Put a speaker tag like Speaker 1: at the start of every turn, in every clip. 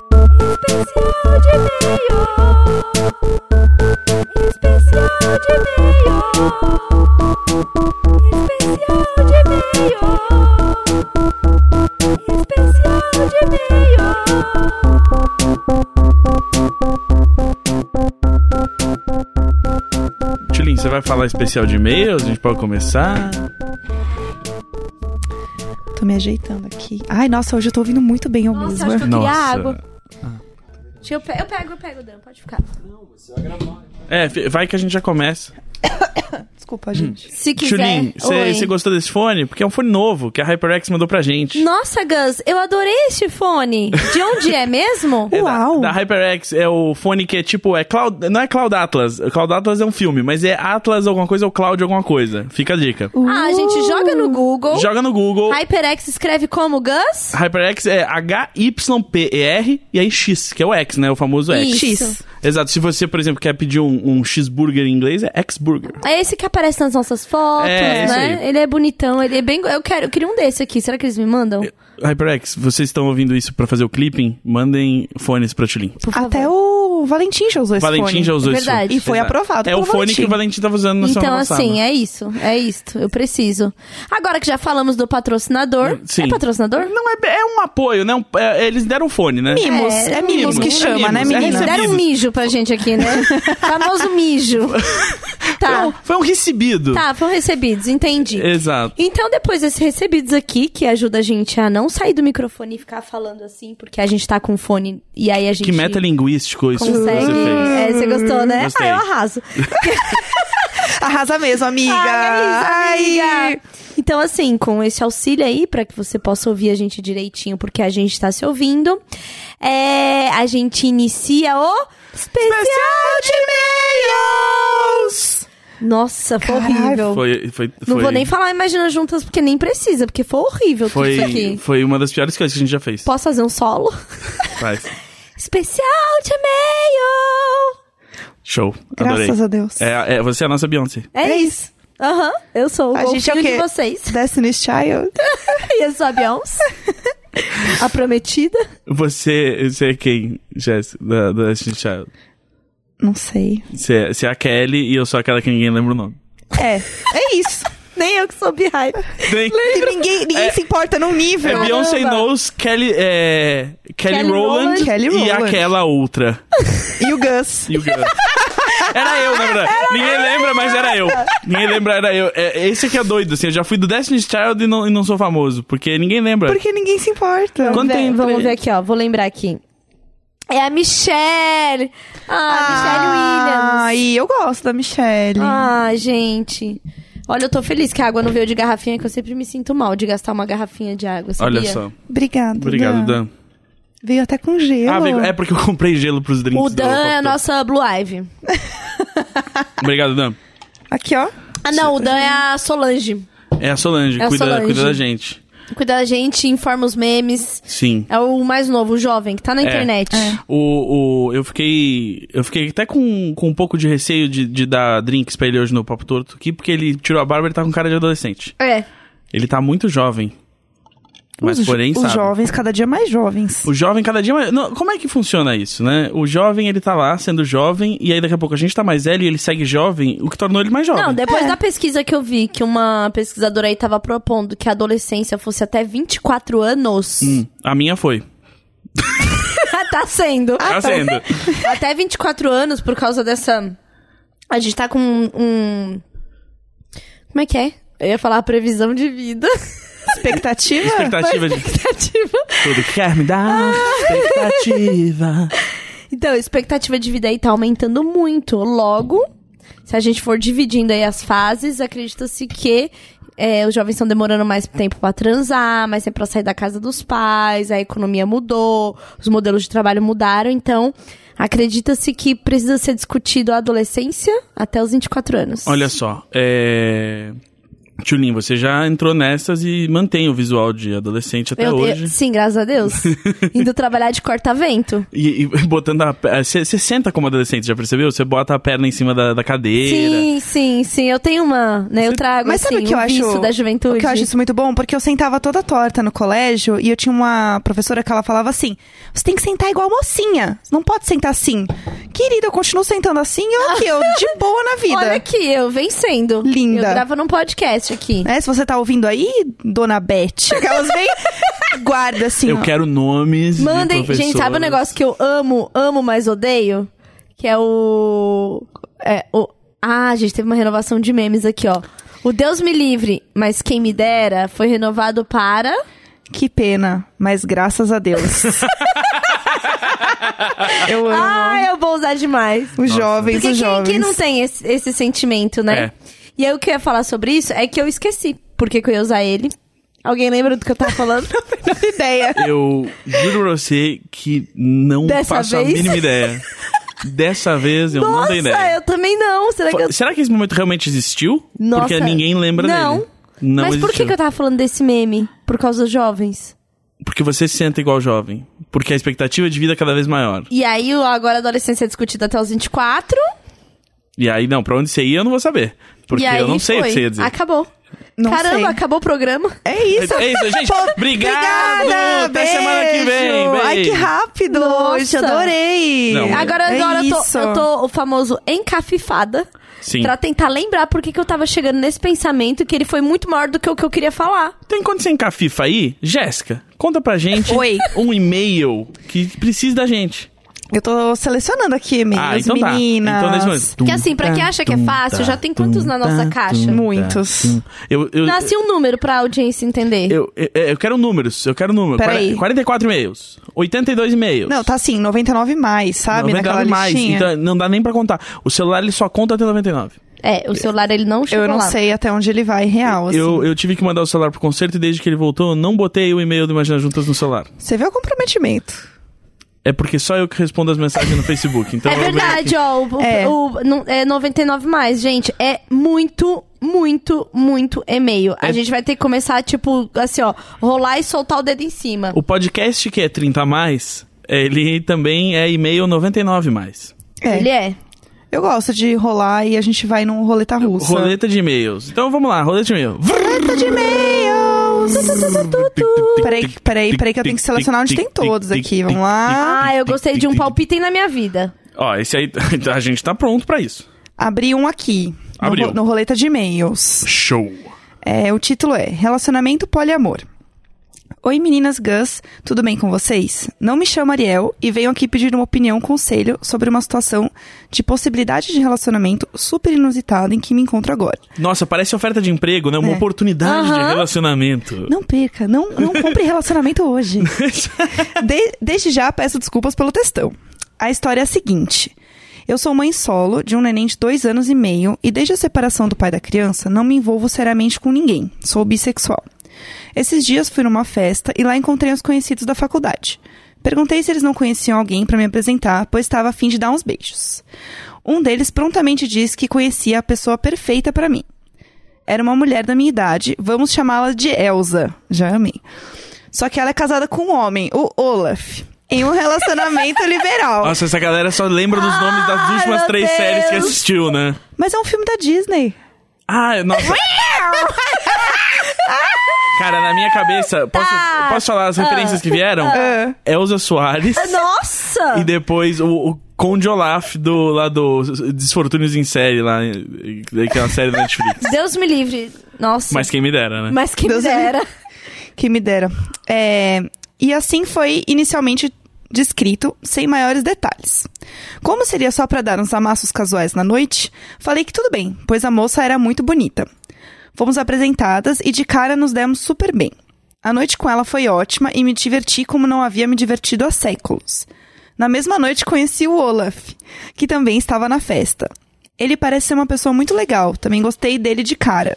Speaker 1: Especial de meio. Especial de meio. Especial de meio. Especial de meio.
Speaker 2: Tilin, você vai falar especial de e-mails? A gente pode começar?
Speaker 3: Tô me ajeitando aqui. Ai, nossa, hoje eu tô ouvindo muito bem eu mesma.
Speaker 1: Nossa, acho que eu- queria água.
Speaker 2: Nossa.
Speaker 1: Deixa Eu, pe- eu pego, eu pego, Dan, pode ficar.
Speaker 2: É, fi- vai que a gente já começa.
Speaker 3: Desculpa, gente.
Speaker 1: Se quiser.
Speaker 2: Tulin,
Speaker 1: Oi.
Speaker 2: você gostou desse fone? Porque é um fone novo que a HyperX mandou pra gente.
Speaker 1: Nossa, Gus, eu adorei este fone. De onde é mesmo?
Speaker 2: É da-
Speaker 3: Uau!
Speaker 2: Da, HyperX é o fone que é tipo, é Cloud, não é Cloud Atlas. Cloud Atlas é um filme, mas é Atlas alguma coisa ou Cloud alguma coisa. Fica a dica.
Speaker 1: Ah, a gente joga no Google.
Speaker 2: Joga no Google.
Speaker 1: HyperX escreve como Gus?
Speaker 2: HyperX é H-Y-P-E-R e aí X, que é o X, né? O famoso X.
Speaker 1: Isso.
Speaker 3: X.
Speaker 2: Exato. Se você, por exemplo, quer pedir um, um X-Burger em inglês, é X-Burger.
Speaker 1: É esse que aparece nas nossas fotos,
Speaker 2: É, esse
Speaker 1: né?
Speaker 2: aí.
Speaker 1: Ele é bonitão, ele é bem. Eu, quero, eu queria um desse aqui. Será que eles me mandam?
Speaker 2: HyperX, vocês estão ouvindo isso pra fazer o clipping? Mandem fones pra Tilin.
Speaker 1: Por favor.
Speaker 3: Até o Valentim já usou esse
Speaker 2: Valentim
Speaker 3: fone.
Speaker 2: já usou esse
Speaker 1: É Verdade.
Speaker 2: fone.
Speaker 3: E foi
Speaker 2: Exato.
Speaker 3: aprovado
Speaker 2: É
Speaker 3: pelo
Speaker 2: o fone que o Valentim tava usando na
Speaker 1: Então,
Speaker 2: semana passada.
Speaker 1: assim, é isso. É isto. Eu preciso. Agora que já falamos do patrocinador.
Speaker 2: sim.
Speaker 1: É patrocinador?
Speaker 2: Não, é, é um apoio, né? Um- é- eles deram fone, né?
Speaker 3: Mimos.
Speaker 1: É,
Speaker 3: É,
Speaker 1: é
Speaker 3: mimos que
Speaker 2: mimos, é
Speaker 3: chama, né,
Speaker 2: mimos, é
Speaker 3: menina?
Speaker 2: recebido.
Speaker 1: Deram um mijo pra gente aqui, né? Famoso mijo.
Speaker 2: Foi
Speaker 1: Tá.
Speaker 2: um, foi um recebido.
Speaker 1: Tá, foram recebidos, entendi.
Speaker 2: Exato.
Speaker 1: Então, depois desses recebidos aqui, que ajuda a gente a não sair do microfone e ficar falando assim, porque a gente tá com fone e aí a gente
Speaker 2: Que metalinguístico isso que
Speaker 1: consegue.
Speaker 2: você fez.
Speaker 1: É, você gostou, né?
Speaker 2: Gostei.
Speaker 1: Ah, eu arraso.
Speaker 3: Arrasa mesmo, amiga.
Speaker 1: Ah, é
Speaker 3: Ai.
Speaker 1: isso, amiga. Então, assim, com esse auxílio aí, pra que você possa ouvir a gente direitinho, porque a gente tá se ouvindo, é, a gente inicia o especial de e-mails! Nossa, foi
Speaker 3: Caralho.
Speaker 1: horrível.
Speaker 2: Foi, foi,
Speaker 1: Não
Speaker 2: foi-
Speaker 1: vou nem falar Imagina Juntas, porque nem precisa, porque foi horrível tudo isso
Speaker 2: Foi,
Speaker 1: aqui.
Speaker 2: foi uma das piores coisas que a gente já fez.
Speaker 1: Posso fazer um solo?
Speaker 2: Faz.
Speaker 1: Especial oh! de e-mail!
Speaker 2: Show. Adorei.
Speaker 3: Graças a Deus.
Speaker 2: É, é, você é a nossa Beyoncé.
Speaker 1: É,
Speaker 3: É
Speaker 1: isso. Aham, eu sou o
Speaker 3: A gente é o
Speaker 1: golfinho de
Speaker 3: quê?
Speaker 1: vocês.
Speaker 3: Destiny's Child.
Speaker 1: E eu sou a Beyoncé. a prometida.
Speaker 2: Você, você é quem, Jess, da, da Destiny's Child?
Speaker 3: Não sei.
Speaker 2: Você, é- você é a Kelly e eu sou aquela que ninguém lembra o nome.
Speaker 3: É. É isso.
Speaker 1: Nem eu que sou behind.
Speaker 2: Tem-
Speaker 3: E ninguém ninguém
Speaker 2: É.
Speaker 3: se importa num
Speaker 2: É
Speaker 3: nível.
Speaker 1: Caramba.
Speaker 2: Beyoncé Knows, Kelly, é, Kelly,
Speaker 1: Kelly
Speaker 2: Rowland,
Speaker 1: Rowland.
Speaker 3: Kelly
Speaker 2: e
Speaker 3: Rowland.
Speaker 2: aquela outra.
Speaker 3: E o Gus.
Speaker 2: E o Gus. Era eu, na verdade. Ninguém lembra, mas era eu. Ninguém lembra, era eu. É, esse aqui é doido, assim. Eu já fui do Destiny's Child e não, e não sou famoso, porque ninguém lembra.
Speaker 3: Porque ninguém se importa.
Speaker 2: Quando-
Speaker 1: Vamos ver,
Speaker 2: tem-
Speaker 1: vamos ver aqui, ó. Vou lembrar aqui. É a Michelle. Ah, Michelle Williams.
Speaker 3: e eu gosto da Michelle.
Speaker 1: Ah, gente. Olha, eu tô feliz que a água não veio de garrafinha, que eu sempre me sinto mal de gastar uma garrafinha de água, sabia?
Speaker 2: Olha só.
Speaker 3: Obrigada.
Speaker 2: Obrigado, Dan.
Speaker 3: Veio até com gelo.
Speaker 2: Ah, veio- é porque eu comprei gelo pros drinks.
Speaker 1: O
Speaker 2: do
Speaker 1: Dan é a
Speaker 2: coquetel.
Speaker 1: nossa Blue Ivy.
Speaker 2: Obrigado, Dan.
Speaker 3: Aqui, ó.
Speaker 1: Ah, não, o Dan é a Solange.
Speaker 2: É a Solange,
Speaker 1: É a
Speaker 2: cuida,
Speaker 1: Solange.
Speaker 2: cuida da gente.
Speaker 1: Cuida da gente, informa os memes.
Speaker 2: Sim.
Speaker 1: É o mais novo, o jovem, que tá
Speaker 2: É.
Speaker 1: na internet.
Speaker 3: É.
Speaker 2: O, o, eu fiquei. Eu fiquei até com, com um pouco de receio de, de dar drinks pra ele hoje no Papo Torto aqui, porque ele tirou a barba e ele tá com cara de adolescente.
Speaker 1: É.
Speaker 2: Ele tá muito jovem. Mas
Speaker 3: os,
Speaker 2: porém,
Speaker 3: os
Speaker 2: sabe.
Speaker 3: jovens, cada dia mais jovens.
Speaker 2: O jovem cada dia mais. não, como é que funciona isso, né? O jovem, ele tá lá sendo jovem, e aí daqui a pouco a gente tá mais velho e ele segue jovem, o que tornou ele mais jovem.
Speaker 1: Não, depois da pesquisa que eu vi, que uma pesquisadora aí tava propondo que a adolescência fosse até 24 anos.
Speaker 2: Hum, a minha foi.
Speaker 1: tá sendo.
Speaker 2: tá sendo.
Speaker 1: Até 24 anos, por causa dessa. A gente tá com um. um- Como é que é? Eu ia falar previsão de vida. Tá,
Speaker 3: Expectativa?
Speaker 1: tipo,
Speaker 2: Expectativa de
Speaker 1: expectativa.
Speaker 2: tudo. Quer me
Speaker 1: Ah.
Speaker 2: dar? Expectativa.
Speaker 1: Então, a expectativa de vida aí tá aumentando muito. Logo, se a gente for dividindo aí as fases, acredita-se que é, os jovens estão demorando mais tempo pra transar, mais tempo pra sair da casa dos pais, a economia mudou, os modelos de trabalho mudaram, então acredita-se que precisa ser discutido a adolescência até os 24 anos.
Speaker 2: Olha só, é... Tchulin, você já entrou nessas e mantém o visual de adolescente até
Speaker 1: Meu Deus.
Speaker 2: hoje.
Speaker 1: Sim, graças a Deus. Indo trabalhar de corta-vento.
Speaker 2: E, e botando a. Você senta como adolescente, já percebeu? Você bota a perna em cima da, da cadeira.
Speaker 1: Sim, sim, sim. Eu tenho uma, né? Eu trago,
Speaker 3: Mas sabe
Speaker 1: assim,
Speaker 3: o que eu
Speaker 1: um
Speaker 3: acho?
Speaker 1: vício da juventude.
Speaker 3: O que eu acho isso muito bom? Porque eu sentava toda torta no colégio e eu tinha uma professora que ela falava assim: você tem que sentar igual mocinha. Você não pode sentar assim. Querida, eu continuo sentando assim e eu aqui, eu de boa na vida.
Speaker 1: Olha aqui, eu vencendo.
Speaker 3: Linda.
Speaker 1: Eu gravo num podcast aqui.
Speaker 3: Né? Se você tá ouvindo aí, dona Beth, aquelas bem guarda assim.
Speaker 2: Eu
Speaker 3: ó.
Speaker 2: quero nomes. de
Speaker 1: Mandem. Gente, sabe um
Speaker 2: professoras.
Speaker 1: negócio que eu amo, amo, mas odeio? Que é o. É o. Ah, gente, teve uma renovação de memes aqui, ó. O Deus me livre, mas quem me dera foi renovado para.
Speaker 3: Que pena, mas graças a Deus. eu amo.
Speaker 1: Ah, eu vou usar demais.
Speaker 3: os jovens,
Speaker 1: Porque
Speaker 3: os
Speaker 1: quem,
Speaker 3: jovens.
Speaker 1: quem não tem esse, esse sentimento, né?
Speaker 2: É.
Speaker 1: E aí o que eu ia falar sobre isso é que eu esqueci porque que eu ia usar ele. Alguém lembra do que eu tava falando?
Speaker 3: ideia.
Speaker 2: Eu juro pra você que não
Speaker 1: Dessa
Speaker 2: faço a
Speaker 1: vez?
Speaker 2: mínima ideia. Dessa vez eu não
Speaker 1: Nossa,
Speaker 2: tenho ideia.
Speaker 1: eu também não. Será que eu...
Speaker 2: Fa- Será que esse momento realmente existiu?
Speaker 1: Nossa.
Speaker 2: Porque ninguém lembra
Speaker 1: Não.
Speaker 2: dele. Não.
Speaker 1: Mas por que,
Speaker 2: existiu.
Speaker 1: que eu tava falando desse meme? Por causa dos jovens.
Speaker 2: Porque você se senta igual jovem. Porque a expectativa de vida é cada vez maior.
Speaker 1: E aí, o agora a adolescência é discutida até os 24.
Speaker 2: E aí, não, pra onde você ia, eu não vou saber. Porque
Speaker 1: e aí
Speaker 2: eu não sei
Speaker 1: foi.
Speaker 2: o que você ia dizer.
Speaker 1: Acabou.
Speaker 3: Não
Speaker 1: Caramba,
Speaker 3: sei.
Speaker 1: acabou o programa.
Speaker 3: É isso.
Speaker 2: É isso, gente.
Speaker 3: Pô,
Speaker 2: Obrigado!
Speaker 3: Obrigada,
Speaker 2: Até semana que vem.
Speaker 3: beijo. Ai, que
Speaker 2: Beijo.
Speaker 3: rápido
Speaker 1: Nossa.
Speaker 3: hoje. Adorei.
Speaker 2: Não, mas-
Speaker 1: Agora,
Speaker 3: É
Speaker 1: agora eu,
Speaker 3: isso.
Speaker 1: tô, eu tô o famoso encafifada.
Speaker 2: Sim.
Speaker 1: Pra tentar lembrar por que que eu tava chegando nesse pensamento que ele foi muito maior do que o que eu queria falar.
Speaker 2: Tem quando você encafifa aí? Jéssica, conta pra gente
Speaker 3: Oi.
Speaker 2: um e-mail que precisa da gente.
Speaker 3: Eu tô selecionando aqui,
Speaker 2: ah,
Speaker 3: meninas,
Speaker 2: então
Speaker 3: meninas.
Speaker 2: tá. Então, nesse momento.
Speaker 1: Porque assim, pra quem acha que é fácil, já tem quantos na nossa caixa?
Speaker 3: Muitos.
Speaker 2: Eu, eu,
Speaker 1: Nasce um número pra audiência entender.
Speaker 2: eu, eu, é, eu quero números, eu quero números.
Speaker 3: Peraí.
Speaker 2: 44 e-mails, 82 e-mails.
Speaker 3: Não, tá assim, 99 mais, sabe?
Speaker 2: 99
Speaker 3: Naquela
Speaker 2: mais,
Speaker 3: listinha.
Speaker 2: então não dá nem pra contar. O celular ele só conta até 99.
Speaker 1: É, o celular ele não chegou
Speaker 3: eu não
Speaker 1: lá.
Speaker 3: sei até onde ele vai, real. assim.
Speaker 2: Eu, eu tive que mandar o celular pro concerto e desde que ele voltou, eu não botei o e-mail do Imagina Juntas no celular.
Speaker 3: Você vê o comprometimento.
Speaker 2: É porque só eu que respondo as mensagens no Facebook. Então
Speaker 1: É
Speaker 2: eu meio
Speaker 1: verdade, ó. O, o-
Speaker 3: É.
Speaker 1: o- não- é 99 mais, gente. É muito, muito, muito e-mail. A
Speaker 2: É.
Speaker 1: gente vai ter que começar, tipo, assim, ó, rolar e soltar o dedo em cima.
Speaker 2: O podcast que é 30 a mais, ele também é e-mail 99 mais.
Speaker 3: É.
Speaker 1: Ele é.
Speaker 3: Eu gosto de rolar e a gente vai num roleta russa.
Speaker 2: Roleta de e-mails. Então vamos lá, roleta de e-mail. Vrr.
Speaker 3: Roleta de e-mails! Peraí, peraí, peraí, que eu tenho que selecionar onde tem todos aqui. Vamos lá.
Speaker 1: Ah, eu gostei de um palpitem na minha vida.
Speaker 2: Ó, esse aí a gente tá pronto pra isso.
Speaker 3: Abri um aqui. no
Speaker 2: Abriu.
Speaker 3: ro- No, roleta de e-mails.
Speaker 2: Show.
Speaker 3: É, o título é Relacionamento Poliamor. Oi meninas Gus, tudo bem com vocês? Não me chamo Ariel e venho aqui pedir uma opinião, um conselho sobre uma situação de possibilidade de relacionamento super inusitada em que me encontro agora.
Speaker 2: Nossa, parece oferta de emprego, né? Uma
Speaker 3: É.
Speaker 2: oportunidade de
Speaker 1: Aham.
Speaker 2: relacionamento.
Speaker 3: Não perca, não, não compre relacionamento hoje. De- desde já peço desculpas pelo textão. A história é a seguinte. Eu sou mãe solo de um neném de dois anos e meio e desde a separação do pai da criança não me envolvo seriamente com ninguém. Sou bissexual. Esses dias fui numa festa e lá encontrei os conhecidos da faculdade. Perguntei se eles não conheciam alguém para me apresentar, pois estava a fim de dar uns beijos. Um deles prontamente disse que conhecia a pessoa perfeita para mim. Era uma mulher da minha idade, vamos chamá-la de Elsa. Já amei. Só que ela é casada com um homem, o Olaf, em um relacionamento liberal.
Speaker 2: Nossa, essa galera só lembra dos nomes das
Speaker 1: Ai,
Speaker 2: últimas
Speaker 1: meu
Speaker 2: três séries que
Speaker 1: Deus.
Speaker 2: assistiu, né?
Speaker 3: Mas é um filme da Disney.
Speaker 2: Ah, nossa. Cara, na minha cabeça, posso,
Speaker 1: Tá. Ah,
Speaker 2: posso falar as referências que vieram? É
Speaker 3: Ah.
Speaker 2: Elza Soares.
Speaker 3: É,
Speaker 1: Nossa!
Speaker 2: E depois o, o Conde Olaf do, lá do Desfortúnios em série, lá, eh, daquela série da Netflix.
Speaker 1: Deus me livre. Nossa.
Speaker 2: Mas quem me dera, né?
Speaker 1: Mas quem
Speaker 3: Deus me-
Speaker 1: dera.
Speaker 3: Que me dera. É, e assim foi inicialmente descrito, sem maiores detalhes. Como seria só para dar uns amassos casuais na noite, falei que tudo bem, pois a moça era muito bonita. Fomos apresentadas e de cara nos demos super bem. A noite com ela foi ótima e me diverti como não havia me divertido há séculos. Na mesma noite conheci o Olaf, que também estava na festa. Ele parece ser uma pessoa muito legal, também gostei dele de cara.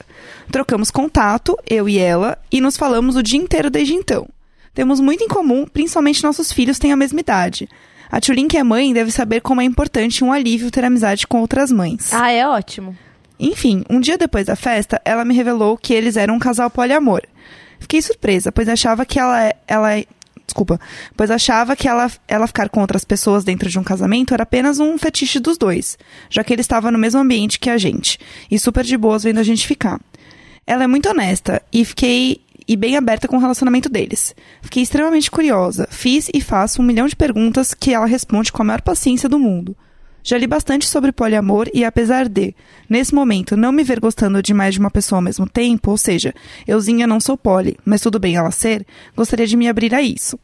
Speaker 3: Trocamos contato, eu e ela, e nos falamos o dia inteiro desde então. Temos muito em comum, principalmente nossos filhos têm a mesma idade. A Tulin, que é mãe, deve saber como é importante um alívio ter amizade com outras mães.
Speaker 1: Ah, é ótimo.
Speaker 3: Enfim, um dia depois da festa, ela me revelou que eles eram um casal poliamor. Fiquei surpresa, pois achava que ela, é, ela desculpa, pois achava que ela, ela ficar com outras pessoas dentro de um casamento era apenas um fetiche dos dois, já que ele estava no mesmo ambiente que a gente, e super de boas vendo a gente ficar. Ela é muito honesta e fiquei e bem aberta com o relacionamento deles. Fiquei extremamente curiosa, fiz e faço um milhão de perguntas que ela responde com a maior paciência do mundo. Já li bastante sobre poliamor e apesar de, nesse momento, não me ver gostando de mais de uma pessoa ao mesmo tempo, ou seja, euzinha não sou poli, mas tudo bem ela ser, gostaria de me abrir a isso.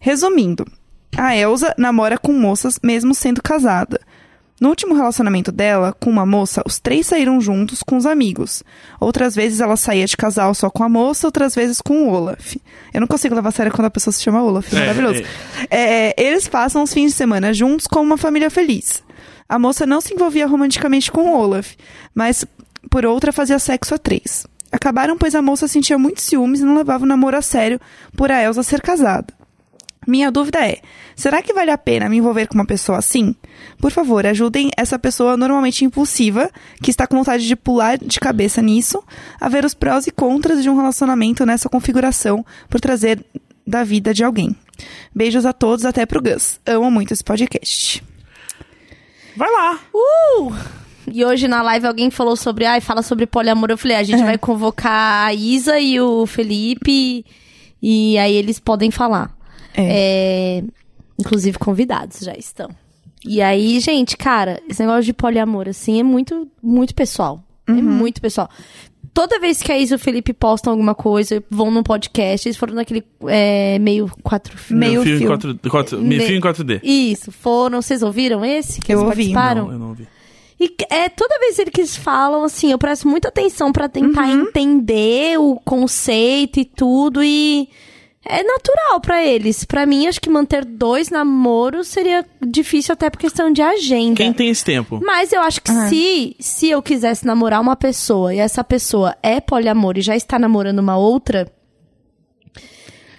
Speaker 3: Resumindo, a Elsa namora com moças mesmo sendo casada. No último relacionamento dela, com uma moça, os três saíram juntos com os amigos. Outras vezes ela saía de casal só com a moça, outras vezes com o Olaf. Eu não consigo levar a sério quando a pessoa se chama Olaf, é
Speaker 2: É,
Speaker 3: maravilhoso. É, eles passam os fins de semana juntos como uma família feliz. A moça não se envolvia romanticamente com o Olaf, mas por outra fazia sexo a três. Acabaram, pois a moça sentia muitos ciúmes e não levava o namoro a sério por a Elsa ser casada. Minha dúvida é: será que vale a pena me envolver com uma pessoa assim? Por favor, ajudem essa pessoa normalmente impulsiva, que está com vontade de pular de cabeça nisso, a ver os prós e contras de um relacionamento nessa configuração por trazer da vida de alguém. Beijos a todos, até pro Gus. Amo muito esse podcast.
Speaker 2: Vai lá.
Speaker 1: Uh! E hoje na live alguém falou sobre, ai, fala sobre poliamor. Eu falei, "Ah, a
Speaker 3: É.
Speaker 1: gente vai convocar a Isa e o Felipe e aí eles podem falar. É, inclusive convidados já estão. E aí, gente, cara, esse negócio de poliamor assim é muito muito pessoal. É muito pessoal. Toda vez que a Isa e o Felipe postam alguma coisa, vão num podcast, eles foram naquele é, meio quatro
Speaker 3: Meio
Speaker 2: Meu filho,
Speaker 3: fio.
Speaker 2: Em 4, 4, meu
Speaker 1: Me-
Speaker 2: filho em 4D.
Speaker 1: Isso, foram. Vocês ouviram esse? Que
Speaker 3: Eu
Speaker 1: eles
Speaker 3: ouvi.
Speaker 1: participaram?
Speaker 2: Não, eu não ouvi.
Speaker 1: E é, toda vez que eles falam, assim, eu presto muita atenção pra tentar entender o conceito e tudo. E é natural pra eles. Pra mim, acho que manter dois namoros seria difícil até por questão de agenda.
Speaker 2: Quem tem esse tempo?
Speaker 1: Mas eu acho que se, se eu quisesse namorar uma pessoa e essa pessoa é poliamor e já está namorando uma outra,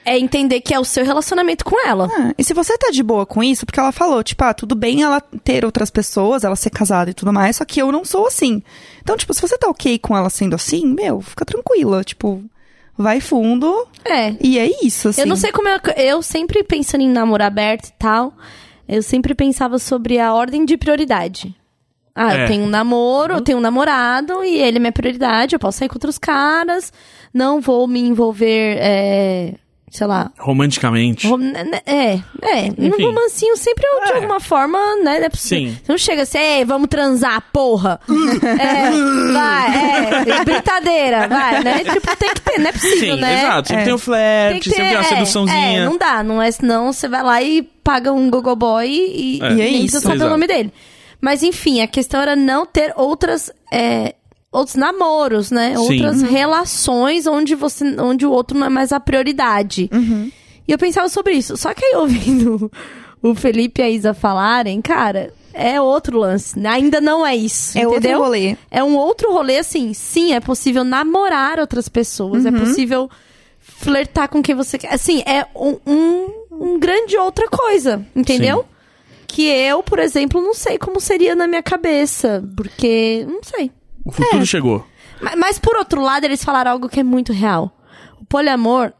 Speaker 1: é entender que é o seu relacionamento com ela.
Speaker 3: Ah, e se você tá de boa com isso, porque ela falou, tipo, ah, tudo bem ela ter outras pessoas, ela ser casada e tudo mais, só que eu não sou assim. Então, tipo, se você tá ok com ela sendo assim, meu, fica tranquila, tipo, vai fundo
Speaker 1: É,
Speaker 3: e é isso, assim.
Speaker 1: Eu não sei como eu. Eu sempre pensando em namoro aberto e tal, eu sempre pensava sobre a ordem de prioridade. Ah,
Speaker 2: É.
Speaker 1: eu tenho um namoro, eu tenho um namorado e ele é minha prioridade, eu posso sair com outros caras, não vou me envolver, é, sei lá.
Speaker 2: Romanticamente.
Speaker 1: rom- né, né, É, é. No
Speaker 2: Enfim.
Speaker 1: romancinho sempre eu, de
Speaker 2: É.
Speaker 1: alguma forma, né? Não é possível.
Speaker 2: Sim.
Speaker 1: Você não chega assim, ei, vamos transar, porra. é, vai, é. Brincadeira, vai, né? Tipo, tem que ter, não é possível,
Speaker 2: Sim,
Speaker 1: né?
Speaker 2: exato. Sempre
Speaker 3: É.
Speaker 2: tem o
Speaker 1: Tem
Speaker 2: flerte,
Speaker 1: que
Speaker 2: sempre tem uma
Speaker 1: é,
Speaker 2: seduçãozinha.
Speaker 1: é, não dá, não é, senão você vai lá e paga um gogoboy e,
Speaker 2: É.
Speaker 3: E
Speaker 1: e
Speaker 3: é
Speaker 1: nem
Speaker 3: isso.
Speaker 1: precisa saber o
Speaker 2: Exato.
Speaker 1: nome dele. Mas enfim, a questão era não ter outras é, outros namoros, né? Outras
Speaker 3: Uhum.
Speaker 1: relações onde você onde o outro não é mais a prioridade.
Speaker 3: Uhum.
Speaker 1: E eu pensava sobre isso. Só que aí ouvindo o Felipe e a Isa falarem, cara, é outro lance. Ainda não é isso,
Speaker 3: É
Speaker 1: entendeu?
Speaker 3: outro rolê.
Speaker 1: É um outro rolê, assim. Sim, é possível namorar outras pessoas. É possível flertar com quem você quer. Assim, é um, um, um grande outra coisa, entendeu?
Speaker 2: Sim.
Speaker 1: Que eu, por exemplo, não sei como seria na minha cabeça. Porque, não sei.
Speaker 2: O futuro
Speaker 1: é.
Speaker 2: chegou.
Speaker 1: Ma- Mas, por outro lado, eles falaram algo que é muito real. O poliamor,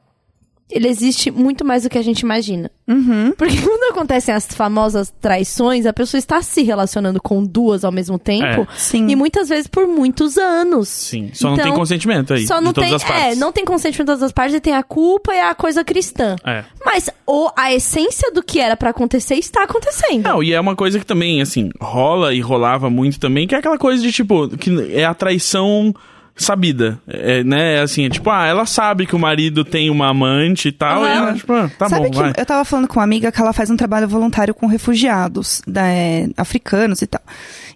Speaker 1: ele existe muito mais do que a gente imagina.
Speaker 2: Uhum.
Speaker 1: Porque quando acontecem as famosas traições, a pessoa está se relacionando com duas ao mesmo tempo.
Speaker 3: Sim.
Speaker 1: E muitas vezes por muitos anos.
Speaker 2: É. Sim. Só não
Speaker 1: Então,
Speaker 2: tem consentimento aí.
Speaker 1: Só não
Speaker 2: de todas
Speaker 1: tem,
Speaker 2: as partes.
Speaker 1: é, não tem consentimento de todas as partes e tem a culpa e a coisa cristã.
Speaker 2: É.
Speaker 1: Mas o, a essência do que era pra acontecer está acontecendo.
Speaker 2: Não, e é uma coisa que também, assim, rola e rolava muito também, que é aquela coisa de, tipo, que é a traição sabida, é, né? É assim, é tipo, ah, ela sabe que o marido tem uma amante e tal,
Speaker 1: Aham.
Speaker 2: e ela, tipo, ah, tá
Speaker 3: Sabe
Speaker 2: bom,
Speaker 3: que
Speaker 2: vai.
Speaker 3: eu tava falando com uma amiga que ela faz um trabalho voluntário com refugiados da- é, africanos e tal.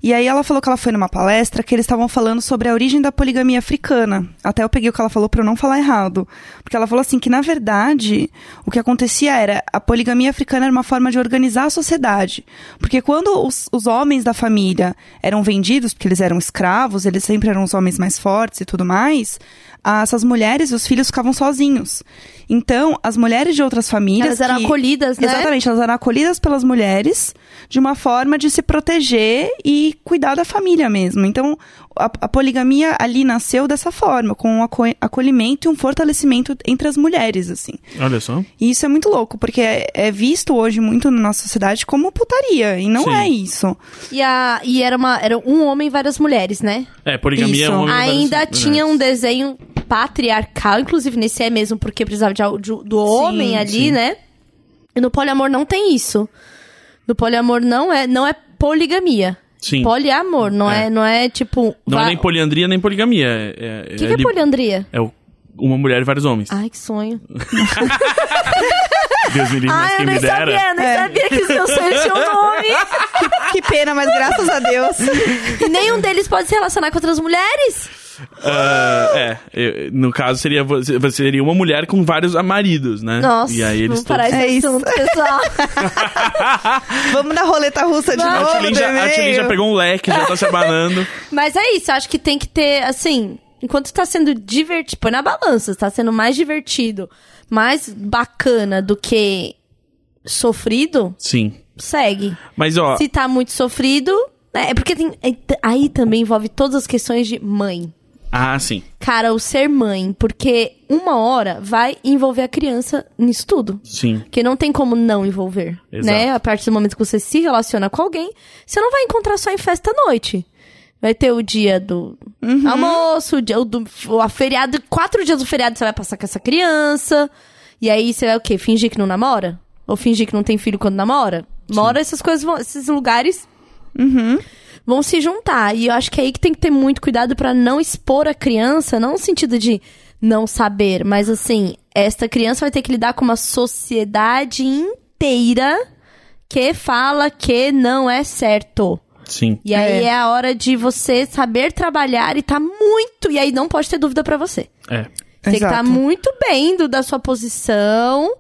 Speaker 3: E aí ela falou que ela foi numa palestra que eles estavam falando sobre a origem da poligamia africana. Até eu peguei o que ela falou pra eu não falar errado. Porque ela falou assim que, na verdade, o que acontecia era a poligamia africana era uma forma de organizar a sociedade. Porque quando os, os homens da família eram vendidos, porque eles eram escravos, eles sempre eram os homens mais fortes e tudo mais, ah, essas mulheres e os filhos ficavam sozinhos. Então, as mulheres de outras famílias.
Speaker 1: Elas eram
Speaker 3: que-
Speaker 1: acolhidas, né?
Speaker 3: Exatamente, elas eram acolhidas pelas mulheres de uma forma de se proteger e cuidar da família mesmo. Então, a, a poligamia ali nasceu dessa forma, com um aco- acolhimento e um fortalecimento entre as mulheres, assim.
Speaker 2: Olha só.
Speaker 3: E isso é muito louco, porque é, é visto hoje muito na nossa sociedade como putaria, e não
Speaker 2: Sim.
Speaker 3: é isso.
Speaker 1: E, a, e era, uma, era um homem e várias mulheres, né?
Speaker 2: É, poligamia é
Speaker 3: Isso.
Speaker 2: um homem
Speaker 1: Ainda
Speaker 2: várias
Speaker 1: tinha um
Speaker 2: mulheres.
Speaker 1: desenho patriarcal, inclusive nesse é mesmo, porque precisava de, al- de- do homem ali,
Speaker 2: sim.
Speaker 1: né? E no poliamor não tem isso. No poliamor não é, não é poligamia.
Speaker 2: Sim.
Speaker 1: Poliamor, não é,
Speaker 2: É.
Speaker 1: não é tipo.
Speaker 2: Não
Speaker 1: va-
Speaker 2: é nem poliandria, nem poligamia. É, é,
Speaker 1: O que, que é Ah.
Speaker 2: li-
Speaker 1: poliandria?
Speaker 2: É o- uma mulher e vários homens.
Speaker 1: Ai, que sonho.
Speaker 2: Deus me livre, mas
Speaker 1: Ai, Ah, eu
Speaker 2: quem
Speaker 1: nem
Speaker 2: me dera.
Speaker 1: sabia, nem
Speaker 3: É.
Speaker 1: sabia que os meus sonhos tinham um nome.
Speaker 3: Que pena, mas graças a Deus.
Speaker 1: E nenhum deles pode se relacionar com outras mulheres.
Speaker 2: Ah, é, eu- no caso seria, vo- você seria uma mulher com vários maridos, né?
Speaker 1: Nossa,
Speaker 2: E aí eles
Speaker 1: vamos parar
Speaker 2: todos-
Speaker 1: esse
Speaker 3: É isso.
Speaker 1: assunto, pessoal.
Speaker 3: Vamos na roleta russa de
Speaker 2: A
Speaker 1: Vamos.
Speaker 3: novo.
Speaker 2: Tilin já, a
Speaker 3: do
Speaker 2: Tilin já
Speaker 3: e-mail?
Speaker 2: pegou um leque, já tá se abanando.
Speaker 1: Mas é isso, eu acho que tem que ter, assim, enquanto tá sendo divertido, põe na balança, se tá sendo mais divertido, mais bacana do que sofrido,
Speaker 2: Sim.
Speaker 1: segue.
Speaker 2: Mas ó,
Speaker 1: Se tá muito sofrido, né, é porque tem, é t- aí também envolve todas as questões de mãe.
Speaker 2: ah, sim.
Speaker 1: Cara, o ser mãe, porque uma hora vai envolver a criança nisso tudo.
Speaker 2: Sim.
Speaker 1: Porque não tem como não envolver,
Speaker 2: Exato.
Speaker 1: né? A partir do momento que você se relaciona com alguém, você não vai encontrar só em festa à noite. Vai ter o dia do almoço, o dia o do o a feriado, quatro dias do feriado você vai passar com essa criança. E aí você vai o quê? Fingir que não namora? Ou fingir que não tem filho quando namora? Mora essas coisas, vão- esses lugares Uhum. vão se juntar. E eu acho que é aí que tem que ter muito cuidado pra não expor a criança, não no sentido de não saber, mas assim, esta criança vai ter que lidar com uma sociedade inteira que fala que não é certo.
Speaker 2: Sim.
Speaker 1: E
Speaker 3: É.
Speaker 1: aí é, a hora de você saber trabalhar e tá muito. E aí não pode ter dúvida pra você.
Speaker 2: É.
Speaker 1: Você tem que tá
Speaker 3: Exato.
Speaker 1: muito bem do, da sua posição,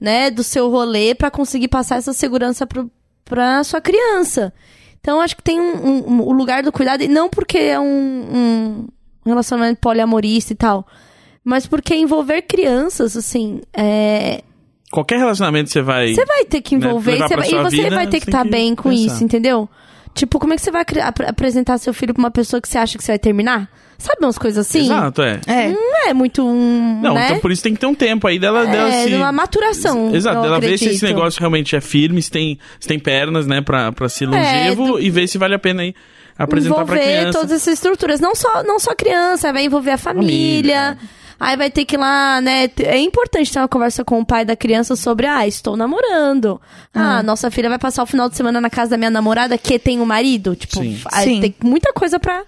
Speaker 1: né, do seu rolê pra conseguir passar essa segurança pro, pra sua criança. Então, acho que tem um, um- um- o lugar do cuidado, e não porque é um, um relacionamento poliamorista e tal, mas porque envolver crianças, assim, é,
Speaker 2: Qualquer relacionamento que você vai.
Speaker 1: você vai ter que
Speaker 2: né,
Speaker 1: envolver
Speaker 2: levar
Speaker 1: você
Speaker 2: pra
Speaker 1: vai-
Speaker 2: sua
Speaker 1: e você
Speaker 2: vida,
Speaker 1: vai ter que
Speaker 2: tem
Speaker 1: estar
Speaker 2: que
Speaker 1: bem com
Speaker 2: pensar.
Speaker 1: isso, entendeu? Tipo, como é que você vai cri- ap- apresentar seu filho pra uma pessoa que você acha que você vai terminar? Sabe umas coisas assim?
Speaker 2: Exato, é.
Speaker 3: É.
Speaker 1: Não é muito um.
Speaker 2: Não,
Speaker 1: né?
Speaker 2: então por isso tem que ter um tempo aí dela, dela
Speaker 1: É,
Speaker 2: se.
Speaker 1: uma maturação.
Speaker 2: Exato,
Speaker 1: eu
Speaker 2: dela ver se esse
Speaker 1: acredito.
Speaker 2: negócio realmente é firme, se tem, se tem pernas, né, pra, pra ser longevo
Speaker 1: É,
Speaker 2: e ver se vale a pena aí apresentar pra
Speaker 1: envolver
Speaker 2: criança.
Speaker 1: todas essas estruturas, não só não só a criança, vai envolver a família. Aí vai ter que ir lá, né? t- É importante ter uma conversa com o pai da criança sobre, ah, estou namorando. Ah, nossa filha vai passar o final de semana na casa da minha namorada que tem um marido. Tipo,
Speaker 2: Sim.
Speaker 1: aí
Speaker 3: Sim.
Speaker 1: tem muita coisa pra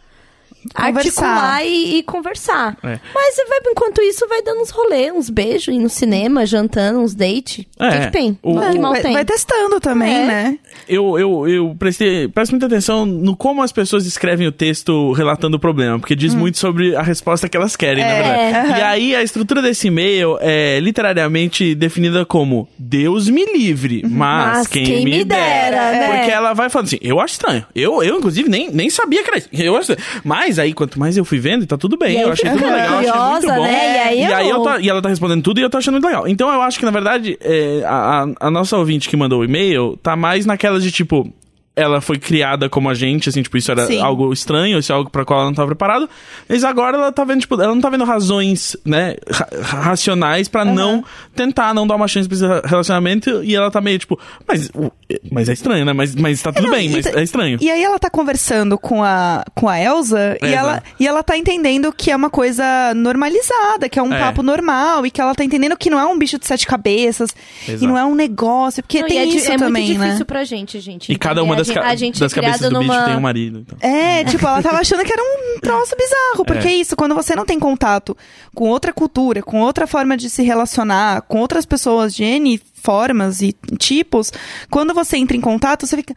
Speaker 3: Conversar.
Speaker 1: articular e, e conversar.
Speaker 2: É.
Speaker 1: Mas você vai, enquanto isso, vai dando uns rolê, uns beijos, ir no cinema, jantando, uns date. O
Speaker 2: É,
Speaker 1: que, que tem?
Speaker 2: o-
Speaker 1: que mal
Speaker 3: vai,
Speaker 1: tem?
Speaker 3: vai testando também,
Speaker 1: É.
Speaker 3: né?
Speaker 2: eu, eu, eu prestei, presto muita atenção no como as pessoas escrevem o texto relatando o problema, porque diz
Speaker 1: Hum.
Speaker 2: muito sobre a resposta que elas querem,
Speaker 1: É.
Speaker 2: na verdade. E aí a estrutura desse e-mail é literariamente definida como Deus me livre,
Speaker 1: Uhum.
Speaker 2: mas, quem, me dera.
Speaker 1: né?
Speaker 2: Porque ela vai falando assim, eu acho estranho. Eu, eu inclusive, nem, nem sabia que era isso. Eu acho estranho. Mas aí, quanto mais eu fui vendo, tá tudo bem.
Speaker 1: E aí
Speaker 2: eu achei
Speaker 1: fica
Speaker 2: tudo legal, achei muito
Speaker 1: curiosa,
Speaker 2: bom.
Speaker 1: né? E aí eu-
Speaker 2: tô- e ela tá respondendo tudo e eu tô achando muito legal. Então eu acho que, na verdade, é, a, a- a nossa ouvinte que mandou o e-mail tá mais naquela de tipo. Ela foi criada como a gente, assim, tipo, isso era
Speaker 3: Sim.
Speaker 2: algo estranho, isso é algo pra qual ela não tava preparada. Mas agora ela tá vendo, tipo, ela não tá vendo razões, né, ra- racionais pra não tentar, não dar uma chance pra esse ra- relacionamento. E ela tá meio, tipo, mas, o- mas é estranho, né? Mas, mas tá tudo
Speaker 3: Não,
Speaker 2: bem,
Speaker 3: e
Speaker 2: mas
Speaker 3: tá-
Speaker 2: é estranho.
Speaker 3: E aí ela tá conversando com a, com a Elsa e
Speaker 2: Elsa.
Speaker 3: ela, e ela tá entendendo que é uma coisa normalizada, que é um
Speaker 2: É.
Speaker 3: papo normal e que ela tá entendendo que não é um bicho de sete cabeças
Speaker 2: Exato.
Speaker 3: e não é um negócio, porque
Speaker 1: Não, e
Speaker 3: tem
Speaker 1: é, di-
Speaker 3: isso
Speaker 1: é
Speaker 3: também,
Speaker 1: muito difícil
Speaker 3: né?
Speaker 1: pra gente, gente.
Speaker 2: E cada
Speaker 1: entender.
Speaker 2: uma
Speaker 1: A
Speaker 2: das,
Speaker 1: gen-
Speaker 2: ca-
Speaker 1: a gente
Speaker 2: das
Speaker 1: é
Speaker 2: cabeças
Speaker 1: criado
Speaker 2: do bicho
Speaker 1: numa...
Speaker 2: tem um marido. Então.
Speaker 3: É, tipo, ela tava achando que era um troço bizarro, porque
Speaker 2: É.
Speaker 3: é isso, quando você não tem contato com outra cultura, com outra forma de se relacionar, com outras pessoas de N formas e tipos, quando você entra em contato, você fica.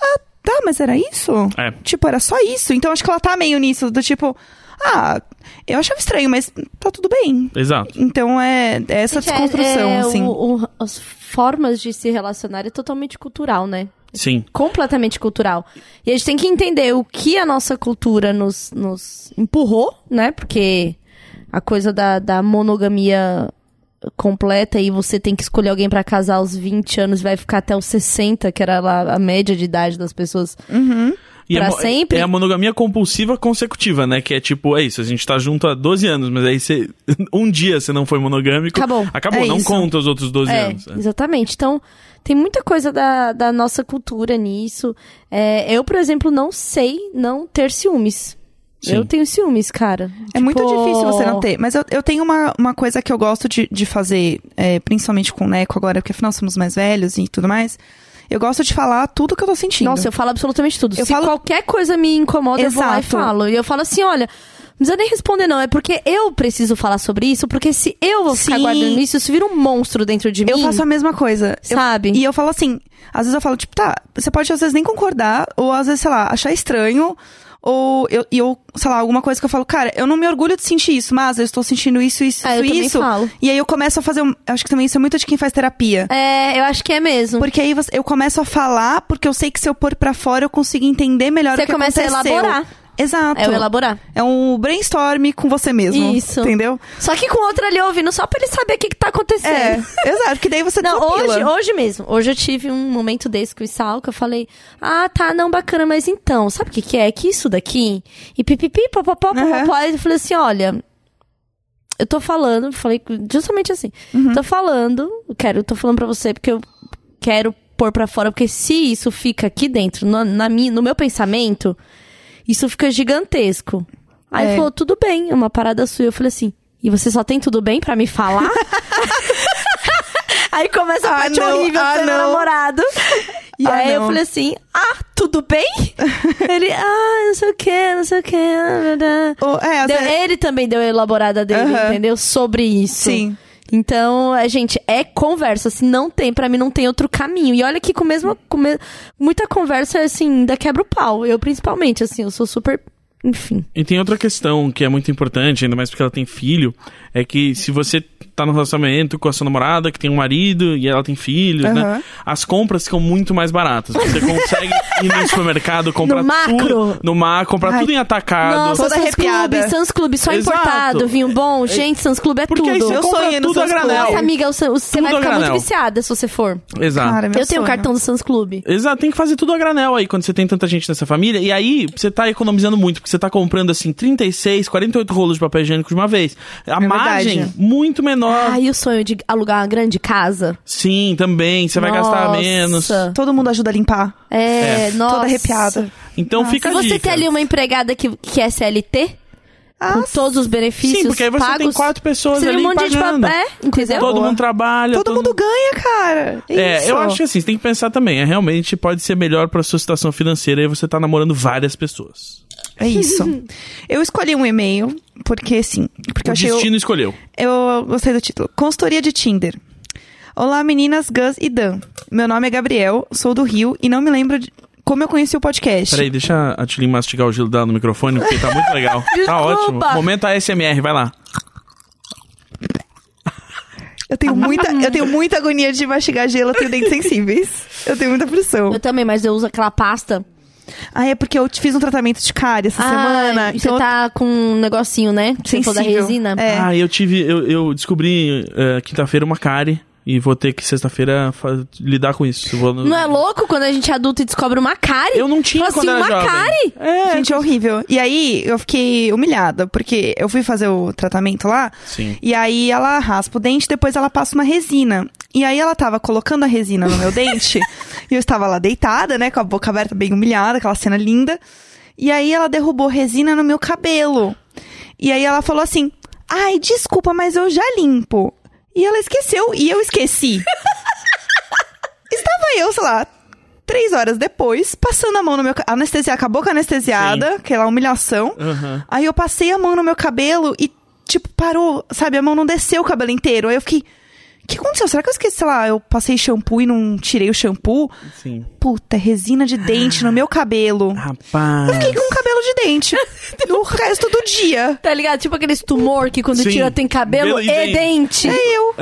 Speaker 3: Ah, tá, mas era isso?
Speaker 2: É.
Speaker 3: Tipo, era só isso. Então acho que ela tá meio nisso, do tipo, ah, eu achava estranho, mas tá tudo bem.
Speaker 2: Exato.
Speaker 3: Então é, é essa
Speaker 1: Gente, é-
Speaker 3: desconstrução,
Speaker 1: é,
Speaker 3: assim.
Speaker 1: o- o- as formas de se relacionar é totalmente cultural, né?
Speaker 2: Sim.
Speaker 1: Completamente cultural. E a gente tem que entender o que a nossa cultura nos, nos empurrou, né? Porque a coisa da, da monogamia completa e você tem que escolher alguém pra casar aos 20 anos e vai ficar até os 60, que era lá a média de idade das pessoas
Speaker 2: E
Speaker 1: Pra
Speaker 2: é, mo-
Speaker 1: sempre?
Speaker 2: É a monogamia compulsiva consecutiva, né? Que é tipo, é isso, a gente tá junto há 12 anos, mas aí você. Um dia você não foi monogâmico.
Speaker 1: Acabou.
Speaker 2: Acabou,
Speaker 3: É
Speaker 2: não
Speaker 3: isso.
Speaker 2: conta os outros 12
Speaker 1: É,
Speaker 2: anos. né?
Speaker 1: exatamente. Então, tem muita coisa da, da nossa cultura nisso. É, eu, por exemplo, não sei não ter ciúmes.
Speaker 2: Sim.
Speaker 1: Eu tenho ciúmes, cara.
Speaker 3: É muito
Speaker 1: Tipo,
Speaker 3: difícil você não ter. Mas eu, eu tenho uma, uma coisa que eu gosto de, de fazer, é, principalmente com o Neco agora, porque afinal somos mais velhos e tudo mais. Eu gosto de falar tudo que eu tô sentindo.
Speaker 1: Nossa, eu falo absolutamente tudo.
Speaker 3: Eu
Speaker 1: Se
Speaker 3: falo-
Speaker 1: qualquer coisa me incomoda, eu vou lá e
Speaker 3: Exato.
Speaker 1: falo. E eu falo assim, olha, não precisa nem responder não, é porque eu preciso falar sobre isso, porque se eu vou ficar
Speaker 3: Sim.
Speaker 1: guardando isso, isso vira um monstro dentro de
Speaker 3: Eu
Speaker 1: mim.
Speaker 3: faço a mesma coisa. Eu-
Speaker 1: Sabe?
Speaker 3: e eu falo assim, às vezes eu falo, tipo, tá, você pode às vezes nem concordar, ou às vezes, sei lá, achar estranho, ou eu, e eu sei lá, alguma coisa que eu falo, cara, eu não me orgulho de sentir isso, mas eu estou sentindo isso, isso,
Speaker 1: Ah, eu
Speaker 3: isso,
Speaker 1: também
Speaker 3: isso.
Speaker 1: falo.
Speaker 3: E aí eu começo a fazer. um- Acho que também isso é muito de quem faz terapia.
Speaker 1: É, eu acho que é mesmo.
Speaker 3: Porque aí você- eu começo a falar, porque eu sei que se eu pôr pra fora eu consigo entender melhor
Speaker 1: Você
Speaker 3: o que
Speaker 1: começa a
Speaker 3: aconteceu.
Speaker 1: elaborar.
Speaker 3: Exato.
Speaker 1: É o elaborar.
Speaker 3: É um brainstorm com você mesmo.
Speaker 1: Isso.
Speaker 3: Entendeu?
Speaker 1: Só que com outra ali ouvindo, só pra ele saber o que, que tá acontecendo.
Speaker 3: É, exato. Porque daí você
Speaker 1: Não,
Speaker 3: desopila.
Speaker 1: hoje, hoje mesmo. Hoje eu tive um momento desse com o Sal que eu falei: Ah, tá, não, bacana, mas então, sabe o que, que é? É Que isso daqui. E pipipi, popopó,
Speaker 3: Aham.
Speaker 1: popopó. Aí eu falei assim: Olha, eu tô falando, falei justamente assim: Tô falando, eu quero, tô falando pra você porque eu quero pôr pra fora, porque se isso fica aqui dentro, no, na minha, no meu pensamento, isso fica gigantesco. Aí
Speaker 3: É.
Speaker 1: ele falou: Tudo bem, é uma parada sua. Eu falei assim. E você só tem tudo bem pra me falar? Aí começa a
Speaker 3: Ah,
Speaker 1: parte
Speaker 3: não,
Speaker 1: horrível
Speaker 3: ah,
Speaker 1: do
Speaker 3: não.
Speaker 1: namorado. E
Speaker 3: Ah,
Speaker 1: aí eu
Speaker 3: não.
Speaker 1: falei assim, ah, tudo bem? ele, ah, não sei o que, não sei o que.
Speaker 3: Ou- é, às
Speaker 1: Deu,
Speaker 3: vezes-
Speaker 1: ele também deu a elaborada dele,
Speaker 3: Aham.
Speaker 1: entendeu? Sobre isso.
Speaker 3: Sim.
Speaker 1: Então, é, gente, é conversa. Se não tem, pra mim não tem outro caminho. E olha que com mesmo. Com me- Muita conversa, assim, ainda quebra o pau. Eu, principalmente, assim, eu sou super. Enfim.
Speaker 2: E tem outra questão que é muito importante, ainda mais porque ela tem filho, é que se você tá no relacionamento com a sua namorada, que tem um marido e ela tem filhos, né?
Speaker 3: Aham.
Speaker 2: As compras ficam muito mais baratas. Você consegue ir no supermercado, comprar
Speaker 1: No macro.
Speaker 2: tudo. No mar, comprar
Speaker 3: Ai.
Speaker 2: tudo em atacado.
Speaker 1: Nossa,
Speaker 3: toda
Speaker 1: Sans
Speaker 3: arrepiada.
Speaker 1: Club, Sans Club, só
Speaker 2: Ah, Exato.
Speaker 1: importado, vinho bom. Gente, Sans Club é
Speaker 2: Porque aí
Speaker 1: tudo.
Speaker 2: você
Speaker 3: Meu
Speaker 2: compra
Speaker 3: sonho é ir no
Speaker 2: tudo a
Speaker 3: Sam's Club.
Speaker 2: granel.
Speaker 1: Nossa, amiga, o Sam- o- você
Speaker 2: Tudo
Speaker 1: vai
Speaker 2: a
Speaker 1: ficar muito
Speaker 2: granel.
Speaker 1: viciada se você for.
Speaker 2: Exato.
Speaker 3: Cara, meu
Speaker 1: eu tenho o
Speaker 3: sonho.
Speaker 1: cartão do Sans Club.
Speaker 2: Exato, tem que fazer tudo a granel aí quando você tem tanta gente nessa família. E aí você tá economizando muito, porque você tá comprando assim 36, 48 rolos de papel higiênico de uma vez. A
Speaker 3: É
Speaker 2: margem
Speaker 3: verdade.
Speaker 2: muito menor.
Speaker 1: Ai, o sonho de alugar uma grande casa.
Speaker 2: Sim, também, você vai gastar
Speaker 1: Nossa.
Speaker 2: menos.
Speaker 3: Todo mundo ajuda a limpar.
Speaker 1: É, nossa.
Speaker 3: Toda arrepiada.
Speaker 2: Então fica
Speaker 1: Se
Speaker 2: a
Speaker 1: você
Speaker 2: dica.
Speaker 1: tem ali um uma empregada que, que é CLT,
Speaker 3: Ah,
Speaker 1: com todos os benefícios
Speaker 2: Ah, Sim, porque aí você
Speaker 1: pagos,
Speaker 2: tem quatro pessoas
Speaker 1: você tem
Speaker 2: ali
Speaker 1: um monte de gente pra...
Speaker 2: pagando.
Speaker 1: É, entendeu?
Speaker 2: Todo
Speaker 3: Boa.
Speaker 2: mundo trabalha.
Speaker 3: Todo mundo ganha, cara.
Speaker 2: É,
Speaker 3: Isso.
Speaker 2: eu acho que assim, você tem que pensar também. É, realmente pode ser melhor pra sua situação financeira e você tá namorando várias pessoas.
Speaker 3: É isso. eu escolhi um e-mail, porque sim.
Speaker 2: o
Speaker 3: Porque eu achei. o-
Speaker 2: destino escolheu.
Speaker 3: Eu gostei do título. Consultoria de Tinder. Olá, meninas, Gus e Dan. Meu nome é Gabriel, sou do Rio e não me lembro de como eu conheci o podcast.
Speaker 2: Peraí, deixa a Tilly mastigar o gelo dela no microfone, porque tá muito legal. tá ótimo.
Speaker 1: Desculpa.
Speaker 2: Momento ASMR, vai lá.
Speaker 3: Eu tenho muita, eu tenho muita agonia de mastigar gelo, eu tenho dentes sensíveis. Eu tenho muita pressão.
Speaker 1: Eu também, mas eu uso aquela pasta.
Speaker 3: Ah, é porque eu te fiz um tratamento de cárie essa
Speaker 1: Ah,
Speaker 3: semana.
Speaker 2: então é
Speaker 3: então
Speaker 1: Você
Speaker 3: eu-
Speaker 1: tá com um negocinho, né? Você falou da
Speaker 3: Sensível.
Speaker 1: resina.
Speaker 3: É.
Speaker 2: Ah, eu tive. Eu, eu descobri eh, quinta-feira uma cárie e vou ter que sexta-feira fa- lidar com isso. Eu vou no-
Speaker 1: Não é louco quando a gente é adulto e descobre uma cárie?
Speaker 2: Eu não tinha
Speaker 1: Fala
Speaker 2: quando
Speaker 1: assim,
Speaker 2: era
Speaker 1: uma
Speaker 2: jovem.
Speaker 1: cárie?
Speaker 2: É.
Speaker 3: Gente, é horrível. E aí eu fiquei humilhada, porque eu fui fazer o tratamento lá.
Speaker 2: Sim.
Speaker 3: E aí ela raspa o dente, depois ela passa uma resina. E aí ela tava colocando a resina no meu dente. e eu estava lá deitada, né? Com a boca aberta, bem humilhada, aquela cena linda. E aí ela derrubou resina no meu cabelo. E aí ela falou assim: Ai, desculpa, mas eu já limpo. E ela esqueceu, e eu esqueci. Estava eu, sei lá, três horas depois, passando a mão no meu. ca- Anestesia, acabou com a anestesiada, aquela humilhação.
Speaker 2: Aham.
Speaker 3: Aí eu passei a mão no meu cabelo e, tipo, parou, sabe? A mão não desceu o cabelo inteiro. Aí eu fiquei. O que aconteceu? Será que eu esqueci, sei lá, eu passei shampoo e não tirei o shampoo?
Speaker 2: Sim.
Speaker 3: Puta, resina de dente no meu cabelo. Eu
Speaker 2: Rapaz.
Speaker 3: fiquei com um cabelo de dente no resto do dia.
Speaker 1: Tá ligado? Tipo aqueles tumor que quando
Speaker 2: Sim.
Speaker 1: tira tem cabelo
Speaker 2: Cabelo
Speaker 1: e,
Speaker 2: e
Speaker 1: dente.
Speaker 3: É eu.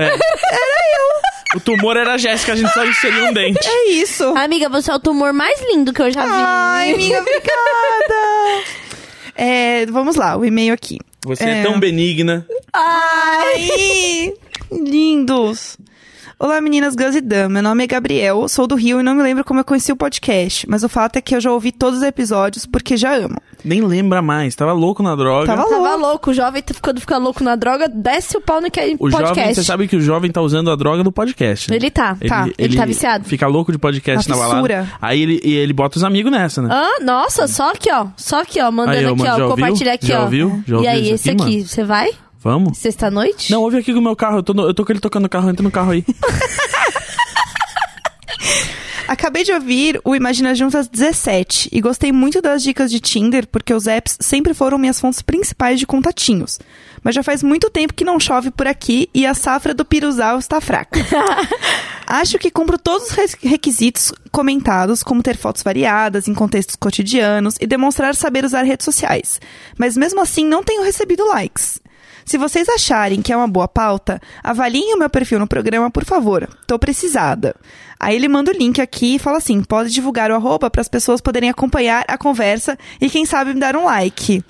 Speaker 2: O tumor era a Jéssica, a gente só inseriu um dente.
Speaker 3: É isso.
Speaker 1: Amiga, você é o tumor mais lindo que eu já vi.
Speaker 3: Ai, amiga, obrigada. É, vamos lá, o e-mail aqui.
Speaker 1: É.
Speaker 2: Você é, tão benigna.
Speaker 3: Ai! Lindos! Olá, meninas Gus e Dan. Meu nome é Gabriel, sou do Rio e não me lembro como eu conheci o podcast, mas o fato é que eu já ouvi todos os episódios porque já amo.
Speaker 2: Nem lembra mais, tava louco na droga.
Speaker 3: Tava
Speaker 1: Tava
Speaker 3: louco.
Speaker 1: louco, o jovem tá- quando fica louco na droga, desce o pau no que é
Speaker 2: O jovem,
Speaker 1: podcast.
Speaker 2: você sabe que o jovem tá usando a droga do podcast. né?
Speaker 1: Ele tá,
Speaker 2: Ele-
Speaker 1: tá. Ele, tá viciado.
Speaker 2: Fica louco de podcast
Speaker 3: Na
Speaker 2: na balada.
Speaker 3: fissura.
Speaker 2: Aí ele, e ele bota os amigos nessa, né?
Speaker 1: Ah, nossa, só aqui, ó. Só aqui, ó. Mandando
Speaker 2: Aí, ô,
Speaker 1: aqui,
Speaker 2: mano, já
Speaker 1: ó.
Speaker 2: ouviu?
Speaker 1: Compartilhar aqui,
Speaker 2: Já
Speaker 1: ó.
Speaker 2: ouviu? Já
Speaker 1: e
Speaker 2: ouviu
Speaker 1: aí,
Speaker 2: isso
Speaker 1: esse
Speaker 2: aqui,
Speaker 1: aqui, você vai?
Speaker 2: Vamos?
Speaker 1: Sexta-noite?
Speaker 2: Não, ouve aqui com o meu carro. Eu tô, no- eu tô com ele tocando no carro. Entra no carro aí.
Speaker 3: Acabei de ouvir o Imagina Juntas 17 e gostei muito das dicas de Tinder porque os apps sempre foram minhas fontes principais de contatinhos. Mas já faz muito tempo que não chove por aqui e a safra do piruzal está fraca. Acho que cumpro todos os res- requisitos comentados, como ter fotos variadas em contextos cotidianos e demonstrar saber usar redes sociais. Mas mesmo assim não tenho recebido likes. Se vocês acharem que é uma boa pauta, avaliem o meu perfil no programa, por favor. Tô precisada. Aí ele manda o link aqui e fala assim: pode divulgar o arroba para as pessoas poderem acompanhar a conversa e quem sabe me dar um like.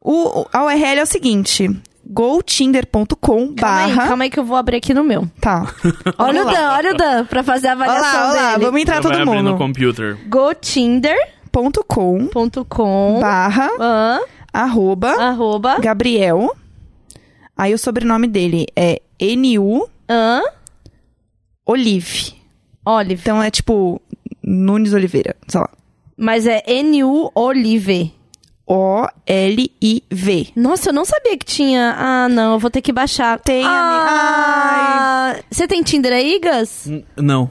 Speaker 3: O, a URL é o seguinte: gotinder.com
Speaker 1: Calma aí,
Speaker 3: barra.
Speaker 1: calma aí que eu vou abrir aqui no meu.
Speaker 3: Tá.
Speaker 1: Olha o
Speaker 3: Vamos lá.
Speaker 1: Dan, olha o Dan, pra fazer a
Speaker 3: Olha
Speaker 1: avaliação
Speaker 3: lá, olha lá,
Speaker 1: dele.
Speaker 3: vamos entrar
Speaker 2: vai
Speaker 3: tá todo
Speaker 2: abrir no
Speaker 3: mundo.
Speaker 2: computer.
Speaker 1: Gotinder.com
Speaker 3: Ponto com, barra,
Speaker 1: ah,
Speaker 3: arroba,
Speaker 1: arroba
Speaker 3: Gabriel. Aí o sobrenome dele é N.U.
Speaker 1: ah,
Speaker 3: Olive.
Speaker 1: Olive.
Speaker 3: Então é tipo Nunes Oliveira, sei lá.
Speaker 1: Mas é N-U Olive.
Speaker 3: O-L-I-V.
Speaker 1: Nossa, eu não sabia que tinha. Ah, não, eu vou ter que baixar.
Speaker 3: Tem,
Speaker 1: ah, Você tem Tinder aí, Gus?
Speaker 2: N- Não.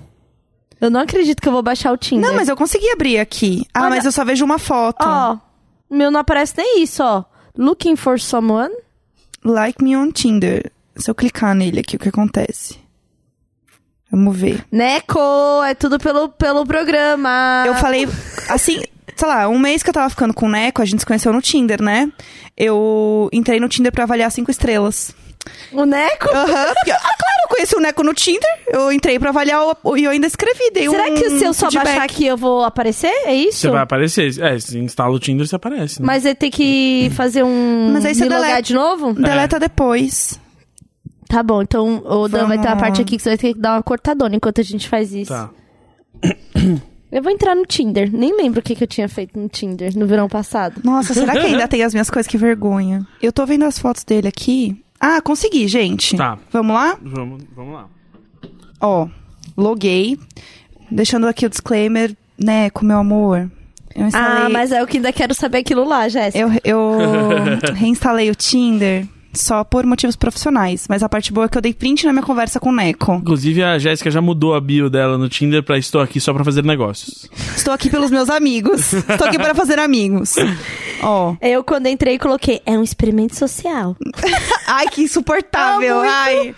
Speaker 1: Eu não acredito que eu vou baixar o Tinder.
Speaker 3: Não, Ah, mas eu consegui abrir aqui. Ah,
Speaker 1: Olha- Oh.
Speaker 3: mas eu só vejo uma foto.
Speaker 1: Ó, o meu não aparece nem isso, ó. Looking for someone.
Speaker 3: Like me on Tinder. Se eu clicar nele aqui, o que acontece? Vamos ver.
Speaker 1: Neco, é tudo pelo, pelo programa.
Speaker 3: Eu falei, assim, sei lá, um mês que eu tava ficando com o Neco, a gente se conheceu no Tinder, né? Eu entrei no Tinder pra avaliar cinco estrelas.
Speaker 1: O Neco?
Speaker 3: Aham, porque, ah, claro, eu conheci o Neco no Tinder, eu entrei pra avaliar o- o- e eu ainda escrevi, dei
Speaker 1: Será
Speaker 3: um
Speaker 1: que se eu só
Speaker 3: feedback.
Speaker 1: baixar aqui eu vou aparecer? É isso?
Speaker 2: Você vai aparecer. É, se instala o Tinder, você aparece. Né?
Speaker 1: Mas eu ter que fazer um.
Speaker 3: Mas aí você
Speaker 1: me logar
Speaker 3: deleta.
Speaker 1: de novo?
Speaker 3: Deleta depois.
Speaker 1: Tá bom, então o Dan
Speaker 3: Vamos
Speaker 1: vai ter uma
Speaker 3: lá.
Speaker 1: parte aqui que você vai ter que dar uma cortadona enquanto a gente faz isso.
Speaker 2: Tá.
Speaker 1: Eu vou entrar no Tinder. Nem lembro o que, que eu tinha feito no Tinder no verão passado.
Speaker 3: Nossa, será que ainda tem as minhas coisas? Que vergonha. Eu tô vendo as fotos dele aqui. Ah, consegui, gente.
Speaker 2: Tá.
Speaker 3: Vamos lá?
Speaker 2: Vamos, vamos lá.
Speaker 3: Ó, loguei. Deixando aqui o disclaimer, Neco, meu amor. Eu instalei...
Speaker 1: Ah, mas é o que ainda quero saber aquilo lá, Jéssica.
Speaker 3: Eu, eu reinstalei o Tinder só por motivos profissionais, mas a parte boa é que eu dei print na minha conversa com o Neco.
Speaker 2: Inclusive, a Jéssica já mudou a bio dela no Tinder pra estou aqui só pra fazer negócios.
Speaker 3: Estou aqui pelos meus amigos. Estou aqui para fazer amigos. Ó.
Speaker 1: Eu, quando entrei, coloquei, é um experimento social.
Speaker 3: Ai, que insuportável.
Speaker 1: Ah, muito.
Speaker 3: Ai.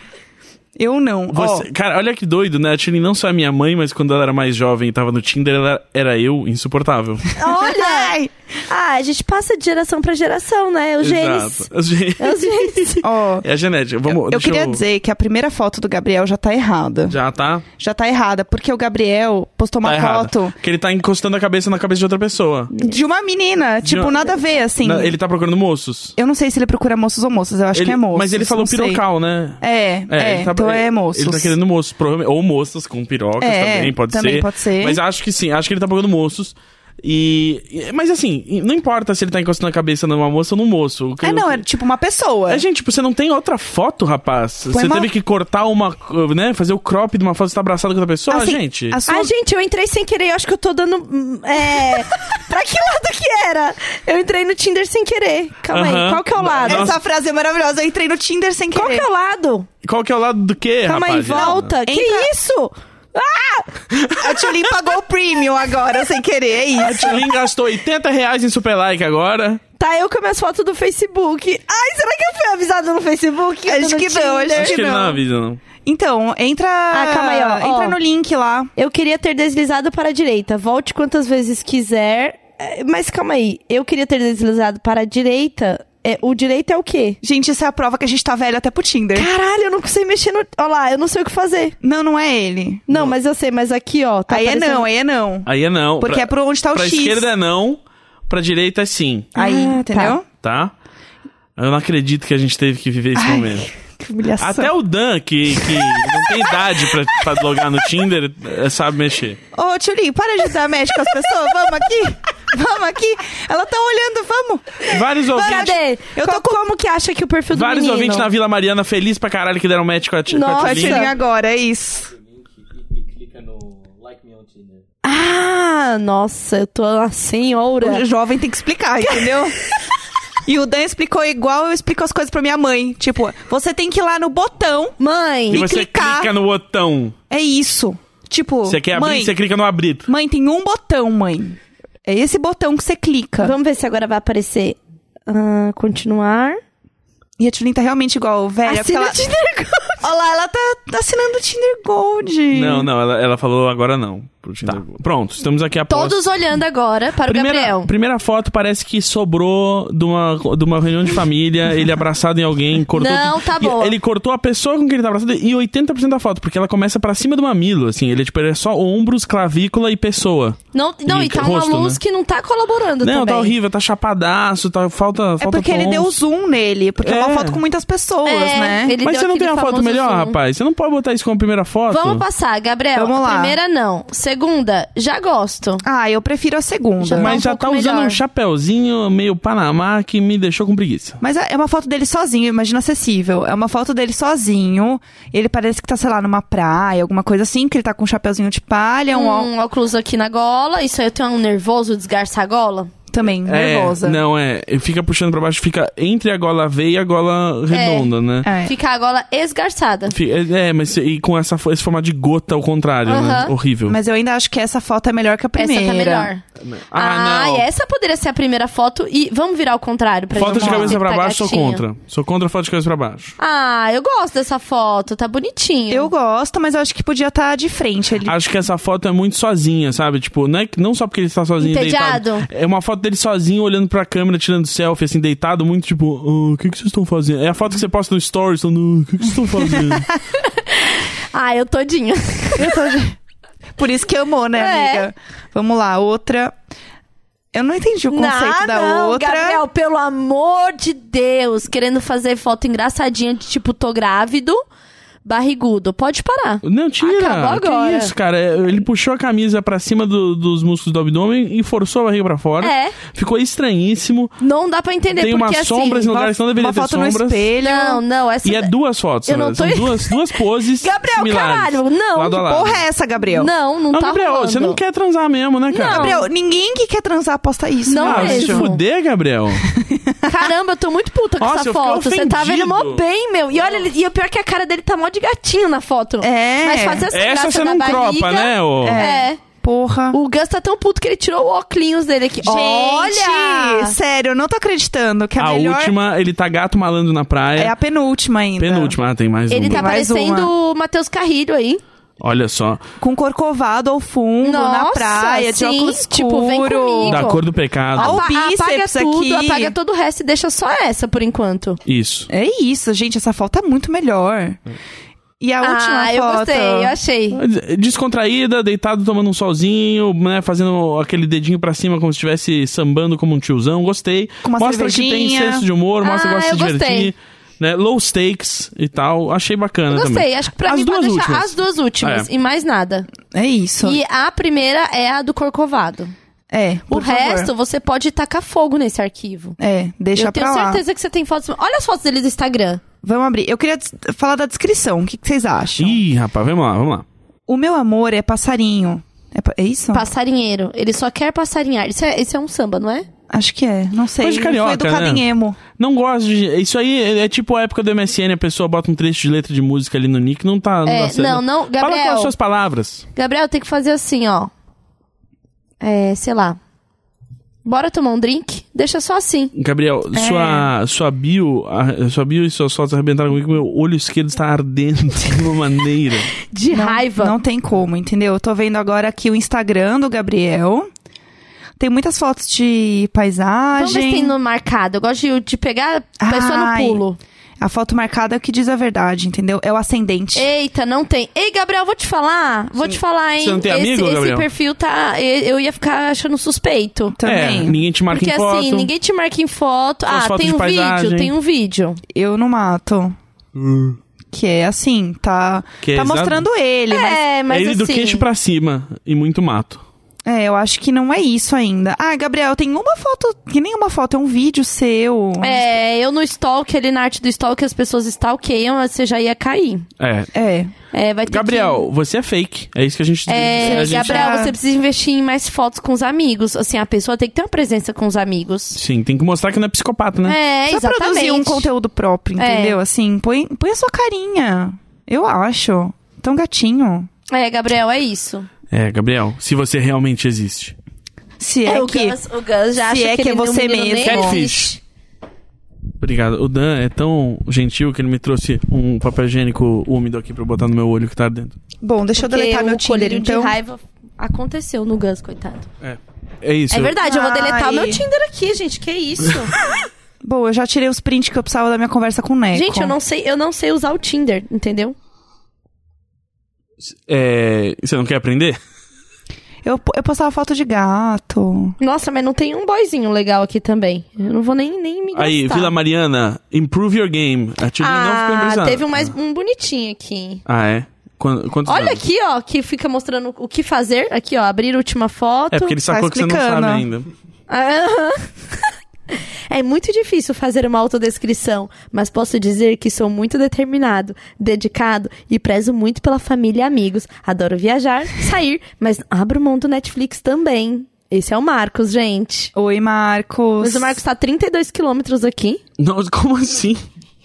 Speaker 3: Eu não. Ó,
Speaker 2: Você- cara, olha que doido, né? A Tilly não só é minha mãe, mas quando ela era mais jovem e tava no Tinder, ela era eu, insuportável.
Speaker 1: Olha!
Speaker 3: Ai.
Speaker 1: ah, a gente passa de geração pra geração, né? O genes.
Speaker 2: Exato. Os genes.
Speaker 1: É os genes.
Speaker 3: Ó.
Speaker 2: É a genética. Vamos,
Speaker 3: eu
Speaker 2: deixa
Speaker 3: queria dizer que a primeira foto do Gabriel já tá errada. Já,
Speaker 2: Já tá?
Speaker 3: tá errada, porque o Gabriel postou uma
Speaker 2: tá errado.
Speaker 3: foto
Speaker 2: Que ele tá encostando a cabeça na cabeça de outra pessoa.
Speaker 3: de uma menina. Tipo,
Speaker 2: uma-
Speaker 3: nada a ver, assim.
Speaker 2: Na- ele tá procurando moços.
Speaker 3: Eu não sei se ele procura moços ou moças, eu acho
Speaker 2: Ele-
Speaker 3: que é moços.
Speaker 2: Mas ele falou
Speaker 3: não sei.
Speaker 2: pirocal, né?
Speaker 3: É, é,
Speaker 2: ele tá-
Speaker 3: então
Speaker 2: ele-
Speaker 3: é moços.
Speaker 2: Ele tá querendo moços, provavelmente. Ou moças com pirocas
Speaker 3: É,
Speaker 2: também, pode
Speaker 3: também
Speaker 2: ser.
Speaker 3: pode ser.
Speaker 2: Mas acho que sim, acho que ele tá procurando moços. E. e- Mas assim, não importa se ele tá encostando a cabeça numa moça ou num moço. O que-
Speaker 3: É, não, é tipo uma pessoa.
Speaker 2: É, gente, tipo, você não tem outra foto, rapaz. você
Speaker 3: uma-
Speaker 2: teve que cortar uma. né? Fazer o crop de uma foto, você tá abraçado com outra pessoa,
Speaker 3: Assim,
Speaker 2: gente.
Speaker 3: a sua-
Speaker 1: Ai, gente, eu entrei sem querer. Eu acho que eu tô dando. hum, É. pra que lado que era? Eu entrei no Tinder sem querer. Calma aí.
Speaker 2: Aham.
Speaker 1: Qual que é o lado?
Speaker 2: Nossa.
Speaker 3: Essa frase é maravilhosa. Eu entrei no Tinder sem
Speaker 1: Qual que
Speaker 3: querer.
Speaker 1: é o lado?
Speaker 2: Qual que é o lado do quê,
Speaker 1: Calma aí,
Speaker 2: rapaz?
Speaker 1: volta. Que
Speaker 3: Entra-
Speaker 1: isso?
Speaker 3: A Tulin pagou o premium agora, sem querer, é
Speaker 2: A
Speaker 3: isso.
Speaker 2: Tilin gastou 80 reais em super like agora.
Speaker 1: Tá eu com minhas fotos do Facebook. Ai, será que eu fui avisada no Facebook? Eu
Speaker 3: Acho
Speaker 1: tô no
Speaker 3: que não,
Speaker 1: Tinder.
Speaker 3: Acho
Speaker 2: Acho
Speaker 3: que
Speaker 2: que ele
Speaker 3: É, não.
Speaker 2: não avisa, não.
Speaker 3: Então, entra.
Speaker 1: Ah, calma aí, ó, ó.
Speaker 3: Entra no link lá.
Speaker 1: Eu queria ter deslizado para a direita. Volte quantas vezes quiser. É, Mas calma aí. Eu queria ter deslizado para a direita. É, o direito é o quê?
Speaker 3: Gente, essa é a prova que a gente tá velho até pro
Speaker 1: É.
Speaker 3: Tinder.
Speaker 1: Caralho, eu não sei mexer no. Olha lá, eu não sei o que fazer.
Speaker 3: Não, não é ele.
Speaker 1: Não, mas eu sei, mas aqui, ó. Tá
Speaker 3: aí é
Speaker 1: aparecendo-
Speaker 3: não, aí é não.
Speaker 2: Aí é não.
Speaker 3: Porque
Speaker 2: pra,
Speaker 3: é pra onde tá o
Speaker 2: pra
Speaker 3: X.
Speaker 2: esquerda é não, pra direita é sim,
Speaker 3: Aí,
Speaker 1: Ah, tá.
Speaker 3: entendeu?
Speaker 2: tá? Eu não acredito que a gente teve que viver esse momento.
Speaker 3: Que humilhação.
Speaker 2: Até o Dan, que, que não tem idade pra, pra logar no Tinder, eh, sabe mexer.
Speaker 3: Ô, Tchuli, para de dar médico às pessoas. Vamos aqui? Vamos aqui? Ela tá olhando, vamos.
Speaker 2: Vários ouvintes.
Speaker 1: Cadê?
Speaker 3: Eu
Speaker 1: Eu
Speaker 3: tô
Speaker 1: tô como que acha que o perfil do
Speaker 2: Vários
Speaker 1: menino?
Speaker 2: ouvintes na Vila Mariana feliz pra caralho que deram match com a, Ti- com a
Speaker 1: Nossa.
Speaker 3: Vai
Speaker 2: Tilin.
Speaker 3: Tchulin agora, é isso.
Speaker 4: link e, e clica no Like Me on Tinder.
Speaker 1: Ah, nossa, eu tô assim, oura.
Speaker 3: O jovem tem que explicar, entendeu? E o Dan explicou igual eu explico as coisas pra minha mãe. Tipo, você tem que ir lá no botão.
Speaker 1: Mãe,
Speaker 2: E você
Speaker 3: clicar.
Speaker 2: clica no botão.
Speaker 3: É isso. Tipo,
Speaker 2: Você quer
Speaker 3: mãe,
Speaker 2: abrir, você clica no abrir.
Speaker 3: mãe, tem um botão, mãe. É esse botão que você clica.
Speaker 1: vamos ver se agora vai aparecer. Ah, continuar.
Speaker 3: E a Tulin tá realmente igual, velha.
Speaker 1: Assina
Speaker 3: porque
Speaker 1: o Tinder Gold.
Speaker 3: Olha lá, ela tá tá assinando o Tinder Gold.
Speaker 2: Não, não, ela, ela falou agora não. pro Tinder Gold.
Speaker 3: Tá.
Speaker 2: Pronto, estamos aqui após.
Speaker 1: Todos olhando agora para o
Speaker 2: Primeira,
Speaker 1: Gabriel.
Speaker 2: primeira foto parece que sobrou de uma, de uma reunião de família, ele abraçado em alguém, cortou.
Speaker 1: Não, tá
Speaker 2: e
Speaker 1: bom.
Speaker 2: Ele cortou a pessoa com quem ele tá abraçado e 80% da foto, porque ela começa pra cima do mamilo, assim. Ele tipo, ele é só ombros, clavícula e pessoa.
Speaker 1: Não, não,
Speaker 2: E
Speaker 1: e tá
Speaker 2: rosto,
Speaker 1: uma luz
Speaker 2: né?
Speaker 1: que não tá colaborando
Speaker 2: não,
Speaker 1: também.
Speaker 2: tá horrível, tá chapadaço, tá falta.
Speaker 3: É porque ele deu zoom nele, porque é,
Speaker 2: É.
Speaker 3: uma foto com muitas pessoas,
Speaker 1: É,
Speaker 3: né?
Speaker 1: ele
Speaker 2: Mas
Speaker 1: deu
Speaker 2: você não tem
Speaker 1: aquele
Speaker 2: uma foto
Speaker 1: famoso
Speaker 2: melhor,
Speaker 1: zoom.
Speaker 2: rapaz? Você não pode botar isso como primeira foto?
Speaker 1: Vamos passar, Gabriel.
Speaker 3: Vamos lá.
Speaker 1: Primeira não. Segunda, já gosto.
Speaker 3: Ah, eu prefiro a segunda.
Speaker 1: Já-
Speaker 2: Mas
Speaker 1: um
Speaker 2: já
Speaker 1: pouco
Speaker 2: tá usando
Speaker 1: melhor.
Speaker 2: um chapéuzinho meio Panamá que me deixou com preguiça.
Speaker 3: Mas é uma foto dele sozinho, imagina acessível. É uma foto dele sozinho. Ele parece que tá, sei lá, numa praia, alguma coisa assim, que ele tá com um chapeuzinho de palha, um ó-
Speaker 1: Um óculos aqui na gola. Isso aí eu tenho um nervoso, desgarça a gola.
Speaker 3: também
Speaker 2: É,
Speaker 3: nervosa.
Speaker 2: Não, é. Fica puxando pra baixo, fica entre a gola V e a gola redonda, né?
Speaker 3: É.
Speaker 1: Fica a gola esgarçada. tá
Speaker 2: Fi- É, é, mas e com essa, fo- esse formato de gota ao contrário, né?
Speaker 1: Aham.
Speaker 2: Horrível.
Speaker 3: Mas eu ainda acho que essa foto é melhor que a primeira.
Speaker 1: Essa tá melhor.
Speaker 2: Ah, não.
Speaker 1: e essa poderia ser a primeira foto. E vamos virar ao contrário. Pra
Speaker 2: Foto
Speaker 1: gente
Speaker 2: de
Speaker 1: não
Speaker 2: cabeça
Speaker 1: dizer
Speaker 2: pra
Speaker 1: que tá
Speaker 2: baixo, sou
Speaker 1: gatinho.
Speaker 2: contra. Sou contra foto de cabeça pra baixo.
Speaker 1: Ah, eu gosto dessa foto. Tá bonitinho.
Speaker 3: Eu gosto, mas eu acho que podia estar de frente ali.
Speaker 2: Acho que essa foto é muito sozinha, sabe? Tipo, não, é, que- não só porque ele está sozinho
Speaker 1: Entediado?
Speaker 2: deitado. É uma foto dele sozinho olhando pra câmera, tirando selfie, assim, deitado, muito tipo, "Ah, o que, que vocês estão fazendo? É a foto que você posta no Stories, falando, "Ah, o que, que vocês estão fazendo?
Speaker 1: Ah, eu todinha.
Speaker 3: Eu tô de- Por isso que amou, né,
Speaker 1: É.
Speaker 3: amiga? Vamos lá, outra. Eu não entendi o conceito
Speaker 1: Ah,
Speaker 3: da
Speaker 1: não,
Speaker 3: outra.
Speaker 1: Gabriel, pelo amor de Deus. Querendo fazer foto engraçadinha de tipo, tô grávido, barrigudo. Pode parar.
Speaker 2: não, tira!
Speaker 1: Acabou
Speaker 2: que
Speaker 1: agora.
Speaker 2: isso, cara? É, Ele puxou a camisa pra cima do- dos músculos do abdômen e forçou a barriga pra fora.
Speaker 1: É.
Speaker 2: Ficou estranhíssimo.
Speaker 1: Não dá pra entender
Speaker 2: Tem
Speaker 1: porque
Speaker 2: umas sombras
Speaker 1: assim...
Speaker 2: no lugar que não deveria
Speaker 3: Uma
Speaker 2: ter
Speaker 3: foto no
Speaker 2: sombras.
Speaker 3: espelho.
Speaker 1: Não, não, essa...
Speaker 2: E é duas fotos,
Speaker 1: tá- Eu não
Speaker 2: né? São
Speaker 1: tô-
Speaker 2: duas, duas poses
Speaker 1: Gabriel,
Speaker 2: similares.
Speaker 1: caralho, não,
Speaker 2: Lado a
Speaker 1: que
Speaker 2: lado.
Speaker 3: Porra é essa, Gabriel?
Speaker 1: Não, não,
Speaker 2: Não,
Speaker 1: tá
Speaker 2: Gabriel,
Speaker 1: rolando.
Speaker 2: você não quer transar mesmo, né, cara?
Speaker 1: Não.
Speaker 3: Gabriel, ninguém que quer transar aposta isso.
Speaker 1: Não
Speaker 3: né?
Speaker 2: Ah, se
Speaker 1: mesmo.
Speaker 2: fuder, Gabriel.
Speaker 1: Caramba, eu tô muito puta com
Speaker 2: Nossa,
Speaker 1: essa
Speaker 2: eu fiquei
Speaker 1: foto. Você tá
Speaker 2: ofendido.
Speaker 1: vendo mó bem, meu. E olha, ele- e o pior é que a cara dele tá mó de gatinho na foto.
Speaker 3: É.
Speaker 1: Mas fazer essa
Speaker 2: Essa
Speaker 1: graça
Speaker 2: você
Speaker 1: da
Speaker 2: não
Speaker 1: barriga,
Speaker 2: cropa, né, ô?
Speaker 1: É.
Speaker 3: Porra.
Speaker 1: O Gus tá tão puto que ele tirou o óculos dele aqui. olha!
Speaker 3: Sério, eu não tô acreditando que a,
Speaker 2: A
Speaker 3: melhor
Speaker 2: última, ele tá gato malando na praia.
Speaker 3: é a penúltima ainda.
Speaker 2: Penúltima, ah, tem mais
Speaker 1: né? Ele
Speaker 2: uma.
Speaker 1: tá
Speaker 3: Mais
Speaker 1: parecendo o Matheus Carrilho aí.
Speaker 2: Olha só.
Speaker 3: Com corcovado ao fundo, na
Speaker 1: Nossa,
Speaker 3: praia, de
Speaker 1: sim,
Speaker 3: óculos
Speaker 1: tipo, vem
Speaker 3: escuro.
Speaker 1: comigo.
Speaker 2: Da cor do pecado.
Speaker 3: Ó, o
Speaker 1: apaga
Speaker 3: bíceps
Speaker 1: tudo,
Speaker 3: aqui.
Speaker 1: apaga todo o resto e deixa só essa por enquanto.
Speaker 2: Isso.
Speaker 3: É isso, gente, essa foto é muito melhor. E a última
Speaker 1: ah,
Speaker 3: foto...
Speaker 1: eu gostei, eu achei.
Speaker 2: Descontraída, deitado tomando um solzinho, né? Fazendo aquele dedinho pra cima como se estivesse sambando como um tiozão. Gostei.
Speaker 3: Com uma
Speaker 2: mostra que
Speaker 3: cervejinha.
Speaker 2: tem senso de humor, mostra que
Speaker 1: Ah,
Speaker 2: gosta de se
Speaker 1: eu gostei.
Speaker 2: divertir. Né? Low stakes e tal. Achei bacana
Speaker 1: Gostei,
Speaker 2: também.
Speaker 1: acho que pra
Speaker 2: As
Speaker 1: mim
Speaker 2: duas
Speaker 1: pode deixar
Speaker 2: últimas.
Speaker 1: as duas últimas
Speaker 2: É.
Speaker 1: e mais nada.
Speaker 3: É isso.
Speaker 1: E a primeira é a do Corcovado.
Speaker 3: É, por
Speaker 1: o
Speaker 3: favor.
Speaker 1: resto, você pode tacar fogo nesse arquivo.
Speaker 3: É, deixa
Speaker 1: eu
Speaker 3: pra
Speaker 1: tenho
Speaker 3: lá.
Speaker 1: certeza que você tem fotos. Olha as fotos dele do Instagram.
Speaker 3: Vamos abrir. Eu queria des- falar da descrição. O que, que vocês acham?
Speaker 2: Ih, rapaz, vamos lá, vamos lá.
Speaker 3: O meu amor é passarinho. É, pa- é isso?
Speaker 1: Passarinheiro. Ele só quer passarinhar. Isso é, isso é um samba, não é?
Speaker 3: Acho que é. Não sei.
Speaker 2: Coisa de
Speaker 3: Ele
Speaker 2: carioca,
Speaker 3: Foi educado
Speaker 2: né?
Speaker 3: em emo.
Speaker 2: Não gosto de. Isso aí é, é tipo a época do MSN, a pessoa bota um trecho de letra de música ali no nick, não tá. Não,
Speaker 1: É,
Speaker 2: dá certo.
Speaker 1: não, não,
Speaker 2: Fala com
Speaker 1: Gabriel.
Speaker 2: as suas palavras.
Speaker 1: Gabriel, tem que fazer assim, ó. É, sei lá. Bora tomar um drink? Deixa só assim.
Speaker 2: Gabriel, sua, sua bio, a- sua bio e suas fotos arrebentaram comigo, meu olho esquerdo está ardendo de uma maneira.
Speaker 1: De raiva.
Speaker 3: Não tem como, entendeu? Eu tô vendo agora aqui o Instagram do Gabriel. Tem muitas fotos de
Speaker 1: Vamos ver se tem
Speaker 3: paisagem.
Speaker 1: no marcado. Eu gosto de, de pegar a pessoa no
Speaker 3: Ai.
Speaker 1: pulo.
Speaker 3: A foto marcada é o que diz a verdade, entendeu? É o ascendente.
Speaker 1: Eita, não tem. Ei, Gabriel, vou te falar. Vou te falar, hein?
Speaker 2: Você não tem
Speaker 1: esse,
Speaker 2: amigo,
Speaker 1: esse
Speaker 2: Gabriel?
Speaker 1: perfil tá. e- Eu ia ficar achando suspeito.
Speaker 2: É,
Speaker 3: Também.
Speaker 2: ninguém te marca
Speaker 1: Porque
Speaker 2: em foto.
Speaker 1: assim, ninguém te marca em foto.
Speaker 2: As
Speaker 1: Ah,
Speaker 2: fotos
Speaker 1: tem
Speaker 2: de
Speaker 1: um
Speaker 2: paisagem.
Speaker 1: vídeo, tem um vídeo.
Speaker 3: Eu não mato. Que é assim, tá,
Speaker 2: Que é
Speaker 3: tá
Speaker 2: exa-
Speaker 3: mostrando ele, mas
Speaker 1: É, mas
Speaker 2: é ele
Speaker 1: assim...
Speaker 2: do queixo pra cima e muito mato.
Speaker 3: É, eu acho que não é isso ainda. Ah, Gabriel, tem uma foto, que nem uma foto, é um vídeo seu.
Speaker 1: É, eu no stalk, ele na arte do stalk, as pessoas stalkeiam, mas você já ia cair.
Speaker 2: É.
Speaker 3: É.
Speaker 1: É, vai ter
Speaker 2: Gabriel, você é fake. É isso que a gente.
Speaker 1: que- É,
Speaker 2: a gente...
Speaker 1: Gabriel,
Speaker 3: Ah.
Speaker 1: você precisa investir em mais fotos com os amigos. Assim, a pessoa tem que ter uma presença com os amigos.
Speaker 2: Sim, tem que mostrar que não é psicopata, né?
Speaker 1: É,
Speaker 3: Só
Speaker 1: exatamente.
Speaker 3: produzir um conteúdo próprio,
Speaker 1: É.
Speaker 3: entendeu? Assim, põe, põe a sua carinha. Eu acho. Tão gatinho.
Speaker 1: É, Gabriel, é isso.
Speaker 2: É, Gabriel, se você realmente existe.
Speaker 3: Se é,
Speaker 1: o,
Speaker 3: que.
Speaker 1: Gus, o Gus já
Speaker 3: se
Speaker 1: acha
Speaker 3: é que
Speaker 1: ele
Speaker 3: é você
Speaker 1: não-
Speaker 3: mesmo.
Speaker 1: nem
Speaker 2: Catfish. Obrigado. O Dan é tão gentil que ele me trouxe um papel higiênico úmido aqui pra eu botar no meu olho que tá dentro.
Speaker 3: Bom, deixa eu
Speaker 1: Porque
Speaker 3: deletar meu
Speaker 1: o
Speaker 3: Tinder,
Speaker 1: colírio
Speaker 3: então.
Speaker 1: de raiva aconteceu no Gus, coitado.
Speaker 2: É. É isso.
Speaker 1: É verdade, eu vou deletar o meu
Speaker 3: Ai.
Speaker 1: Tinder aqui, gente. Que isso?
Speaker 3: Bom, eu já tirei os prints que eu precisava da minha conversa com o Neco.
Speaker 1: gente, eu não sei, eu não sei usar o Tinder, entendeu?
Speaker 2: É, Você não quer aprender?
Speaker 3: Eu, eu postava foto de gato.
Speaker 1: Nossa, mas não tem um boyzinho legal aqui também. Eu não vou nem, nem me gastar.
Speaker 2: Aí, Vila Mariana, improve your game. A Tilly não ficou
Speaker 1: Ah,
Speaker 2: impressionada.
Speaker 1: teve um, mais, um bonitinho aqui.
Speaker 2: Ah, é? Quan- Quantos
Speaker 1: Olha
Speaker 2: anos?
Speaker 1: aqui, ó, que fica mostrando o que fazer. Aqui, ó, abrir a última foto.
Speaker 2: É porque ele sacou
Speaker 3: Tá
Speaker 2: que você não
Speaker 3: explicando,
Speaker 2: sabe
Speaker 3: ó.
Speaker 2: ainda.
Speaker 1: Aham. É muito difícil fazer uma autodescrição, mas posso dizer que sou muito determinado, dedicado e prezo muito pela família e amigos. Adoro viajar, sair, mas abro mão do Netflix também. Esse é o Marcos, gente.
Speaker 3: Oi, Marcos.
Speaker 1: Mas o Marcos tá 32 quilômetros aqui.
Speaker 2: Nossa, como assim?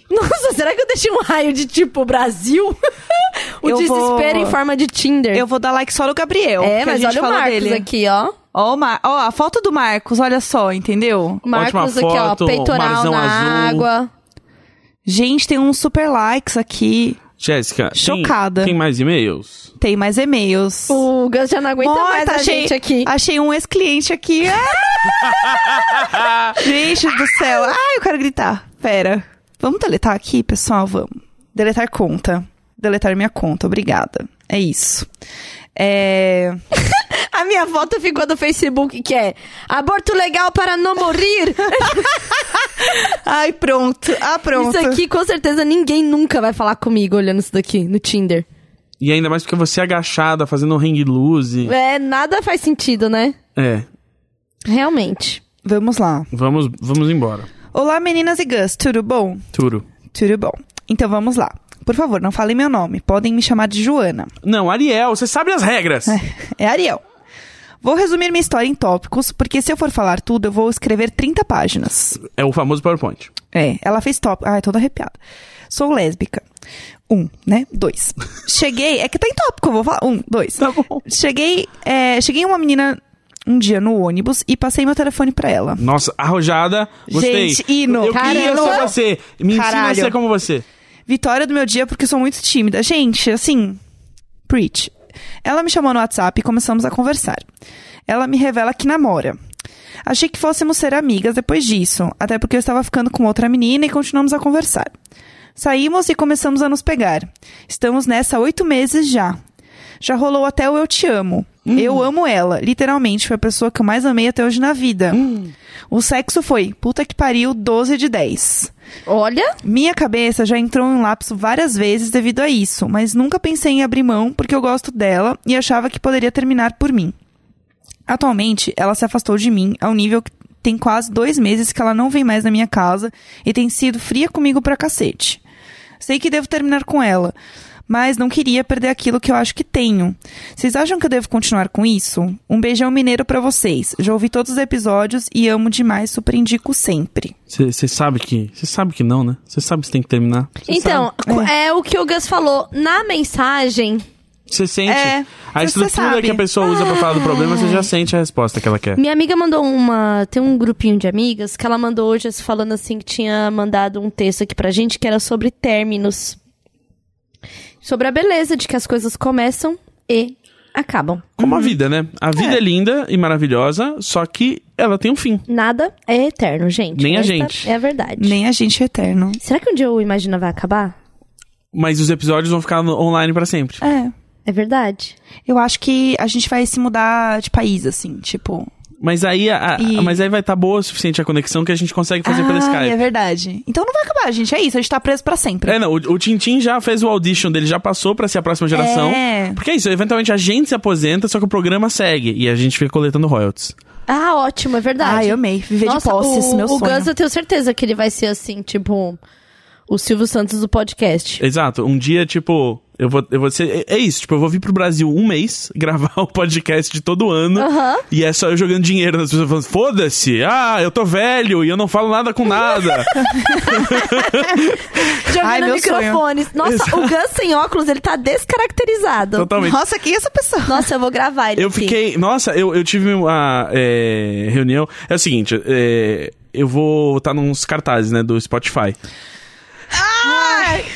Speaker 1: Nossa, será que eu deixei um raio de tipo Brasil? o
Speaker 3: Eu vou-
Speaker 1: desespero em forma de Tinder.
Speaker 3: Eu vou dar like só no Gabriel.
Speaker 1: É,
Speaker 3: porque a
Speaker 1: mas
Speaker 3: gente
Speaker 1: olha o
Speaker 3: falou
Speaker 1: Marcos
Speaker 3: dele.
Speaker 1: aqui, ó.
Speaker 3: Ó, o Mar- ó, a foto do Marcos, olha só, entendeu?
Speaker 1: O Marcos
Speaker 2: Ótima
Speaker 1: aqui,
Speaker 2: foto,
Speaker 1: ó, peitoral
Speaker 2: marzão
Speaker 1: na
Speaker 2: azul.
Speaker 1: água.
Speaker 3: Gente, tem uns super likes aqui.
Speaker 2: Jéssica, tem-
Speaker 3: Chocada.
Speaker 2: Tem, mais e-mails?
Speaker 3: Tem mais e-mails.
Speaker 1: O Gus já não aguenta
Speaker 3: Morta,
Speaker 1: mais a gente aqui.
Speaker 3: Achei um ex-cliente aqui. Ah! gente do céu. Ai, eu quero gritar. Pera. Vamos deletar aqui, pessoal? Vamos. Deletar conta. Deletar minha conta. Obrigada. É isso. É...
Speaker 1: A minha foto ficou do Facebook, que é aborto legal para não morrer.
Speaker 3: Ai, pronto. Ah, pronto.
Speaker 1: isso aqui, com certeza, ninguém nunca vai falar comigo olhando isso daqui no Tinder.
Speaker 2: E ainda mais porque você é agachada, fazendo um hang loose.
Speaker 1: É, nada faz sentido, né?
Speaker 2: É,
Speaker 1: Realmente.
Speaker 3: Vamos lá.
Speaker 2: vamos, vamos embora.
Speaker 3: Olá, meninas e Gus. Tudo bom?
Speaker 2: Turo.
Speaker 3: Tudo bom. Então vamos lá. Por favor, não falem meu nome. Podem me chamar de Joana.
Speaker 2: Não, Ariel, você sabe as regras.
Speaker 3: É Ariel. Vou resumir minha história em tópicos, porque se eu for falar tudo, eu vou escrever 30 páginas.
Speaker 2: É o famoso PowerPoint.
Speaker 3: É, ela fez tópico. Ai, toda arrepiada. Sou lésbica. Um, né? Dois. Cheguei. É que tá em tópico, eu vou falar. Um, dois.
Speaker 2: Tá bom.
Speaker 3: Cheguei. é, cheguei uma menina um dia no ônibus e passei meu telefone pra ela.
Speaker 2: Nossa, arrojada. Gostei.
Speaker 3: Gente, hino.
Speaker 2: Eu queria ser
Speaker 1: Caramba.
Speaker 2: você. Me ensina
Speaker 3: Caralho.
Speaker 2: a ser como você.
Speaker 3: Vitória do meu dia porque sou muito tímida. Gente, assim. Preach. Ela me chamou no WhatsApp e começamos a conversar. Ela me revela que namora. Achei que fôssemos ser amigas depois disso, até porque eu estava ficando com outra menina e continuamos a conversar. Saímos e começamos a nos pegar. Estamos nessa há oito meses já. Já rolou até o Eu Te Amo. Eu amo ela. Literalmente, foi a pessoa que eu mais amei até hoje na vida. O sexo foi, puta que pariu, 12 de 10.
Speaker 1: Olha,
Speaker 3: Minha cabeça já entrou em um lapso várias vezes devido a isso, mas nunca pensei em abrir mão porque eu gosto dela e achava que poderia terminar por mim. Atualmente, ela se afastou de mim ao nível que tem quase dois meses que ela não vem mais na minha casa e tem sido fria comigo pra cacete. Sei que devo terminar com ela, mas não queria perder aquilo que eu acho que tenho. Vocês acham que eu devo continuar com isso? Um beijão mineiro pra vocês. Já ouvi todos os episódios e amo demais, super indico sempre.
Speaker 2: Você sabe que. Você sabe que não, né? Você sabe que você tem que terminar.
Speaker 1: então, é. o que o Gus falou. Na mensagem,
Speaker 2: Você sente.
Speaker 3: É,
Speaker 2: a
Speaker 3: cê- cê
Speaker 2: estrutura
Speaker 3: sabe. Ah.
Speaker 2: que a pessoa usa pra falar do problema, você já sente a resposta que ela quer.
Speaker 1: minha amiga mandou uma. Tem um grupinho de amigas que ela mandou hoje falando assim que tinha mandado um texto aqui pra gente que era sobre términos. Sobre a beleza de que as coisas começam e acabam.
Speaker 2: Como a vida, né? A vida é. linda e maravilhosa, só que ela tem um fim.
Speaker 1: Nada é eterno, gente.
Speaker 2: Nem a
Speaker 1: Esta
Speaker 2: gente.
Speaker 1: É a verdade.
Speaker 3: Nem a gente é eterno.
Speaker 1: Será que um dia o Imagina vai acabar?
Speaker 2: Mas os episódios vão ficar no- online pra sempre.
Speaker 3: É.
Speaker 1: É verdade.
Speaker 3: Eu acho que a gente vai se mudar de país, assim, tipo.
Speaker 2: Mas aí, a- a-
Speaker 3: E-
Speaker 2: mas aí vai estar boa o suficiente a conexão que a gente consegue fazer pelo
Speaker 3: Ah,
Speaker 2: Skype.
Speaker 3: é verdade. Então não vai acabar, gente. É isso, a gente tá preso pra sempre.
Speaker 2: É, não, o, o Tintin já fez o audition dele, já passou pra ser a próxima geração.
Speaker 3: É.
Speaker 2: Porque é isso, eventualmente a gente se aposenta, só que o programa segue. E a gente fica coletando royalties.
Speaker 1: Ah, ótimo, é verdade.
Speaker 3: Ah, eu amei. Viver
Speaker 1: Nossa,
Speaker 3: de posses,
Speaker 1: o,
Speaker 3: meu
Speaker 1: o
Speaker 3: sonho.
Speaker 1: Gus, é eu tenho certeza que ele vai ser assim, tipo, o Silvio Santos do podcast.
Speaker 2: Exato. Um dia, tipo, eu vou, eu vou ser. É, é isso, tipo, eu vou vir pro Brasil um mês, gravar o podcast de todo ano.
Speaker 1: Aham.
Speaker 2: E é só eu jogando dinheiro nas pessoas falando, foda-se, ah, eu tô velho e eu não falo nada com nada.
Speaker 1: Jogando
Speaker 3: Ai, meu
Speaker 1: microfones. Nossa, o Gus sem óculos, ele tá descaracterizado.
Speaker 2: Totalmente.
Speaker 3: Nossa, que essa pessoa?
Speaker 1: Nossa, eu vou gravar ele
Speaker 2: Eu
Speaker 1: aqui.
Speaker 2: fiquei. Nossa, eu, eu tive uma é, reunião. É o seguinte, é, eu vou estar nos cartazes, né, do Spotify.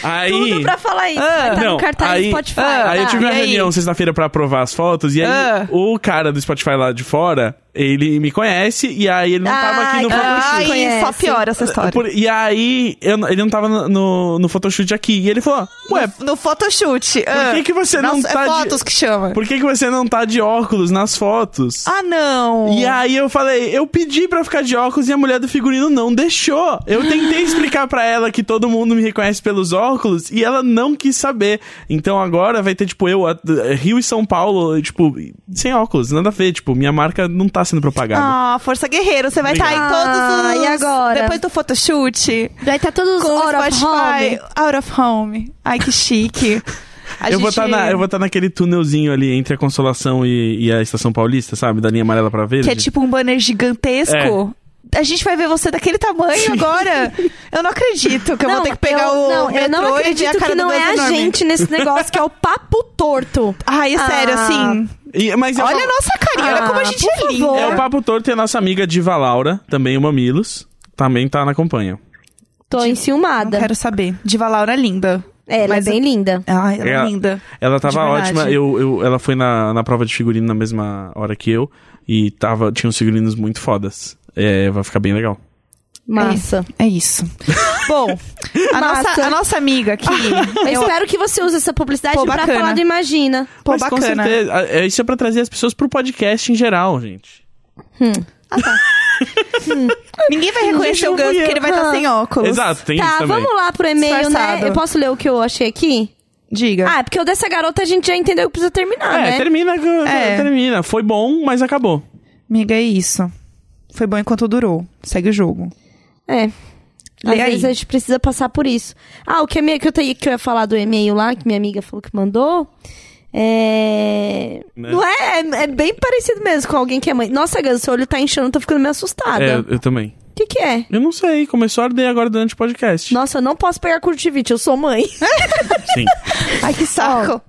Speaker 2: Aí.
Speaker 1: Tudo pra falar isso.
Speaker 3: Ah,
Speaker 1: Vai tá
Speaker 2: não,
Speaker 1: no cartaz
Speaker 2: aí-
Speaker 1: do Spotify.
Speaker 3: ah,
Speaker 2: Aí eu
Speaker 1: tá?
Speaker 2: tive uma
Speaker 3: e aí?
Speaker 2: reunião sexta-feira pra aprovar as fotos, e aí
Speaker 3: Ah.
Speaker 2: o cara do Spotify lá de fora, ele me conhece, e aí ele não tava aqui no
Speaker 1: Ai,
Speaker 2: Fala
Speaker 1: ah,
Speaker 2: Comigo.
Speaker 1: Ai,
Speaker 3: Ai, só
Speaker 1: conhece.
Speaker 3: piora essa história.
Speaker 2: É, Por- e aí, eu não- ele não tava no, no, no photoshoot aqui. E ele falou: Ué,
Speaker 3: No photoshoot.
Speaker 2: por que, que você não
Speaker 3: Nossa,
Speaker 2: tá
Speaker 3: é
Speaker 2: de.
Speaker 3: fotos que chama.
Speaker 2: Por que, que você não tá de óculos nas fotos?
Speaker 3: Ah, não.
Speaker 2: E aí eu falei, eu pedi pra ficar de óculos e a mulher do figurino não deixou. Eu tentei explicar pra ela que todo mundo me reconhece pelos óculos e ela não quis saber. Então agora vai ter, tipo, eu, a- Rio e São Paulo, tipo, sem óculos, nada a ver. Tipo, minha marca não tá sendo propagada.
Speaker 3: Ah, força guerreiro. Você vai estar em
Speaker 2: Obrigado.
Speaker 1: Ah,
Speaker 3: todos os...
Speaker 1: e agora?
Speaker 3: Depois do photoshoot.
Speaker 1: Vai tá todos
Speaker 3: Com o
Speaker 1: out of
Speaker 3: Spotify.
Speaker 1: home.
Speaker 3: Out of home. Ai, que chique. A
Speaker 2: eu, vou
Speaker 3: gente-
Speaker 2: tá na, eu vou estar naquele túnelzinho ali entre a Consolação e, e a Estação Paulista, sabe? Da linha amarela pra verde.
Speaker 3: Que é tipo um banner gigantesco.
Speaker 1: É.
Speaker 3: A gente vai ver você daquele tamanho agora. Eu não acredito que eu vou ter que pegar
Speaker 1: eu,
Speaker 3: o
Speaker 1: Não, eu não
Speaker 3: metrô e ver a
Speaker 1: acredito
Speaker 3: cara do
Speaker 1: que não
Speaker 3: Gus
Speaker 1: é a
Speaker 3: enorme.
Speaker 1: gente nesse negócio, que é o papo torto.
Speaker 3: Ai, é sério,
Speaker 1: Ah.
Speaker 3: assim...
Speaker 2: E- mas eu
Speaker 3: Olha
Speaker 2: falo-
Speaker 3: a nossa carinha, olha
Speaker 1: Ah,
Speaker 3: como a gente
Speaker 1: por
Speaker 3: é linda.
Speaker 1: favor.
Speaker 2: É o Papo Torto e a nossa amiga Diva Laura, também o Mamilos, também tá na companhia.
Speaker 3: Tipo,
Speaker 1: Tô
Speaker 3: Não
Speaker 1: enciumada.
Speaker 3: quero saber. Diva Laura é linda.
Speaker 1: É, ela é
Speaker 3: Mas
Speaker 1: bem linda.
Speaker 3: Ai, ela é
Speaker 2: Ela-
Speaker 3: linda.
Speaker 2: Ela
Speaker 3: De
Speaker 2: tava
Speaker 3: verdade.
Speaker 2: ótima. Eu, eu, ela foi na, na prova de figurino na mesma hora que eu. E tava, tinha uns figurinos muito fodas. É, vai ficar bem legal.
Speaker 1: Massa.
Speaker 3: É isso. Bom, a,
Speaker 1: Massa.
Speaker 3: nossa, a nossa amiga aqui.
Speaker 1: Eu espero que você use essa publicidade
Speaker 3: Pô,
Speaker 1: pra
Speaker 3: bacana.
Speaker 1: falar do Imagina.
Speaker 3: Pô,
Speaker 2: Mas com
Speaker 3: bacana.
Speaker 2: certeza. a- é, Isso é pra trazer as pessoas pro podcast em geral, gente.
Speaker 3: Ninguém vai reconhecer o Gus, porque ele vai estar sem óculos.
Speaker 2: Exato, tem isso
Speaker 1: tá,
Speaker 2: também.
Speaker 1: vamos lá pro e-mail,
Speaker 3: Disfarçado.
Speaker 1: né? Eu posso ler o que eu achei aqui?
Speaker 3: Diga.
Speaker 1: Ah, é porque o dessa garota a gente já entendeu que precisa terminar,
Speaker 2: É,
Speaker 1: né?
Speaker 2: termina, com-
Speaker 3: É.
Speaker 2: termina. Foi bom, mas acabou.
Speaker 3: Amiga, é isso. Foi bom enquanto durou. Segue o jogo.
Speaker 1: É. Às
Speaker 3: Lê aí.
Speaker 1: vezes a gente precisa passar por isso. Ah, o que, a minha, que, eu, te- que eu ia falar do e-mail lá, que minha amiga falou que mandou. É.
Speaker 2: Né?
Speaker 1: Não é, é? é bem parecido mesmo com alguém que é mãe. Nossa, Gus, seu olho tá inchando, eu tô ficando meio
Speaker 3: Tá
Speaker 1: assustada.
Speaker 2: É,
Speaker 1: O
Speaker 2: eu também.
Speaker 1: que, que é?
Speaker 2: Eu não sei, começou a arder agora durante o podcast.
Speaker 1: Nossa, eu não posso pegar curtivite, eu sou mãe.
Speaker 2: Sim.
Speaker 3: Ai, que saco.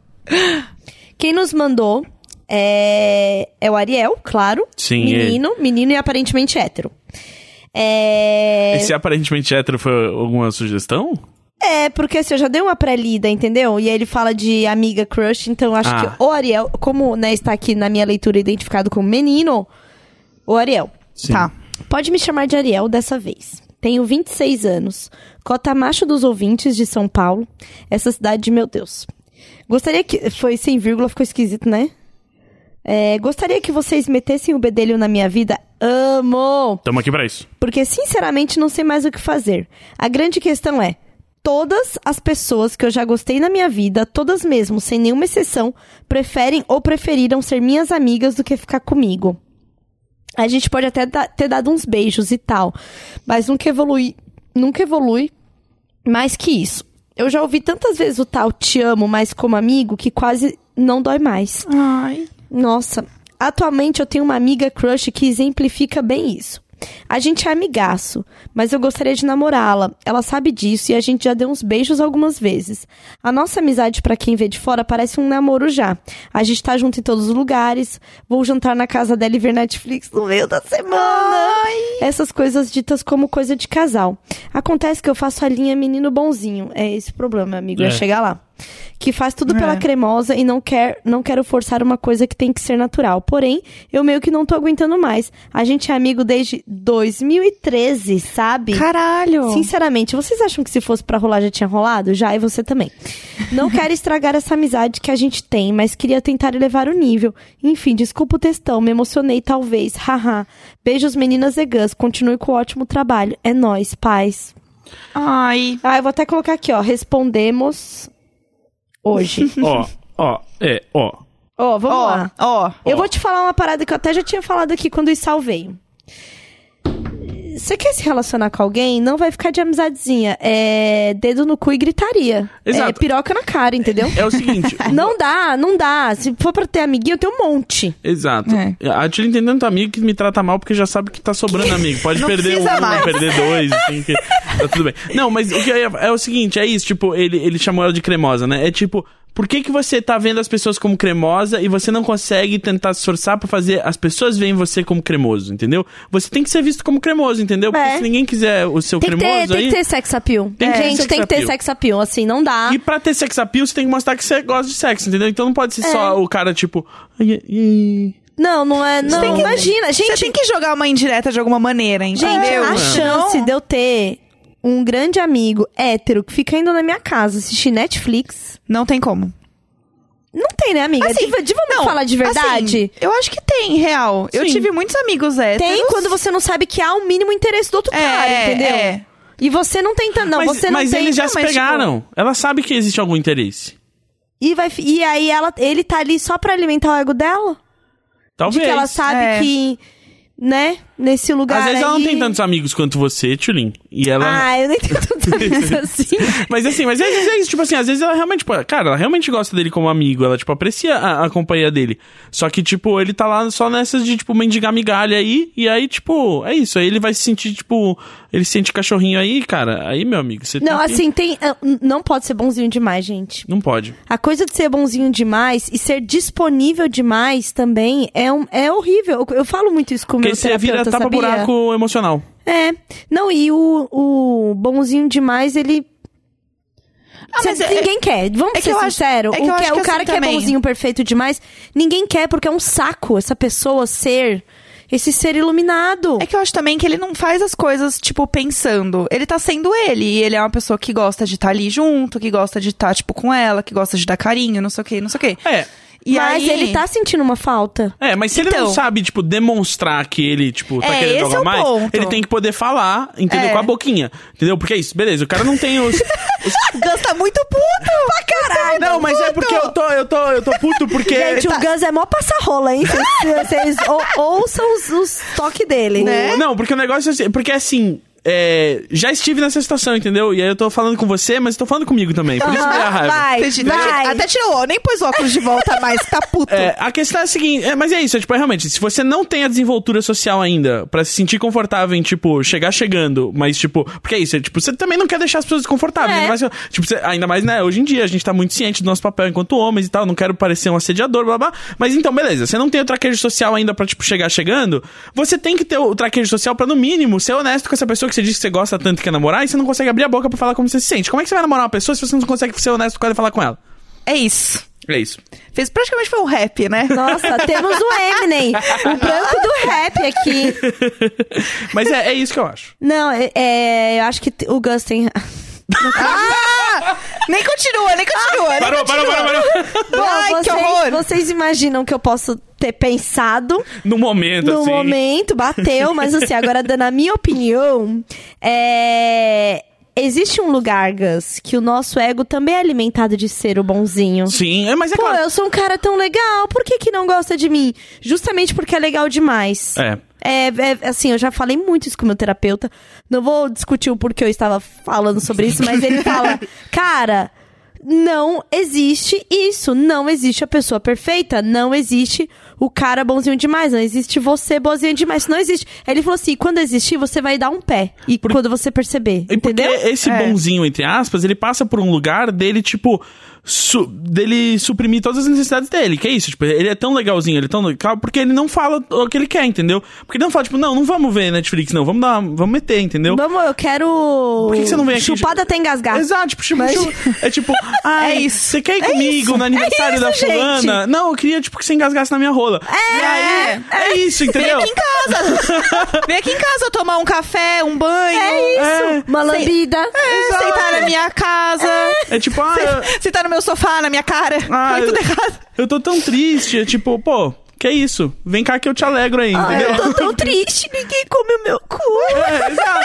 Speaker 1: Quem nos mandou é, é o Ariel, claro.
Speaker 2: Sim, é.
Speaker 1: Menino, menino e aparentemente hétero. É...
Speaker 2: Esse aparentemente hétero foi alguma sugestão?
Speaker 1: é, porque assim, eu já dei uma pré-lida, entendeu? E aí ele fala de amiga crush, então eu acho
Speaker 2: Ah.
Speaker 1: que o Ariel, como né, está aqui na minha leitura identificado como menino, o Ariel.
Speaker 2: Sim.
Speaker 3: Tá.
Speaker 1: Pode me chamar de Ariel dessa vez. Tenho 26 anos, cota macho dos ouvintes de São Paulo, essa cidade de meu Deus. Gostaria que. Foi sem vírgula, ficou esquisito, né? É, gostaria que vocês metessem o bedelho na minha vida. Amo!
Speaker 2: Tamo aqui pra isso.
Speaker 1: Porque, sinceramente, não sei mais o que fazer. A grande questão é: todas as pessoas que eu já gostei na minha vida, todas mesmo, sem nenhuma exceção, preferem ou preferiram ser minhas amigas do que ficar comigo. A gente pode até da- ter dado uns beijos e tal, mas nunca evolui, nunca evolui mais que isso. Eu já ouvi tantas vezes o tal te amo, mas como amigo, que quase não dói mais.
Speaker 3: Ai.
Speaker 1: Nossa, atualmente eu tenho uma amiga crush que exemplifica bem isso. A gente é amigaço, mas eu gostaria de namorá-la. Ela sabe disso e a gente já deu uns beijos algumas vezes. A nossa amizade, pra quem vê de fora, parece um namoro já. A gente tá junto em todos os lugares. Vou jantar na casa dela e ver Netflix no meio da semana. Essas coisas ditas como coisa de casal. Acontece que eu faço a linha menino bonzinho. É esse o problema, amigo. É,
Speaker 2: É.
Speaker 1: chegar lá. que faz tudo pela
Speaker 3: É.
Speaker 1: cremosa e não quer, não quero forçar uma coisa que tem que ser natural. Porém, eu meio que não tô aguentando mais. A gente é amigo desde 2013, sabe?
Speaker 3: Caralho!
Speaker 1: Sinceramente, vocês acham que se fosse pra rolar já tinha rolado? Já, e você também. Não quero estragar essa amizade que a gente tem, mas queria tentar elevar o nível. Enfim, desculpa o textão, me emocionei talvez, haha. Beijos meninas e gãs, continue com o ótimo trabalho. É nóis, paz.
Speaker 3: Ai.
Speaker 1: Ah, eu vou até colocar aqui, ó, respondemos hoje.
Speaker 2: Ó, ó, é, ó.
Speaker 1: Ó, vamos
Speaker 3: Ó,
Speaker 1: lá.
Speaker 3: ó.
Speaker 1: Eu vou te falar uma parada que eu até já tinha falado aqui quando o Isal veio. Você quer se relacionar com alguém? Não vai ficar de amizadezinha. É dedo no cu e gritaria.
Speaker 2: Exato.
Speaker 1: É piroca na cara, entendeu?
Speaker 2: É o seguinte.
Speaker 1: não dá, não dá. Se for pra ter amiguinho, eu tenho um monte.
Speaker 2: Exato.
Speaker 3: É.
Speaker 2: A Tilly tem tanto amigo que me trata mal porque já sabe que tá sobrando amigo. Pode
Speaker 3: Não
Speaker 2: perder um,
Speaker 3: precisa mais.
Speaker 2: perder dois, assim, que tá tudo bem. Não, mas o que eu ia- é o seguinte, é isso, tipo, ele, ele chamou ela de cremosa, né? É tipo, por que que você tá vendo as pessoas como cremosa e você não consegue tentar se esforçar pra fazer as pessoas verem você como cremoso, entendeu? Você tem que ser visto como cremoso, entendeu? Porque
Speaker 1: É.
Speaker 2: se ninguém quiser o seu
Speaker 1: Tem que, ter,
Speaker 2: cremoso aí...
Speaker 1: tem que ter sex appeal.
Speaker 2: Tem que ter
Speaker 1: Gente,
Speaker 2: sex
Speaker 1: tem que ter
Speaker 2: appeal.
Speaker 1: sex appeal. Assim, não dá.
Speaker 2: E pra ter sex appeal, você tem que mostrar que você gosta de sexo, entendeu? Então não pode ser
Speaker 1: É.
Speaker 2: só o cara, tipo... "Ai, ai, ai".
Speaker 1: Não, não é. Não,
Speaker 3: tem que-
Speaker 1: imagina.
Speaker 3: Você
Speaker 1: Gente,
Speaker 3: tem que jogar uma indireta de alguma maneira, entendeu?
Speaker 1: Gente, a
Speaker 2: Ah, mano.
Speaker 1: chance de eu ter um grande amigo hétero que fica indo na minha casa assistir Netflix.
Speaker 3: Não tem como.
Speaker 1: Não tem, né, amiga?
Speaker 3: Assim,
Speaker 1: diva, diva
Speaker 3: não,
Speaker 1: vamos falar de verdade?
Speaker 3: assim, eu acho que tem, real. Eu
Speaker 2: Sim.
Speaker 3: tive muitos amigos
Speaker 2: é
Speaker 3: héteros.
Speaker 1: tem quando você não sabe que há o mínimo interesse do outro
Speaker 3: É,
Speaker 1: cara, entendeu?
Speaker 3: é.
Speaker 1: E você não tenta, não.
Speaker 2: mas
Speaker 1: você não
Speaker 2: mas
Speaker 1: tem,
Speaker 2: eles já
Speaker 1: não,
Speaker 2: se
Speaker 1: mas, tipo,
Speaker 2: pegaram. Ela sabe que existe algum interesse.
Speaker 1: e, vai, fi- e aí ela, ele tá ali só pra alimentar o ego dela?
Speaker 2: Talvez.
Speaker 1: De que ela sabe
Speaker 3: É.
Speaker 1: que, né, nesse lugar
Speaker 2: Às vezes ela não
Speaker 1: aí-
Speaker 2: tem né? tantos amigos quanto você, Tulin. E ela.
Speaker 1: Ah, eu nem tenho tanta coisa assim.
Speaker 2: Mas assim, mas às vezes, é isso, tipo assim, às vezes ela realmente, tipo, cara, ela realmente gosta dele como amigo, ela, tipo, aprecia a, a companhia dele. Só que, tipo, ele tá lá só nessas de, tipo, mendigar migalha aí, e aí, tipo, é isso. Aí ele vai se sentir, tipo, ele se sente cachorrinho aí, cara. Aí, meu amigo, você
Speaker 1: Não,
Speaker 2: tem que-
Speaker 1: assim, tem. ah, Não pode ser bonzinho demais, gente.
Speaker 2: Não pode.
Speaker 1: A coisa de ser bonzinho demais e ser disponível demais também é, um, é horrível. Eu, eu falo muito isso com o
Speaker 2: Porque é
Speaker 1: meu
Speaker 2: você
Speaker 1: terapeuta,
Speaker 2: vira
Speaker 1: sabia?
Speaker 2: tapa-buraco emocional.
Speaker 1: É. Não, e o, o bonzinho demais, ele...
Speaker 3: Ah, mas
Speaker 1: Cê-
Speaker 3: é-
Speaker 1: ninguém quer. Vamos
Speaker 3: é que
Speaker 1: ser
Speaker 3: eu acho-
Speaker 1: sinceros.
Speaker 3: é que eu
Speaker 1: o,
Speaker 3: acho que
Speaker 1: o cara
Speaker 3: assim
Speaker 1: que é
Speaker 3: também.
Speaker 1: bonzinho, perfeito demais, ninguém quer porque é um saco essa pessoa ser... Esse ser iluminado.
Speaker 3: É que eu acho também que ele não faz as coisas, tipo, pensando. Ele tá sendo ele. E ele é uma pessoa que gosta de estar ali junto, que gosta de estar, tipo, com ela, que gosta de dar carinho, não sei o quê, não sei o quê.
Speaker 2: É.
Speaker 3: E
Speaker 1: Mas
Speaker 3: aí-
Speaker 1: ele tá sentindo uma falta.
Speaker 2: É, mas se ele não
Speaker 3: Então.
Speaker 2: sabe, tipo, demonstrar que ele, tipo, tá
Speaker 3: É,
Speaker 2: querendo
Speaker 3: esse
Speaker 2: jogar
Speaker 3: é o
Speaker 2: mais,
Speaker 3: ponto.
Speaker 2: ele tem que poder falar, entendeu?
Speaker 3: É.
Speaker 2: Com a boquinha. Entendeu? Porque é isso, beleza, o cara não tem os. os-
Speaker 3: Gus tá muito puto! pra caralho!
Speaker 2: Não, mas é porque eu tô, eu tô, eu tô puto porque.
Speaker 1: Gente, o Guns é mó passarrola, hein? Vocês, vocês ou- ouçam os, os toques dele.
Speaker 3: Né?
Speaker 2: O- Não, porque o negócio é assim. Porque assim. é, já estive nessa situação, entendeu? E aí eu tô falando com você, mas tô falando comigo também. Por isso que dá raiva.
Speaker 1: Ah, vai,
Speaker 3: Entendi.
Speaker 1: vai.
Speaker 3: Até tirou, ó, nem pôs o óculos de volta mais, tá puto.
Speaker 2: É, a questão é a seguinte, é, mas é isso, é, tipo, é, realmente, se você não tem a desenvoltura social ainda pra se sentir confortável em, tipo, chegar chegando, mas, tipo, porque é isso, é, tipo, você também não quer deixar as pessoas desconfortáveis,
Speaker 1: É.
Speaker 2: ainda mais, tipo, você- ainda mais, né, hoje em dia, a gente tá muito ciente do nosso papel enquanto homens e tal, não quero parecer um assediador, blá, blá, mas então, beleza, você não tem o traquejo social ainda pra, tipo, chegar chegando, você tem que ter o traquejo social pra, no mínimo, ser honesto com essa pessoa que você diz que você gosta tanto e quer namorar e você não consegue abrir a boca pra falar como você se sente. Como é que você vai namorar uma pessoa se você não consegue ser honesto com ela e falar com ela?
Speaker 3: É isso.
Speaker 2: É isso.
Speaker 3: Fez praticamente foi um rap, né?
Speaker 1: Nossa, temos o Eminem, o branco do rap aqui.
Speaker 2: Mas é- é isso que eu acho.
Speaker 1: Não, é, é, eu acho que t- o Gus tem.
Speaker 3: Nem continua, nem continua. né? nem
Speaker 2: Parou, parou,
Speaker 3: continua.
Speaker 2: parou, parou.
Speaker 3: Ai,
Speaker 1: Não,
Speaker 3: que
Speaker 1: vocês-
Speaker 3: horror.
Speaker 1: Vocês imaginam que eu posso ter pensado
Speaker 2: No momento,
Speaker 1: no
Speaker 2: assim.
Speaker 1: momento, bateu, mas assim, agora dando a minha opinião, é, Existe um lugar, Gus, que o nosso ego também é alimentado de ser o bonzinho.
Speaker 2: Sim, é, mas é
Speaker 1: Pô,
Speaker 2: claro.
Speaker 1: eu sou um cara tão legal, por que, que não gosta de mim? Justamente porque é legal demais.
Speaker 2: É.
Speaker 1: É, é, assim, eu já falei muito isso com o meu terapeuta. Não vou discutir o porquê eu estava falando sobre isso, mas ele fala: Cara, não existe isso. Não existe a pessoa perfeita. Não existe o cara bonzinho demais. Não existe você bonzinho demais. Não existe. Aí Ele falou assim: quando existir, você vai dar um pé. E quando você perceber.
Speaker 2: E porque
Speaker 1: entendeu?
Speaker 2: esse
Speaker 3: É.
Speaker 2: bonzinho, entre aspas, ele passa por um lugar dele, tipo. su- dele suprimir todas as necessidades dele. Que é isso, tipo, ele é tão legalzinho, ele é tão legal, porque ele não fala o que ele quer, entendeu? Porque ele não fala, tipo, não, não vamos ver Netflix, não, vamos dar, vamos meter, entendeu?
Speaker 1: Vamos, eu quero. Por
Speaker 2: que que você não vem aqui?
Speaker 1: Chupada até engasgar.
Speaker 2: Exato, tipo, tipo, tipo, é tipo, ah,
Speaker 3: É isso.
Speaker 2: você quer ir comigo no aniversário
Speaker 1: isso,
Speaker 2: da fulana? Não, eu queria, tipo, que você engasgasse na minha rola. É, e aí, é, isso, entendeu?
Speaker 3: Vem aqui em casa. Vem aqui em casa tomar um café, um banho.
Speaker 1: É isso. Uma lambida.
Speaker 3: É, Sentar na minha casa.
Speaker 2: É tipo, ah, eu-
Speaker 3: Sentar no meu sofá, na minha cara.
Speaker 2: Ah,
Speaker 3: Foi tudo errado.
Speaker 2: eu tô tão triste, é tipo, pô, que é isso? Vem cá que eu te alegro aí,
Speaker 1: Ah,
Speaker 2: entendeu?
Speaker 1: eu tô tão triste, ninguém come o meu cu.
Speaker 2: É, exato.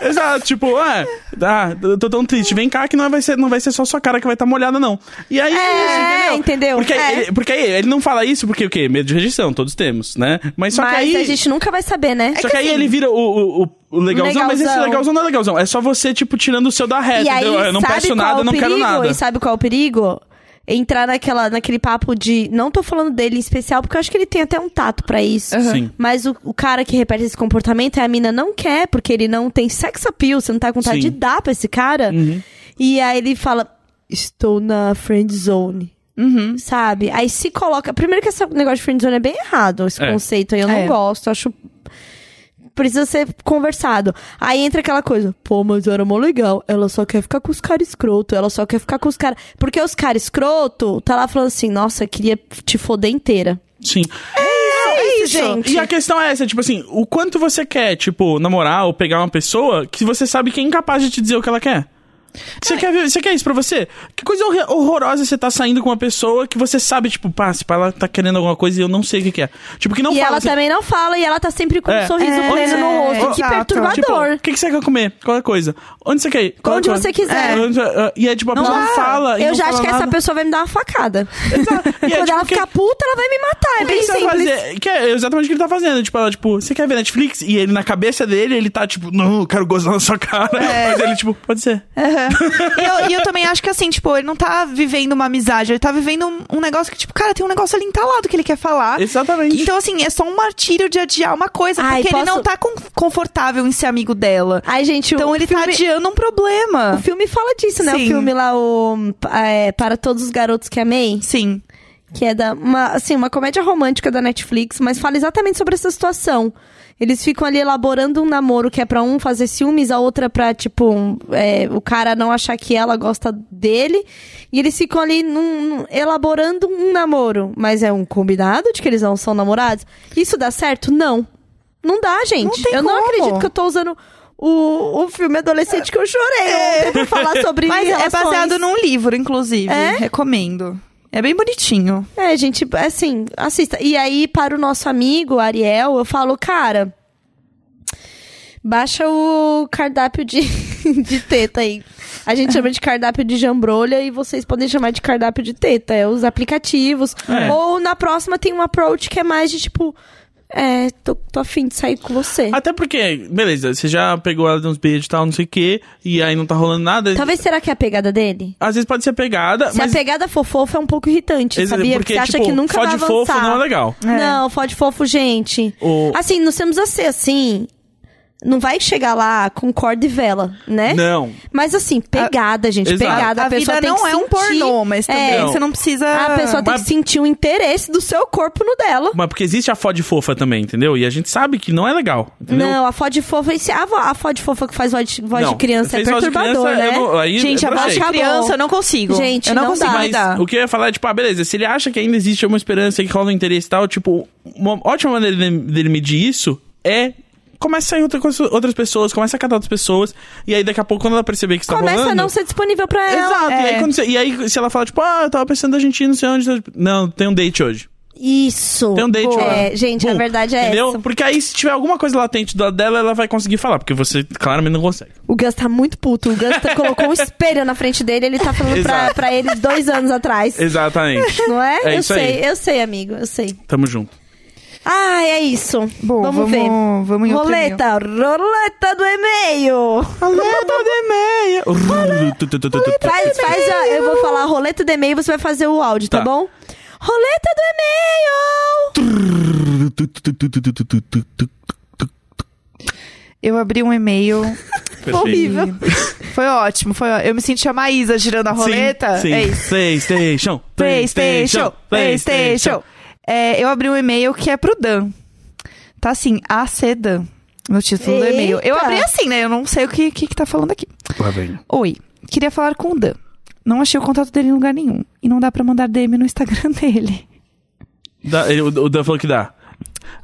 Speaker 2: Exato, tipo, ah, ah, eu tô tão triste, vem cá que não vai ser, não vai ser só sua cara que vai estar molhada, não. E aí,
Speaker 1: É,
Speaker 2: isso,
Speaker 1: entendeu?
Speaker 2: Porque,
Speaker 1: É.
Speaker 2: Ele, porque aí ele não fala isso porque o quê? Medo de rejeição, todos temos, né? Mas só
Speaker 1: Mas
Speaker 2: que aí.
Speaker 1: a gente nunca vai saber, né?
Speaker 2: Só que, aí ele vira o, o, o- o legalzão, mas esse
Speaker 1: Legalzão.
Speaker 2: legalzão não é legalzão. É só você, tipo, tirando o seu da reta,
Speaker 1: E aí,
Speaker 2: entendeu? Eu não
Speaker 1: sabe
Speaker 2: peço
Speaker 1: qual
Speaker 2: nada,
Speaker 1: é
Speaker 2: eu
Speaker 1: o
Speaker 2: não
Speaker 1: perigo?
Speaker 2: quero nada.
Speaker 1: E sabe qual é o perigo? Entrar naquela, naquele papo de. Não tô falando dele em especial, porque eu acho que ele tem até um tato pra isso.
Speaker 2: Sim.
Speaker 1: Mas o, o cara que repete esse comportamento, é a mina não quer, porque ele não tem sex appeal, você não tá com vontade
Speaker 2: Sim. Uhum.
Speaker 1: de dar pra esse cara. E aí ele fala: Estou na friend zone.
Speaker 2: Uhum.
Speaker 1: Sabe? Aí se coloca. Primeiro que esse negócio de friend zone é bem errado, esse
Speaker 2: É.
Speaker 1: conceito aí. Eu
Speaker 3: É.
Speaker 1: não gosto, eu acho precisa ser conversado. Aí entra aquela coisa, pô, mas eu era mó legal, ela só quer ficar com os caras escroto, ela só quer ficar com os caras... Porque os caras escroto, tá lá falando assim, nossa, eu queria te foder inteira.
Speaker 2: Sim.
Speaker 1: É isso, gente.
Speaker 2: E a questão é essa, tipo assim, o quanto você quer, tipo, namorar ou pegar uma pessoa que você sabe que é incapaz de te dizer o que ela quer?
Speaker 1: É.
Speaker 2: Você quer, ver- você quer isso pra você? Que coisa horre- horrorosa você tá saindo com uma pessoa que você sabe, tipo, pá, se pá, ela tá querendo alguma coisa e eu não sei o que, que é. Tipo, que não
Speaker 1: e
Speaker 2: fala.
Speaker 1: ela
Speaker 2: assim,
Speaker 1: também não fala, e ela tá sempre com
Speaker 2: É.
Speaker 1: um sorriso
Speaker 3: É,
Speaker 1: pleno no rosto. que
Speaker 3: exato.
Speaker 2: Tipo,
Speaker 1: perturbador.
Speaker 2: o que, que você quer comer? Qual é a coisa? Onde você quer ir? Qual é a
Speaker 1: Onde
Speaker 2: coisa?
Speaker 1: você quiser.
Speaker 2: É. E é tipo, a pessoa não,
Speaker 1: dá.
Speaker 2: fala. e
Speaker 1: Eu
Speaker 2: não
Speaker 1: já
Speaker 2: fala
Speaker 1: acho que
Speaker 2: nada.
Speaker 1: essa pessoa vai me dar uma facada. Quando
Speaker 2: E é, tipo,
Speaker 1: ela
Speaker 2: que-
Speaker 1: ficar puta, ela vai me matar. É
Speaker 2: O que
Speaker 1: bem
Speaker 2: que você vai
Speaker 1: simples.
Speaker 2: fazer? Que é exatamente o que ele tá fazendo. Tipo, ela, tipo, você quer ver Netflix? E ele, na cabeça dele, ele tá, tipo, não, eu quero gozar na sua cara.
Speaker 1: É.
Speaker 2: Mas ele, tipo, pode ser.
Speaker 3: E eu, e eu também acho que assim, tipo, ele não tá vivendo uma amizade, ele tá vivendo um, um negócio que, tipo, cara, tem um negócio ali entalado que ele quer falar.
Speaker 2: Exatamente.
Speaker 3: Então, assim, é só um martírio de adiar uma coisa,
Speaker 1: Ai,
Speaker 3: porque ele
Speaker 1: posso-
Speaker 3: não tá con- confortável em ser amigo dela.
Speaker 1: Ai, gente,
Speaker 3: Então
Speaker 1: o
Speaker 3: ele tá
Speaker 1: filme...
Speaker 3: adiando um
Speaker 1: O
Speaker 3: problema.
Speaker 1: filme fala disso, né?
Speaker 3: Sim.
Speaker 1: O filme lá, o... é, Para Todos os Garotos que Amei.
Speaker 3: Sim.
Speaker 1: que é da uma, assim, uma comédia romântica da Netflix, mas fala exatamente sobre essa situação. Eles ficam ali elaborando um namoro que é pra um fazer ciúmes, a outra pra, tipo, um, é, o cara não achar que ela gosta dele. E eles ficam ali num- num- elaborando um namoro. Mas é um combinado de que eles não são namorados? Isso dá certo? Não. Não dá, gente.
Speaker 3: tem
Speaker 1: eu não
Speaker 3: como.
Speaker 1: acredito que eu tô usando o, o filme adolescente que eu chorei ontem pra falar sobre
Speaker 3: É. Mas é
Speaker 1: relações.
Speaker 3: baseado num livro, inclusive.
Speaker 1: É?
Speaker 3: Recomendo. É bem bonitinho.
Speaker 1: É, gente, assim, assista. E aí, para o nosso amigo Ariel, eu falo, cara, baixa o cardápio de, de teta aí. A gente chama de cardápio de jambrolha e vocês podem chamar de cardápio de teta. É os aplicativos.
Speaker 2: É.
Speaker 1: Ou na próxima tem um approach que é mais de tipo. É, tô, tô afim de sair com você.
Speaker 2: Até porque, beleza, você já pegou ela de uns beijos e tal, não sei o quê, e aí não tá rolando nada.
Speaker 1: Talvez será que é a pegada dele?
Speaker 2: Às vezes pode ser pegada,
Speaker 1: Se
Speaker 2: mas.
Speaker 1: a pegada for fofa, é um pouco irritante,
Speaker 2: Ex-
Speaker 1: sabia?
Speaker 2: porque,
Speaker 1: Porque você acha
Speaker 2: tipo,
Speaker 1: que nunca vai
Speaker 2: fode
Speaker 1: avançar.
Speaker 2: fofo não é legal.
Speaker 3: É.
Speaker 1: Não, fode fofo, gente.
Speaker 2: O-
Speaker 1: Assim, não temos a ser assim. Não vai chegar lá com corda e vela, né?
Speaker 2: Não.
Speaker 1: Mas assim, pegada, gente,
Speaker 2: Exato.
Speaker 1: pegada. A,
Speaker 3: a
Speaker 1: pessoa
Speaker 3: vida
Speaker 1: tem
Speaker 3: não
Speaker 1: que
Speaker 3: é um
Speaker 1: sentir-
Speaker 3: pornô, mas também
Speaker 1: É,
Speaker 2: Não.
Speaker 3: você não precisa.
Speaker 1: a pessoa tem
Speaker 2: Mas-
Speaker 1: que sentir o interesse do seu corpo no dela.
Speaker 2: Mas porque existe a fode fofa também, entendeu? E a gente sabe que não é legal, entendeu?
Speaker 1: Não, a fode fofa, esse- a, vo- a fode fofa que faz voz de, voz
Speaker 2: Não,
Speaker 1: de criança é
Speaker 2: fez voz de
Speaker 1: perturbador,
Speaker 2: criança,
Speaker 1: né?
Speaker 2: eu não- aí é
Speaker 3: Gente,
Speaker 2: eu
Speaker 3: a
Speaker 2: não
Speaker 3: voz
Speaker 2: sei.
Speaker 3: de
Speaker 1: Acabou.
Speaker 3: criança eu não consigo.
Speaker 1: tá Gente,
Speaker 3: eu não,
Speaker 1: não
Speaker 3: consigo
Speaker 1: dá.
Speaker 3: me
Speaker 2: Mas
Speaker 3: dar.
Speaker 2: o que eu ia falar é, tipo, ah, beleza, se ele acha que ainda existe uma esperança que rola um interesse e tal, tipo, uma ótima maneira dele, dele medir isso é. Começa a sair outra, com as outras pessoas, começa a catar outras pessoas, e aí daqui a pouco, quando ela perceber que isso tá
Speaker 1: Começa
Speaker 2: rolando.
Speaker 1: a não ser disponível pra ela.
Speaker 2: Exato, e, aí,
Speaker 3: É.
Speaker 2: quando você- e aí se ela fala, tipo, ah, eu tava pensando da gente ir, não sei onde. tá- Não, tem um date hoje.
Speaker 1: Isso.
Speaker 2: Tem um date hoje.
Speaker 1: É, gente, a
Speaker 2: Bom,
Speaker 1: verdade é
Speaker 2: entendeu?
Speaker 1: essa.
Speaker 2: Porque aí, se tiver alguma coisa latente do lado dela, ela vai conseguir falar, porque você claramente não consegue.
Speaker 1: O Gus tá muito puto. O Gus tá- colocou um espelho na frente dele, ele tá falando pra,
Speaker 2: Exato.
Speaker 1: pra ele dois anos atrás.
Speaker 2: Exatamente.
Speaker 1: Não é?
Speaker 2: É
Speaker 1: eu
Speaker 2: isso
Speaker 1: sei,
Speaker 2: aí.
Speaker 1: eu sei, amigo, eu sei.
Speaker 2: Tamo junto.
Speaker 1: Ah, é isso.
Speaker 3: Bom, vamos-
Speaker 1: vamos, ver.
Speaker 3: vamos em outro
Speaker 1: roleta, roleta do e-mail.
Speaker 2: Roleta de meia.
Speaker 1: Faz, faz a, eu vou falar roleta do e-mail, você vai fazer o áudio, tá,
Speaker 2: Tá.
Speaker 1: bom? Roleta do e-mail.
Speaker 3: Eu abri um e-mail
Speaker 2: Perfeito.
Speaker 1: Horrível.
Speaker 3: um Foi ótimo, foi ó- Eu me senti a Maísa girando a roleta.
Speaker 2: Sim, sim.
Speaker 3: É isso.
Speaker 2: PlayStation,
Speaker 3: PlayStation, PlayStation. É, eu abri um e-mail que é pro Dan. Tá assim, AC Dan. No título do e-mail. Eu
Speaker 1: Eita.
Speaker 3: abri assim, né? Eu não sei o que, que, que tá falando aqui.
Speaker 2: Lá vem.
Speaker 3: Oi, queria falar com o Dan. Não achei o contato dele em lugar nenhum. E não dá pra mandar DM no Instagram dele.
Speaker 2: Dá- ele- o, o Dan falou que dá.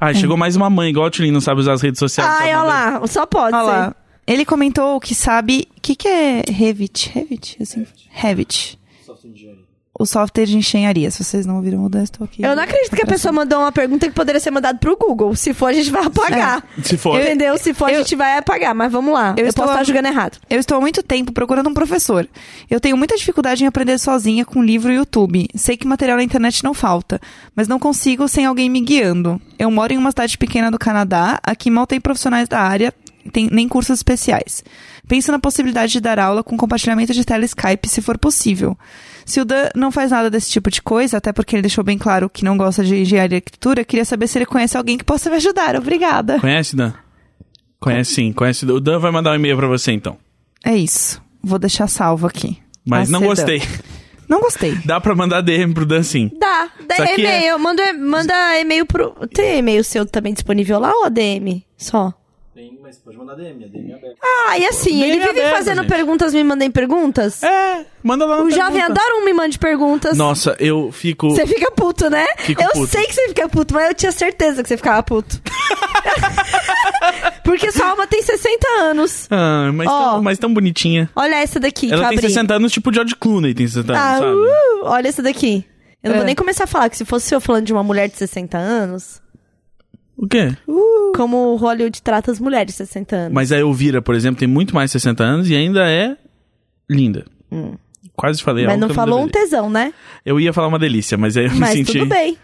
Speaker 2: Ai, chegou mais uma mãe, igual a Tilly não sabe usar as redes sociais.
Speaker 1: Ai,
Speaker 2: sabe?
Speaker 1: olha lá. Só pode
Speaker 3: Olha
Speaker 1: ser.
Speaker 3: lá. Ele comentou que sabe. O que, que é Revit? Revit? Assim? Revit.
Speaker 4: Software engineering.
Speaker 3: O software de engenharia. Se vocês não ouviram o Dan, estou aqui.
Speaker 1: Eu não acredito que a pessoa mandou uma pergunta que poderia ser mandada pro Google. Se for, a gente vai apagar.
Speaker 2: Tá Se for.
Speaker 1: Entendeu? Se for, a
Speaker 3: eu-
Speaker 1: gente vai apagar. Mas vamos lá.
Speaker 3: Eu
Speaker 1: Eu,
Speaker 3: estou
Speaker 1: posso estar
Speaker 3: am-
Speaker 1: julgando errado.
Speaker 3: Eu estou há muito tempo procurando um professor. Eu tenho muita dificuldade em aprender sozinha com livro e YouTube. Sei que material na internet não falta, mas não consigo sem alguém me guiando. Eu moro em uma cidade pequena do Canadá, aqui mal tem profissionais da área, tem nem cursos especiais. Penso na possibilidade de dar aula com compartilhamento de tela Skype, se for possível. Se o Dan não faz nada desse tipo de coisa, até porque ele deixou bem claro que não gosta de engenharia e arquitetura, queria saber se ele conhece alguém que possa me ajudar. Obrigada.
Speaker 2: Conhece, Dan? Conhece sim, conhece. O Dan vai mandar um e-mail pra você então.
Speaker 3: É isso. Vou deixar salvo aqui.
Speaker 2: Mas não
Speaker 3: Macedão.
Speaker 2: gostei.
Speaker 3: Não gostei.
Speaker 2: Dá pra mandar DM pro Dan sim.
Speaker 1: Dá, dá
Speaker 2: Isso aqui
Speaker 1: e-mail, manda, um manda e-mail pro. Tem e-mail seu também disponível lá ou DM? Só.
Speaker 4: Tem, mas pode mandar DM, a DM é aberta.
Speaker 1: Ah, e assim,
Speaker 2: DM
Speaker 1: ele vive
Speaker 2: aberto,
Speaker 1: fazendo
Speaker 2: é gente.
Speaker 1: perguntas, me mandem perguntas.
Speaker 2: É, manda lá
Speaker 1: o
Speaker 2: no
Speaker 1: jovem adora um me mande perguntas.
Speaker 2: Nossa, eu fico.
Speaker 1: Você fica puto, né?
Speaker 2: Fico
Speaker 1: eu
Speaker 2: puto.
Speaker 1: sei que você fica puto, mas eu tinha certeza que você ficava puto. Porque sua alma tem 60 anos.
Speaker 2: Ah, mas,
Speaker 1: Ó.
Speaker 2: tão, mas tão bonitinha.
Speaker 1: Olha essa daqui
Speaker 2: Ela
Speaker 1: que eu
Speaker 2: tem
Speaker 1: abri.
Speaker 2: 60 anos, tipo o George Clooney tem 60
Speaker 1: Ah,
Speaker 2: anos, sabe?
Speaker 1: uh, olha essa daqui. Eu não
Speaker 3: É.
Speaker 1: vou nem começar a falar, que se fosse eu falando de uma mulher de 60 anos,
Speaker 2: O quê?
Speaker 1: como Hollywood trata as mulheres de 60 anos.
Speaker 2: Mas a Elvira, por exemplo, tem muito mais de 60 anos e ainda é linda. Quase falei
Speaker 1: Hum. Mas
Speaker 2: algo
Speaker 1: não
Speaker 2: que eu
Speaker 1: falou um
Speaker 2: deveria.
Speaker 1: tesão, né?
Speaker 2: Eu ia falar uma delícia, mas aí eu
Speaker 1: Mas
Speaker 2: me senti.
Speaker 1: tudo bem.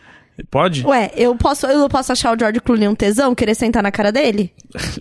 Speaker 2: Pode?
Speaker 1: Ué, eu posso, eu posso achar o George Clooney um tesão, querer sentar na cara dele?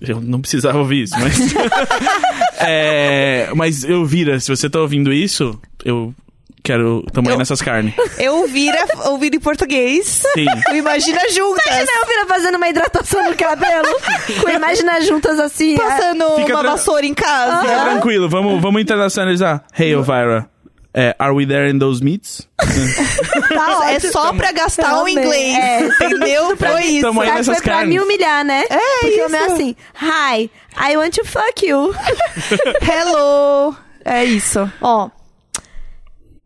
Speaker 2: Eu não precisava ouvir isso, mas. é, mas Elvira, se você tá ouvindo isso, eu quero. Tamo aí nessas carnes.
Speaker 3: Eu ouvir, a- ouvir em português.
Speaker 2: Sim.
Speaker 3: O Imagina juntas.
Speaker 1: Imagina eu vira fazendo uma hidratação no cabelo. com imagina juntas assim. é.
Speaker 3: Passando
Speaker 2: Fica
Speaker 3: uma
Speaker 2: tra-
Speaker 3: vassoura em
Speaker 2: Fica
Speaker 3: casa.
Speaker 2: tranquilo, vamos, vamos internacionalizar. Hey,
Speaker 1: Hum.
Speaker 2: Elvira. é, are we there in those meets?
Speaker 3: Tá, é só pra gastar o
Speaker 1: Também.
Speaker 3: inglês.
Speaker 1: É.
Speaker 3: Entendeu? Foi isso.
Speaker 2: Tamo aí
Speaker 1: Será que
Speaker 2: nessas
Speaker 1: foi tipo, é pra
Speaker 2: carnes.
Speaker 1: me humilhar, né?
Speaker 3: É,
Speaker 1: Porque o meu é
Speaker 3: isso.
Speaker 1: assim, hi, I want to fuck you.
Speaker 3: Hello. É isso.
Speaker 1: Ó.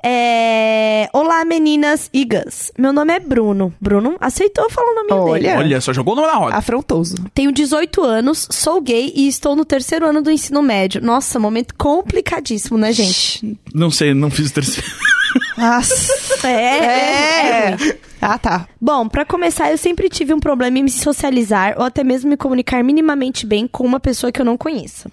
Speaker 1: É... Olá, meninas igas. Meu nome é Bruno. Bruno aceitou falar o nome dele. né?
Speaker 3: Olha.
Speaker 2: Olha, só jogou o nome na
Speaker 1: Ah.
Speaker 2: roda.
Speaker 3: Afrontoso.
Speaker 1: Tenho 18 anos, sou gay e estou no terceiro ano do ensino médio. Nossa, momento complicadíssimo, né, gente?
Speaker 2: Não sei, não fiz o terceiro.
Speaker 3: Nossa.
Speaker 1: É, é, é.
Speaker 3: Ah, tá.
Speaker 1: Bom, pra começar, eu sempre tive um problema em me socializar ou até mesmo me comunicar minimamente bem com uma pessoa que eu não conheço.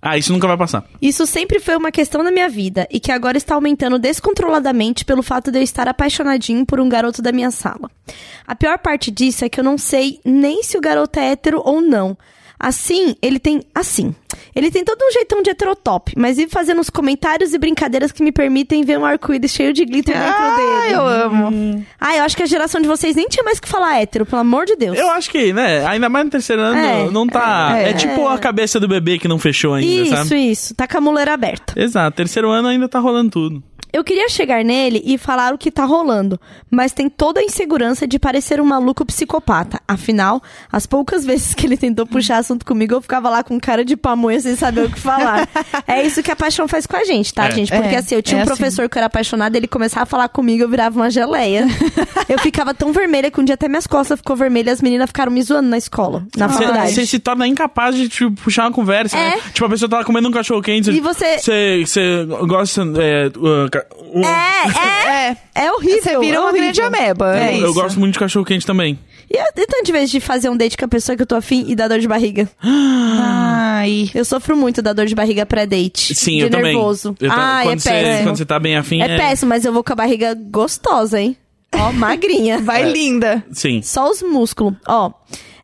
Speaker 2: Ah, isso nunca vai passar.
Speaker 1: Isso sempre foi uma questão da minha vida e que agora está aumentando descontroladamente pelo fato de eu estar apaixonadinho por um garoto da minha sala. A pior parte disso é que eu não sei nem se o garoto é hétero ou não. Assim, ele tem. Assim. Ele tem todo um jeitão de heterotop, mas vive fazendo uns comentários e brincadeiras que me permitem ver um arco-íris cheio de glitter dentro
Speaker 3: Ah,
Speaker 1: dele.
Speaker 3: eu amo.
Speaker 1: Ah, eu acho que a geração de vocês nem tinha mais o que falar hétero, pelo amor de Deus.
Speaker 2: Eu acho que, né? Ainda mais no terceiro ano,
Speaker 1: É,
Speaker 2: não tá. É,
Speaker 3: é,
Speaker 2: tipo a cabeça do bebê que não fechou ainda,
Speaker 1: isso,
Speaker 2: sabe?
Speaker 1: isso. Tá com a muleira aberta.
Speaker 2: Exato, terceiro ano ainda tá rolando tudo.
Speaker 1: Eu queria chegar nele e falar o que tá rolando, mas tem toda a insegurança de parecer um maluco psicopata. Afinal, as poucas vezes que ele tentou puxar assunto comigo, eu ficava lá com cara de pamonha sem saber o que falar. é isso que a paixão faz com a gente, tá,
Speaker 2: É.
Speaker 1: gente? Porque
Speaker 3: É,
Speaker 1: assim, eu
Speaker 3: é
Speaker 1: tinha um
Speaker 3: assim.
Speaker 1: professor que eu era apaixonada, ele começava a falar comigo, eu virava uma geleia. eu ficava tão vermelha que um dia até minhas costas ficou vermelha e as meninas ficaram me zoando na escola, na faculdade.
Speaker 2: Você se torna incapaz de tipo, puxar uma conversa,
Speaker 1: É.
Speaker 2: né? Tipo, a pessoa tá comendo um cachorro quente.
Speaker 1: E você-
Speaker 2: Você gosta. É, uh, ca- uh,
Speaker 1: É, é,
Speaker 3: É.
Speaker 1: é horrível.
Speaker 3: Você vira
Speaker 1: é
Speaker 3: uma
Speaker 1: horrível.
Speaker 3: grande ameba.
Speaker 2: eu,
Speaker 3: É isso.
Speaker 2: eu gosto muito de cachorro quente também.
Speaker 1: E eu- então, de vez de fazer um date com a pessoa que eu tô afim e dar dor de barriga?
Speaker 3: Ai.
Speaker 1: Eu sofro muito da dor de barriga pré-date.
Speaker 2: Sim,
Speaker 1: de
Speaker 2: eu
Speaker 1: nervoso.
Speaker 2: também. Eu ta-
Speaker 1: Ah, é
Speaker 2: quando Você,
Speaker 1: péssimo.
Speaker 2: quando você tá bem afim.
Speaker 1: É péssimo, mas eu vou com a barriga gostosa, hein? Ó, magrinha.
Speaker 3: Vai
Speaker 2: É.
Speaker 3: linda.
Speaker 2: Sim.
Speaker 1: Só os músculos. Ó,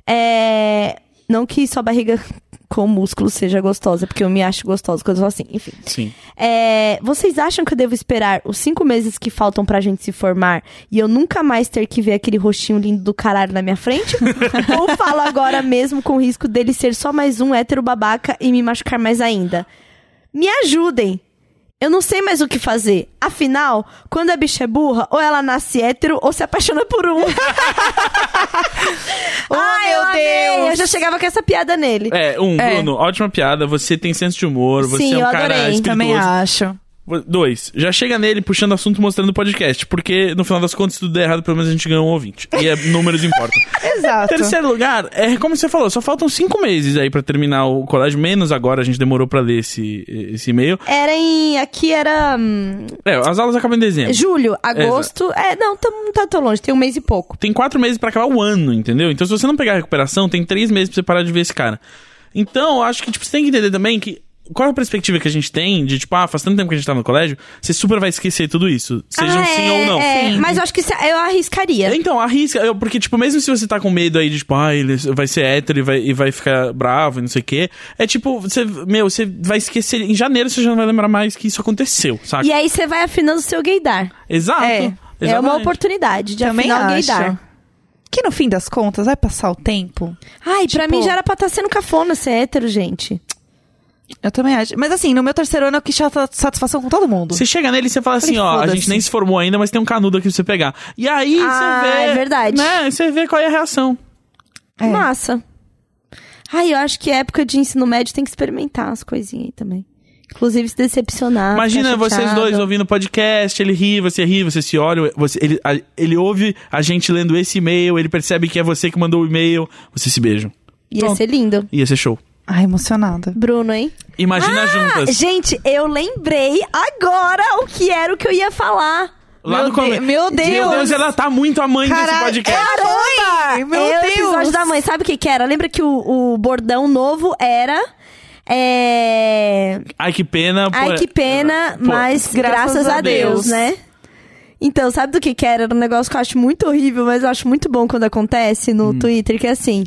Speaker 1: é... Não que só barriga com músculo seja gostosa, porque eu me acho gostosa quando eu sou assim. Enfim.
Speaker 2: Sim.
Speaker 1: É, vocês acham que eu devo esperar os cinco meses que faltam pra gente se formar e eu nunca mais ter que ver aquele rostinho lindo do caralho na minha frente? Ou falo agora mesmo com o risco dele ser só mais um hétero babaca e me machucar mais ainda? Me ajudem. Eu não sei mais o que fazer. Afinal, quando a bicha é burra, ou ela nasce hétero ou se apaixona por um.
Speaker 3: Oh,
Speaker 1: Ai, eu
Speaker 3: meu
Speaker 1: amei.
Speaker 3: Deus.
Speaker 1: Eu já chegava com essa piada nele.
Speaker 2: É, um,
Speaker 3: É.
Speaker 2: Bruno, ótima piada. Você tem senso de humor, você
Speaker 1: Sim,
Speaker 2: é um
Speaker 1: eu
Speaker 2: cara
Speaker 1: adorei,
Speaker 2: espirituoso.
Speaker 3: Também acho.
Speaker 2: Dois, já chega nele puxando assunto mostrando o podcast, porque no final das contas, se tudo der errado, pelo menos a gente ganha um ouvinte. E é, números importam.
Speaker 1: Tá.
Speaker 3: Exato.
Speaker 2: Terceiro lugar, é como você falou, só faltam cinco meses aí pra terminar o colégio, menos agora, a gente demorou pra ler esse, esse e-mail.
Speaker 1: Era em. Aqui era. hum,
Speaker 2: É, as aulas acabam em dezembro.
Speaker 1: julho, agosto. É, não, tam- não tá tão longe, tem um mês e pouco.
Speaker 2: Tem quatro meses pra acabar o ano, entendeu? Então, se você não pegar a recuperação, tem três meses pra você parar de ver esse cara. Então, eu acho que tipo, você tem que entender também que. Qual é a perspectiva que a gente tem de, tipo, ah, faz tanto tempo que a gente tá no colégio, você super vai esquecer tudo isso. Seja um
Speaker 1: Ah,
Speaker 2: sim
Speaker 1: é,
Speaker 2: ou não.
Speaker 1: é, mas eu acho que isso- eu arriscaria.
Speaker 2: Então, arrisca. Eu- porque, tipo, mesmo se você tá com medo aí de, tipo, ah, ele vai ser hétero e vai, e vai ficar bravo e não sei o quê. É tipo, você, meu, você vai esquecer. Em janeiro você já não vai lembrar mais que isso aconteceu, saca?
Speaker 1: E aí você vai afinando o seu gaydar.
Speaker 2: Exato.
Speaker 3: É.
Speaker 1: É uma
Speaker 2: Exatamente.
Speaker 1: oportunidade de
Speaker 3: Também
Speaker 1: afinar o
Speaker 3: acho.
Speaker 1: gaydar.
Speaker 3: Que no fim das contas vai passar o tempo.
Speaker 1: Ai, pra
Speaker 3: Tipo-
Speaker 1: mim já era pra estar sendo cafona ser hétero, gente.
Speaker 3: Eu também acho. Mas assim, no meu terceiro ano eu quis tirar sa- satisfação com todo mundo.
Speaker 2: Você chega nele e você fala assim,
Speaker 3: Falei,
Speaker 2: ó, a
Speaker 3: foda-se.
Speaker 2: gente nem se formou ainda, mas tem um canudo aqui pra você pegar. E aí
Speaker 1: Ah,
Speaker 2: você vê.
Speaker 1: é verdade. Ah,
Speaker 2: Né, você vê qual é a reação.
Speaker 3: É.
Speaker 1: Massa. Ai, eu acho que é época de ensino médio tem que experimentar as coisinhas aí também. Inclusive se decepcionar.
Speaker 2: Imagina
Speaker 1: ficar
Speaker 2: vocês
Speaker 1: tá chateado.
Speaker 2: dois ouvindo podcast, ele ri, você ri, você se olha, você, ele, a- ele ouve a gente lendo esse e-mail, ele percebe que é você que mandou o e-mail, vocês se beijam.
Speaker 1: Ia ser lindo.
Speaker 2: Ia ser show.
Speaker 3: Ai, emocionada.
Speaker 1: Bruno, hein?
Speaker 2: Imagina juntas.
Speaker 1: Ah, Gente, eu lembrei agora o que era o que eu ia falar.
Speaker 2: Lá
Speaker 3: Meu
Speaker 2: no come-
Speaker 3: De- meu
Speaker 2: Meu
Speaker 3: Deus.
Speaker 2: Deus, ela tá muito a mãe desse
Speaker 3: Caralho,
Speaker 2: podcast.
Speaker 3: Caramba! Meu
Speaker 1: é
Speaker 3: Deus!
Speaker 1: o episódio da mãe. Sabe o que que era? Lembra que o, o bordão novo era... É...
Speaker 2: Ai, que pena. pô, É.
Speaker 1: Ai, que pena,
Speaker 2: pô.
Speaker 1: mas graças, a Deus, né? Então, sabe do que que era? Era um negócio que eu acho muito horrível, mas eu acho muito bom quando acontece
Speaker 2: Hum.
Speaker 1: no Twitter, que é assim...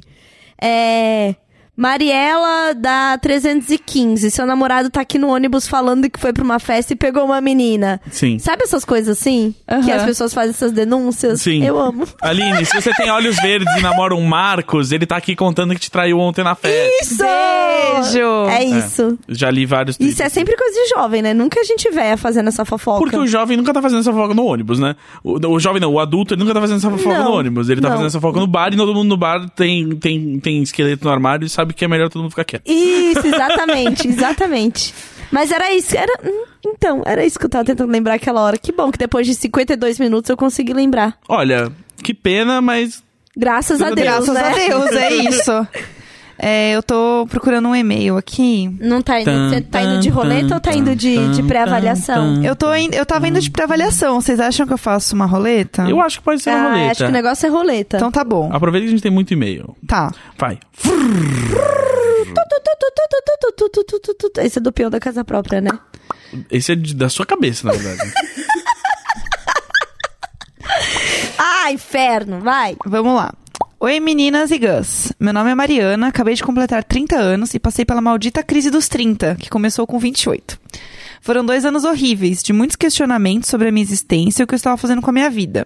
Speaker 1: É... Mariela da 315, seu namorado tá aqui no ônibus falando que foi pra uma festa e pegou uma menina.
Speaker 2: Sim.
Speaker 1: Sabe essas coisas assim?
Speaker 3: Aham.
Speaker 1: Que as pessoas fazem essas denúncias?
Speaker 2: Sim.
Speaker 1: Eu amo.
Speaker 2: Aline, se você tem olhos verdes e namora um Marcos, ele tá aqui contando que te traiu ontem na festa.
Speaker 1: Isso!
Speaker 3: Beijo!
Speaker 1: É isso.
Speaker 2: Já li vários
Speaker 1: Isso é sempre coisa de jovem, né? Nunca a gente véia fazendo essa fofoca.
Speaker 2: Porque o jovem nunca tá fazendo essa fofoca no ônibus, né? O, o jovem não, o adulto, ele nunca tá fazendo essa fofoca
Speaker 1: Não,
Speaker 2: no ônibus. Ele tá
Speaker 1: não.
Speaker 2: fazendo essa fofoca no bar e todo mundo no bar tem, tem, tem esqueleto no armário e sabe que é melhor todo mundo ficar quieto.
Speaker 1: Isso, exatamente, exatamente. Mas era isso, era... hum, Então, era isso que eu tava tentando lembrar aquela hora. Que bom que depois de 52 minutos eu consegui lembrar.
Speaker 2: Olha, que pena, mas
Speaker 1: Graças a Deus,
Speaker 3: Graças
Speaker 1: né?
Speaker 3: a Deus, é isso. É, eu tô procurando um e-mail aqui.
Speaker 1: Não tá indo,
Speaker 2: Tan,
Speaker 1: você tá indo de
Speaker 2: tan,
Speaker 1: roleta ou tá
Speaker 2: tan,
Speaker 1: indo de, de
Speaker 2: tan,
Speaker 1: pré-avaliação?
Speaker 2: tan,
Speaker 3: Eu, tô in- eu tava indo de avaliação. Vocês acham que eu faço uma roleta?
Speaker 2: eu acho que pode ser uma
Speaker 1: Ah,
Speaker 2: roleta.
Speaker 1: acho que o negócio é roleta.
Speaker 3: Então tá bom.
Speaker 2: Aproveita que a gente tem muito e-mail.
Speaker 3: Tá.
Speaker 2: Vai.
Speaker 1: Então, Tu, tu, tu, tu, tu, tu, tu, tu, tu, tu, tu. Esse é do peão da casa própria, né?
Speaker 2: Esse é de- da sua cabeça, na verdade.
Speaker 1: Ah, inferno, vai.
Speaker 3: Vamos lá. Oi, meninas e gãs. Meu nome é Mariana, acabei de completar 30 anos e passei pela maldita crise dos 30, que começou com 28. Foram dois anos horríveis, de muitos questionamentos sobre a minha existência e o que eu estava fazendo com a minha vida.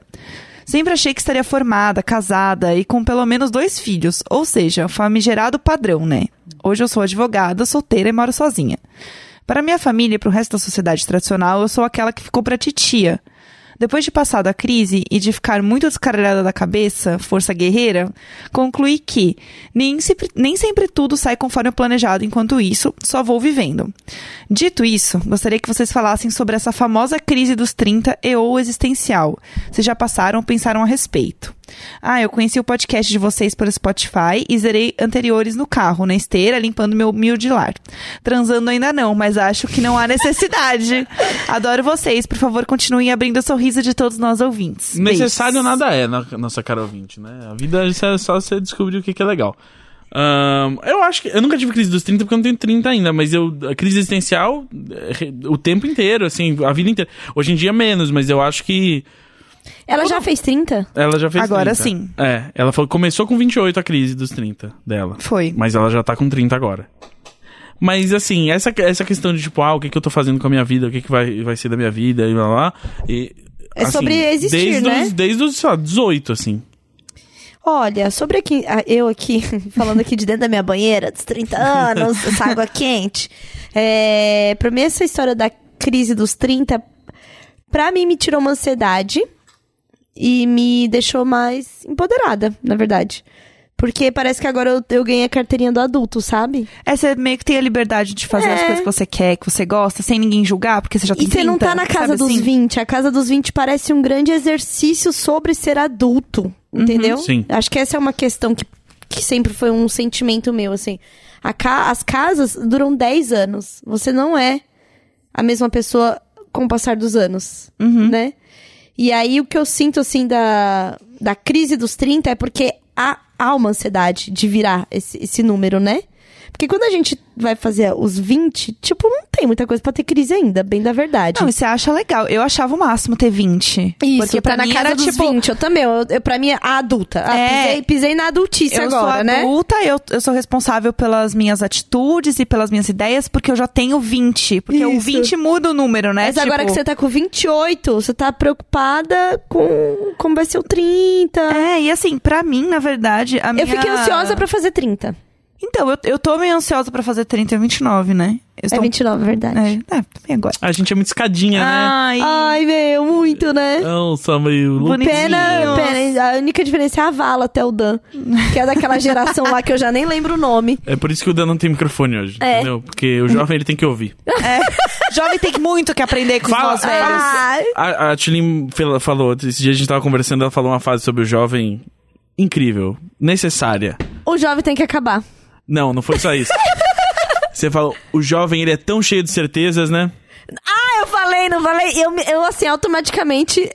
Speaker 3: Sempre achei que estaria formada, casada e com pelo menos dois filhos, ou seja, um famigerado padrão, né? Hoje eu sou advogada, solteira e moro sozinha. Para minha família e para o resto da sociedade tradicional, eu sou aquela que ficou para titia. Depois de passar da crise e de ficar muito descaralhada da cabeça, força guerreira, concluí que nem sempre, nem sempre tudo sai conforme o planejado, enquanto isso, só vou vivendo. Dito isso, gostaria que vocês falassem sobre essa famosa crise dos 30 e ou existencial. Vocês já passaram ou pensaram a respeito? Ah, eu conheci o podcast de vocês pelo Spotify e zerei anteriores no carro, na esteira, limpando meu humilde lar. Transando ainda não, mas acho que não há necessidade. Adoro vocês, por favor, continuem abrindo o sorriso de todos nós ouvintes. Beijos.
Speaker 2: Necessário nada é, na nossa cara ouvinte, né? A vida isso é só você descobrir o que, que é legal. Ahn, eu acho que. Eu nunca tive crise dos 30 porque eu não tenho 30 ainda, mas eu. A crise existencial é, re- o tempo inteiro, assim, a vida inteira. Hoje em dia menos, mas eu acho que
Speaker 1: Ela já fez 30?
Speaker 2: ela já fez 30.
Speaker 3: Agora sim.
Speaker 2: É, ela falou, começou com 28 a crise dos 30 dela.
Speaker 3: Foi.
Speaker 2: Mas ela já tá com 30 agora. Mas assim, essa, essa questão de tipo, ah, o que, que eu tô fazendo com a minha vida, o que, que vai, vai ser da minha vida e blá blá. blá, E, assim,
Speaker 1: É sobre existir,
Speaker 2: desde
Speaker 1: né?
Speaker 2: Os, desde os, sei lá, 18, assim.
Speaker 1: Olha, sobre aqui, a- eu aqui, falando aqui de dentro da minha banheira, dos 30 anos, essa água quente. É, pra mim, essa história da crise dos 30, pra mim, me tirou uma ansiedade e me deixou mais empoderada, na verdade. Porque parece que agora eu, eu ganhei a carteirinha do adulto, sabe?
Speaker 3: É, você meio que tem a liberdade de fazer as
Speaker 1: É.
Speaker 3: coisas que você quer, que você gosta, sem ninguém julgar, porque você já tem
Speaker 1: E você não
Speaker 3: 30,
Speaker 1: tá na casa
Speaker 3: sabe
Speaker 1: dos
Speaker 3: assim?
Speaker 1: 20. A casa dos 20 parece um grande exercício sobre ser adulto.
Speaker 3: Uhum,
Speaker 1: Entendeu?
Speaker 2: Sim.
Speaker 1: Acho que essa é uma questão que, que sempre foi um sentimento meu, assim. A ca- as casas duram 10 anos. Você não é a mesma pessoa com o passar dos anos,
Speaker 3: Uhum.
Speaker 1: né? E aí o que eu sinto, assim, da, da crise dos 30 é porque há, há uma ansiedade de virar esse, esse número, né? Porque quando a gente vai fazer os 20, tipo, não tem muita coisa pra ter crise ainda, bem da verdade.
Speaker 3: Não, e você acha legal. Eu achava o máximo ter 20. porque pra
Speaker 1: tá
Speaker 3: mim
Speaker 1: na casa
Speaker 3: era,
Speaker 1: dos
Speaker 3: tipo,
Speaker 1: 20, eu também, eu, eu, pra mim, a adulta. Ah,
Speaker 3: É.
Speaker 1: pisei, pisei na adultice
Speaker 3: eu
Speaker 1: agora,
Speaker 3: sou
Speaker 1: né?
Speaker 3: adulta, eu, eu sou responsável pelas minhas atitudes e pelas minhas ideias, porque eu já tenho 20. Porque o
Speaker 1: Isso.
Speaker 3: 20 muda o número, né?
Speaker 1: Mas agora
Speaker 3: Tipo,
Speaker 1: que você tá com 28, você tá preocupada com como vai ser o 30.
Speaker 3: É, e assim, pra mim, na verdade, a É, minha...
Speaker 1: tá- Eu fiquei ansiosa pra fazer 30.
Speaker 3: Então, eu, eu tô meio ansiosa pra fazer 30 e 29, né? Eu
Speaker 1: É
Speaker 3: estou...
Speaker 1: 29, é verdade.
Speaker 3: É, é, também agora.
Speaker 2: A gente é muito escadinha,
Speaker 1: Ah,
Speaker 3: Ai,
Speaker 1: Ai, meu, muito, né?
Speaker 2: né? Não, somos loucos.
Speaker 3: Bonitinho.
Speaker 2: Ah.
Speaker 1: Pena, pena, a única diferença é a vala até o Dan, que é daquela geração lá que eu já nem lembro o nome.
Speaker 2: É por isso que o Dan não tem microfone hoje,
Speaker 1: É.
Speaker 2: entendeu? Porque o jovem, ele tem que ouvir.
Speaker 3: é. jovem tem muito que aprender com
Speaker 2: Fala-
Speaker 3: os nós velhos.
Speaker 1: Ah,
Speaker 2: A, a Tilin fel- falou, esse dia a gente tava conversando, ela falou uma frase sobre o jovem incrível, necessária.
Speaker 1: o jovem tem que acabar.
Speaker 2: Não, não foi só isso. Você falou, o jovem, ele é tão cheio de certezas, né?
Speaker 1: Ah, eu falei, não falei. Eu, me- eu assim, automaticamente.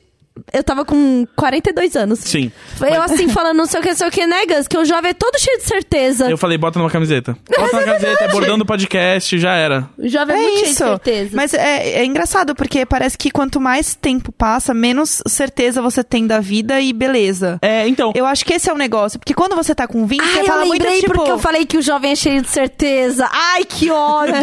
Speaker 1: Eu tava com 42 anos.
Speaker 2: Sim.
Speaker 1: Eu assim, falando não sei o que, não sei o que, né, Gus? Que o jovem é todo cheio de certeza.
Speaker 2: Eu falei, bota numa camiseta. Bota numa camiseta, é bordão do podcast, já era.
Speaker 1: O jovem é, muito cheio de certeza.
Speaker 3: Mas é, é engraçado, porque parece que quanto mais tempo passa, menos certeza você tem da vida e beleza.
Speaker 2: É, então,
Speaker 3: Eu acho que esse é o negócio. Porque quando você tá com 20,
Speaker 1: Ai,
Speaker 3: você
Speaker 1: eu
Speaker 3: fala muito
Speaker 1: lembrei
Speaker 3: tipo.
Speaker 1: porque eu falei que o jovem é cheio de certeza. Ai, que ódio.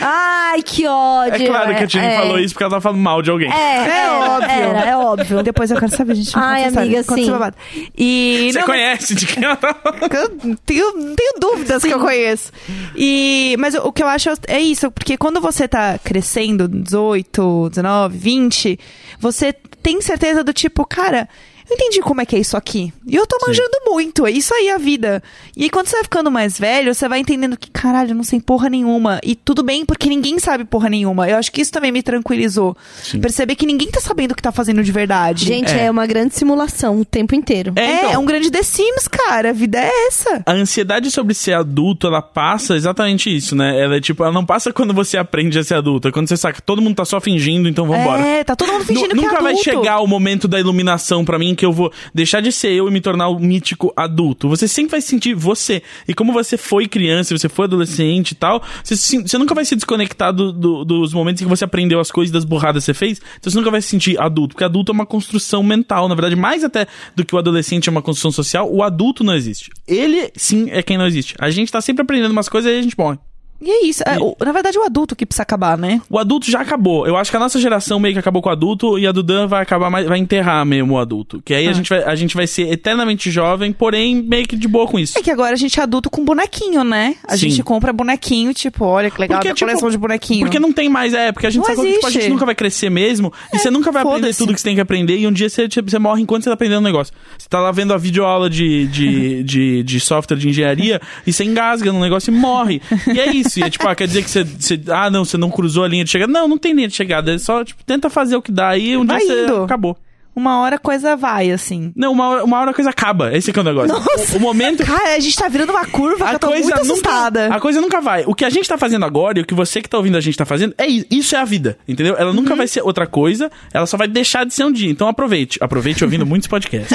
Speaker 1: Ai, que ódio.
Speaker 2: é claro que a Tilin
Speaker 1: é.
Speaker 2: falou isso porque ela tava falando mal de alguém.
Speaker 1: É, é,
Speaker 3: É
Speaker 1: óbvio.
Speaker 3: óbvio.
Speaker 1: Era, é óbvio.
Speaker 3: Depois eu quero saber, gente. me
Speaker 1: Ai,
Speaker 3: conta essa
Speaker 1: amiga,
Speaker 3: história, conta
Speaker 1: sim.
Speaker 3: esse babado. E.
Speaker 2: Você
Speaker 3: não, mas-
Speaker 2: conhece de quem ela tá falando?
Speaker 3: que eu tenho, não tenho dúvidas que eu conheço. E, mas o, o que eu acho é isso, porque quando você tá crescendo, 18, 19, 20, você tem certeza do tipo, cara. Eu entendi como é que é isso aqui. E eu tô manjando muito. É isso aí a vida. E aí, quando você vai ficando mais velho, você vai entendendo que, caralho, eu não sei porra nenhuma. E tudo bem, porque ninguém sabe porra nenhuma. Eu acho que isso também me tranquilizou. Perceber que ninguém tá sabendo o que tá fazendo de verdade.
Speaker 1: Gente, é. uma grande simulação o tempo inteiro.
Speaker 2: É, então.
Speaker 3: é um grande The Sims, cara. A vida é essa.
Speaker 2: A ansiedade sobre ser adulto, ela passa exatamente isso, né? Ela é tipo, ela não passa quando você aprende a ser adulto. É quando você saca, todo mundo tá só fingindo, então vambora.
Speaker 3: É, tá todo mundo fingindo
Speaker 2: Nu-
Speaker 3: que é
Speaker 2: Nunca vai
Speaker 3: adulto.
Speaker 2: chegar o momento da iluminação pra mim que eu vou deixar de ser eu e me tornar o mítico adulto. Você sempre vai sentir você. E como você foi criança, você foi adolescente e tal, você, se- você nunca vai se desconectar do- do- dos momentos em que você aprendeu as coisas, das burradas que você fez. Então você nunca vai se sentir adulto, porque adulto é uma construção mental. Na verdade, mais até do que o adolescente é uma construção social, o adulto não existe. Ele, sim, é quem não existe. A gente tá sempre aprendendo umas coisas e a gente morre.
Speaker 3: E é isso. É, o- na verdade, o adulto que precisa acabar, né?
Speaker 2: O adulto já acabou. Eu acho que a nossa geração meio que acabou com o adulto e a do Dan vai acabar mais, vai enterrar mesmo o adulto. Que aí a, gente vai, a gente vai ser eternamente jovem, porém meio que de boa com isso.
Speaker 3: É que agora a gente é adulto com bonequinho, né? A
Speaker 2: Sim.
Speaker 3: gente compra bonequinho, tipo, olha que legal,
Speaker 2: Porque,
Speaker 3: minha
Speaker 2: tipo,
Speaker 3: coleção de bonequinho.
Speaker 2: Porque não tem mais, é, porque a gente
Speaker 3: Não
Speaker 2: sabe que tipo, a
Speaker 3: existe. É,
Speaker 2: gente nunca vai crescer mesmo, e você nunca vai aprender
Speaker 3: foda-se.
Speaker 2: tudo que você tem que aprender, e um dia você, tipo, você morre enquanto você tá aprendendo um negócio. Você tá lá vendo a videoaula de, de, de, de software de engenharia, e você engasga no negócio e morre. E é isso, e é, tipo, ah, quer dizer que você, você- ah, não, você não cruzou a linha de chegada. Não, não tem linha de chegada, é só, tipo, tenta fazer o que dá, e um
Speaker 3: Vai
Speaker 2: dia você
Speaker 3: indo.
Speaker 2: acabou.
Speaker 3: Uma hora a coisa vai, assim.
Speaker 2: Não, uma hora, uma hora a coisa acaba. Esse que é o negócio. O, o momento.
Speaker 3: Cara, a gente tá virando uma curva que
Speaker 2: A
Speaker 3: eu tô
Speaker 2: coisa,
Speaker 3: muito assustada.
Speaker 2: nunca, a coisa nunca vai. O que a gente tá fazendo agora e o que você que tá ouvindo a gente tá fazendo, é i- isso é a vida, entendeu? Ela nunca vai ser outra coisa, ela só vai deixar de ser um dia. Então aproveite. Aproveite ouvindo muitos podcasts.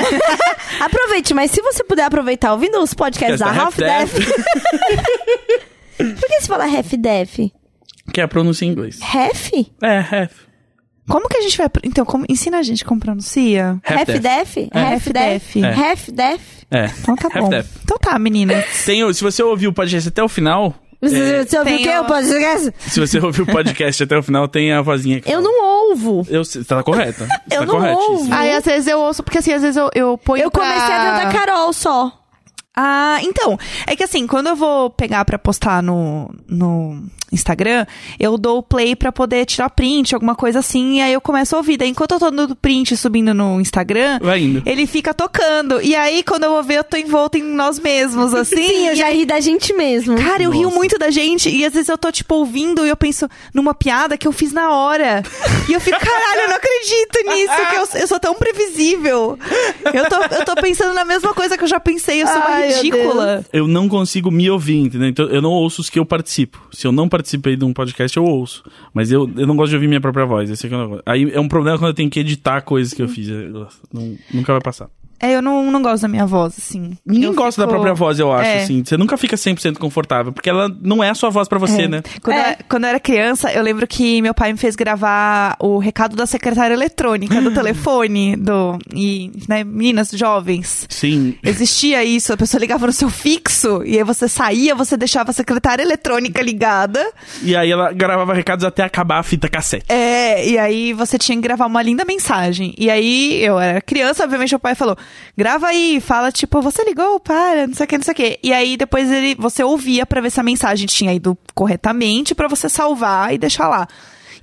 Speaker 1: Aproveite, mas se você puder aproveitar ouvindo os podcasts
Speaker 2: tá
Speaker 1: da Half Def, por que se fala Half Def?
Speaker 2: que é a pronúncia em inglês.
Speaker 1: Half?
Speaker 2: É, half.
Speaker 3: Como que a gente vai. pro- Então, como- ensina a gente como pronuncia.
Speaker 1: Half Def? Half Def?
Speaker 3: É.
Speaker 1: Half Def?
Speaker 2: É.
Speaker 3: Então tá
Speaker 2: Half
Speaker 3: bom.
Speaker 2: death.
Speaker 3: Então tá, meninas.
Speaker 2: Tem, o- se você ouvir o podcast até o final,
Speaker 1: Você, você ouviu o
Speaker 3: Tem
Speaker 1: quê?
Speaker 3: o-
Speaker 1: O podcast?
Speaker 2: Se você ouvir o podcast até o final, tem a vozinha aqui.
Speaker 1: Eu não ouvo.
Speaker 2: Eu, você tá correta. Você
Speaker 1: Eu
Speaker 2: tá
Speaker 1: não
Speaker 2: corretíssima.
Speaker 1: ouvo.
Speaker 5: Aí às vezes eu ouço, porque assim, às vezes eu, eu ponho
Speaker 1: Eu comecei a ver
Speaker 5: pra...
Speaker 1: da Carol só.
Speaker 3: Ah, então. É que assim, quando eu vou pegar pra postar no, no Instagram, eu dou o play pra poder tirar print, alguma coisa assim, e aí eu começo a ouvir. Daí enquanto eu tô no print e subindo no Instagram,
Speaker 2: Vai indo.
Speaker 3: ele fica tocando. E aí, quando eu vou ver, eu tô envolta em nós mesmos, assim.
Speaker 1: Sim, eu
Speaker 3: e
Speaker 1: já ri da gente mesmo.
Speaker 3: Cara, eu rio
Speaker 2: Nossa.
Speaker 3: muito da gente e às vezes eu tô, tipo, ouvindo e eu penso numa piada que eu fiz na hora. E eu fico, caralho, eu não acredito nisso, que eu, eu sou tão previsível. Eu tô, eu tô pensando na mesma coisa que eu já pensei, eu sou uma
Speaker 1: Ai, meu
Speaker 3: ridícula.
Speaker 2: Eu não consigo me ouvir, entendeu? Então eu não ouço os que eu participo. Se eu não participei de um podcast, eu ouço. Mas eu, eu não gosto de ouvir minha própria voz. Esse aqui é um negócio. Aí é um problema quando eu tenho que editar coisas que eu fiz. Eu- não- nunca vai passar.
Speaker 3: É, eu não, não gosto da minha voz, assim.
Speaker 2: Ninguém
Speaker 3: Eu
Speaker 2: gosta da
Speaker 3: fico-
Speaker 2: própria voz, eu acho,
Speaker 3: É.
Speaker 2: assim. Você nunca fica 100% confortável, porque ela não é a sua voz pra você, né?
Speaker 3: Quando,
Speaker 1: É.
Speaker 3: eu, quando eu era criança, eu lembro que meu pai me fez gravar o recado da secretária eletrônica do telefone, do. E, né, meninas jovens.
Speaker 2: Sim.
Speaker 3: Existia isso, a pessoa ligava no seu fixo e aí você saía, você deixava a secretária eletrônica ligada.
Speaker 2: E aí ela gravava recados até acabar a fita cassete.
Speaker 3: É, e aí você tinha que gravar uma linda mensagem. E aí eu era criança, obviamente meu pai falou: grava aí, fala tipo, você ligou, para, não sei o que, não sei o que. E aí depois ele, você ouvia pra ver se a mensagem tinha ido corretamente pra você salvar e deixar lá.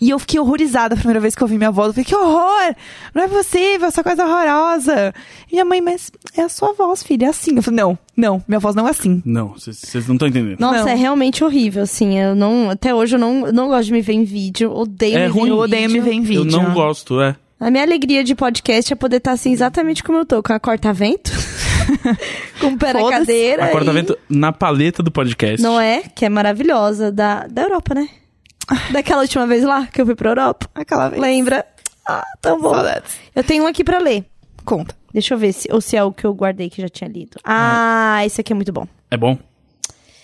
Speaker 3: E eu fiquei horrorizada a primeira vez que eu ouvi minha voz. Eu falei, que horror! Não é possível, essa coisa horrorosa. E minha mãe, mas é a sua voz, filha, é assim. Eu falei, não, não, minha voz não é assim.
Speaker 2: Não, vocês vocês não estão entendendo.
Speaker 1: Nossa,
Speaker 3: Não.
Speaker 1: é realmente horrível, assim. Eu não, até hoje eu não, eu não gosto de me ver em vídeo. Odeio
Speaker 2: É
Speaker 1: me ver
Speaker 2: ruim.
Speaker 1: em
Speaker 3: Eu odeio me
Speaker 1: vídeo.
Speaker 3: ver em vídeo.
Speaker 2: Eu não gosto, é.
Speaker 1: A minha alegria de podcast é poder estar assim exatamente como eu tô, com a corta-vento, com o pé na
Speaker 3: Foda-se.
Speaker 1: cadeira.
Speaker 2: A
Speaker 1: e-
Speaker 2: Corta Vento na paleta do podcast.
Speaker 1: Não é? Que é maravilhosa, da, da Europa, né? Daquela última vez lá que eu fui pra Europa.
Speaker 3: Aquela vez.
Speaker 1: Lembra? Ah, tão bom.
Speaker 3: Saudades.
Speaker 1: Eu tenho um aqui pra ler.
Speaker 3: Conta.
Speaker 1: Deixa eu ver se, ou se é o que eu guardei que já tinha lido. Ah, esse aqui é muito bom.
Speaker 2: É bom?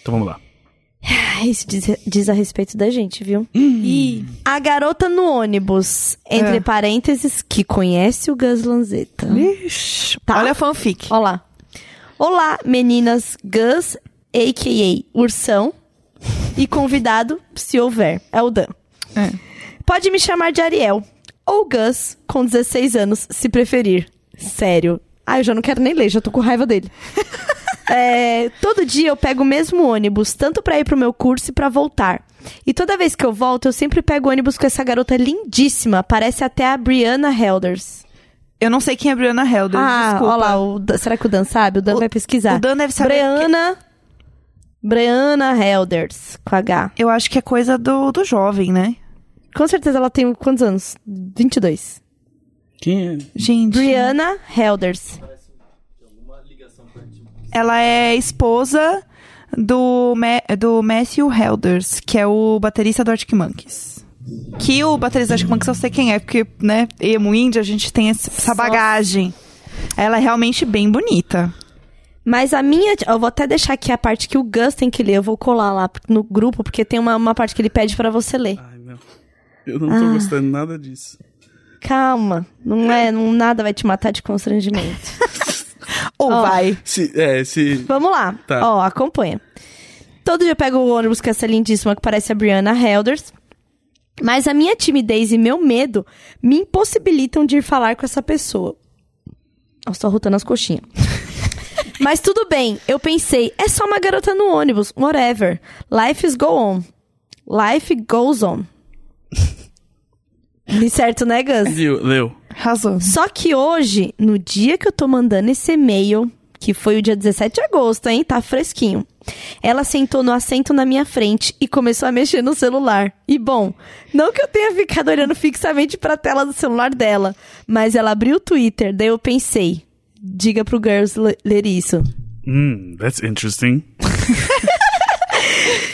Speaker 2: Então vamos lá.
Speaker 1: Ah, isso diz, diz a respeito da gente, viu?
Speaker 2: Hum.
Speaker 1: A garota no ônibus, entre
Speaker 3: É.
Speaker 1: parênteses, que conhece o Gus Lanzetta.
Speaker 3: Ixi,
Speaker 1: Tá.
Speaker 3: Olha a fanfic.
Speaker 1: Olha lá. Olá, meninas Gus, a.k.a. Ursão, e convidado, se houver, é o Dan.
Speaker 3: É.
Speaker 1: Pode me chamar de Ariel, ou Gus, com 16 anos, se preferir. Sério. Ah, eu já não quero nem ler, já tô com raiva dele. É, todo dia eu pego o mesmo ônibus, tanto pra ir pro meu curso e pra voltar. E toda vez que eu volto, eu sempre pego ônibus com essa garota lindíssima, parece até a Brianna Helders.
Speaker 3: Eu não sei quem é Brianna Helder,
Speaker 1: Ah,
Speaker 3: desculpa.
Speaker 1: olha lá, o Dan- será que o Dan sabe? O Dan
Speaker 3: O-
Speaker 1: vai pesquisar.
Speaker 3: o Dan deve saber
Speaker 1: Breana. Breana Helders, com H.
Speaker 3: Eu acho que é coisa do, do jovem, né?
Speaker 1: Com certeza ela tem quantos anos? 22.
Speaker 2: Quem é?
Speaker 3: Gente,
Speaker 1: Brianna Helders.
Speaker 3: ela é esposa do, Ma- do Matthew Helders, que é o baterista do Arctic Monkeys. Que o baterista do Arctic Monkeys eu sei quem é, porque, né, emo índia, a gente tem esse- essa bagagem. Ela é realmente bem bonita.
Speaker 1: Mas a minha. Eu vou até deixar aqui a parte que o Gus tem que ler. Eu vou colar lá no grupo, porque tem uma, uma parte que ele pede pra você ler.
Speaker 2: Ai, não. Eu não
Speaker 1: Ah.
Speaker 2: tô gostando nada disso.
Speaker 1: Calma. Não é. Não, nada vai te matar de constrangimento.
Speaker 3: Ou
Speaker 1: Ó.
Speaker 3: vai.
Speaker 2: Se, é, se.
Speaker 1: Vamos lá.
Speaker 2: Tá.
Speaker 1: Ó, acompanha. Todo dia eu pego o ônibus com essa lindíssima que parece a Brianna Helders. Mas a minha timidez e meu medo me impossibilitam de ir falar com essa pessoa. Nossa, tô arrotando as coxinhas. Mas tudo bem, eu pensei, é só uma garota no ônibus, whatever. Life is go on. Life goes on. Li certo, né, Gus?
Speaker 2: Viu, leu.
Speaker 3: Razão.
Speaker 1: Só que hoje, no dia que eu tô mandando esse e-mail, que foi o dia 17 de agosto, hein? Tá fresquinho. Ela sentou no assento na minha frente e começou a mexer no celular. E bom, não que eu tenha ficado olhando fixamente pra tela do celular dela, mas ela abriu o Twitter, daí eu pensei, diga pro Girls le- ler isso.
Speaker 2: Hum, that's interesting.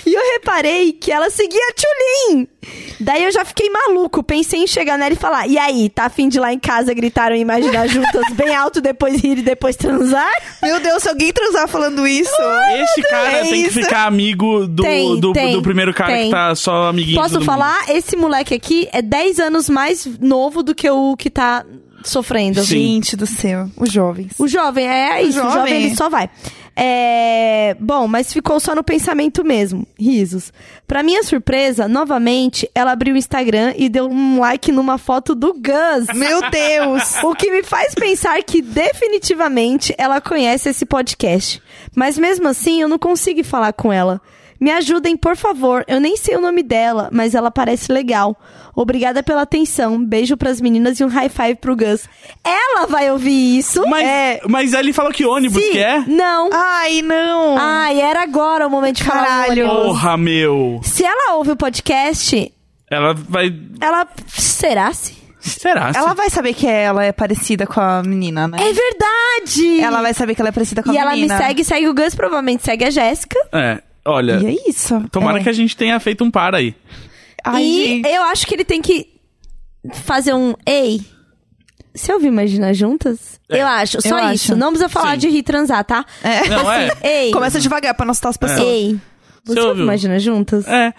Speaker 1: E eu reparei que ela seguia a Tchulin. Daí eu já fiquei maluco. Pensei em chegar nela e falar: E aí, tá afim de ir lá em casa gritaram e imaginar juntas bem alto, depois rir e depois transar?
Speaker 3: Meu Deus, se alguém transar falando isso...
Speaker 2: Esse cara
Speaker 3: é
Speaker 2: tem que
Speaker 3: isso.
Speaker 2: ficar amigo do,
Speaker 1: Tem,
Speaker 2: do,
Speaker 1: tem,
Speaker 2: do primeiro cara
Speaker 1: tem.
Speaker 2: que tá só amiguinho. de
Speaker 1: Posso
Speaker 2: todo
Speaker 1: falar? Esse moleque aqui é 10 anos mais novo do que o que tá sofrendo.
Speaker 2: Sim.
Speaker 3: Gente do céu, os jovens.
Speaker 1: O jovem, é isso. O jovem,
Speaker 3: jovem.
Speaker 1: ele só vai. É, Bom, mas ficou só no pensamento mesmo. Risos. Pra minha surpresa, novamente, ela abriu o Instagram e deu um like numa foto do Gus.
Speaker 3: Meu Deus!
Speaker 1: O que me faz pensar que definitivamente ela conhece esse podcast. Mas mesmo assim, eu não consigo falar com ela. Me ajudem, por favor. Eu nem sei o nome dela, mas ela parece legal. Obrigada pela atenção. Beijo pras meninas e um high five pro Gus. Ela vai ouvir isso?
Speaker 2: Mas,
Speaker 1: É.
Speaker 2: mas aí ele falou que ônibus
Speaker 1: Sim.
Speaker 2: que é?
Speaker 3: Ah.
Speaker 1: Não.
Speaker 3: Ai, não!
Speaker 1: Ai, era agora o momento de falar.
Speaker 3: Caralho.
Speaker 1: Mônica.
Speaker 2: Porra, meu.
Speaker 1: Se ela ouve o podcast,
Speaker 2: Ela vai.
Speaker 1: ela. Será se?
Speaker 2: Será?
Speaker 1: Assim.
Speaker 3: Ela vai saber que ela é parecida com a menina, né?
Speaker 1: É verdade!
Speaker 3: Ela vai saber que ela é parecida com
Speaker 1: E
Speaker 3: a
Speaker 1: ela me
Speaker 3: menina.
Speaker 1: segue, segue o Gus, provavelmente segue a Jéssica.
Speaker 2: É, olha.
Speaker 3: E é isso.
Speaker 2: Tomara
Speaker 3: É.
Speaker 2: que a gente tenha feito um par aí.
Speaker 3: Ai,
Speaker 1: e
Speaker 3: gente.
Speaker 1: eu acho que ele tem que fazer um ei. Você ouviu Imaginar Juntas? Eu acho, só
Speaker 3: eu
Speaker 1: isso.
Speaker 3: acho.
Speaker 1: Não precisa falar
Speaker 2: Sim.
Speaker 1: de rir e transar, tá?
Speaker 3: É.
Speaker 2: Não é?
Speaker 1: Ei.
Speaker 3: Começa assim. devagar pra não assustar as pessoas.
Speaker 1: É. Ei. Você
Speaker 2: Você
Speaker 1: ouviu
Speaker 2: ouviu?
Speaker 1: Imagina Juntas?
Speaker 2: É.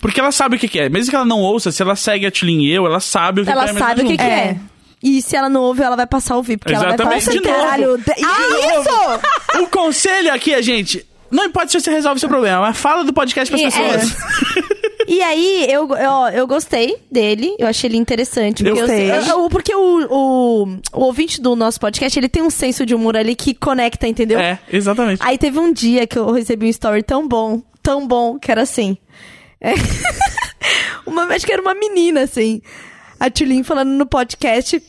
Speaker 2: Porque ela sabe o que, que é. Mesmo que ela não ouça, se ela segue a Tilin e eu, ela sabe o que,
Speaker 1: Ela
Speaker 2: que é.
Speaker 1: sabe o que, que
Speaker 2: é.
Speaker 1: é. E se ela não ouve, ela vai passar a ouvir. Porque ela vai
Speaker 2: Exatamente.
Speaker 1: falar, assim,
Speaker 2: De novo.
Speaker 1: caralho. de- Ah, isso!
Speaker 2: O conselho aqui é, gente, não importa se você resolve seu problema, mas fala do podcast pras
Speaker 1: É.
Speaker 2: pessoas.
Speaker 1: E aí, eu, eu, eu gostei dele, eu achei ele interessante. Porque,
Speaker 2: Eu
Speaker 1: eu-
Speaker 3: sei.
Speaker 1: eu- porque o, o, o ouvinte do nosso podcast, ele tem um senso de humor ali que conecta, entendeu?
Speaker 2: É, exatamente.
Speaker 1: Aí teve um dia que eu recebi um story tão bom, tão bom, que era assim. É. uma, acho que era uma menina, assim. A Tulin falando no podcast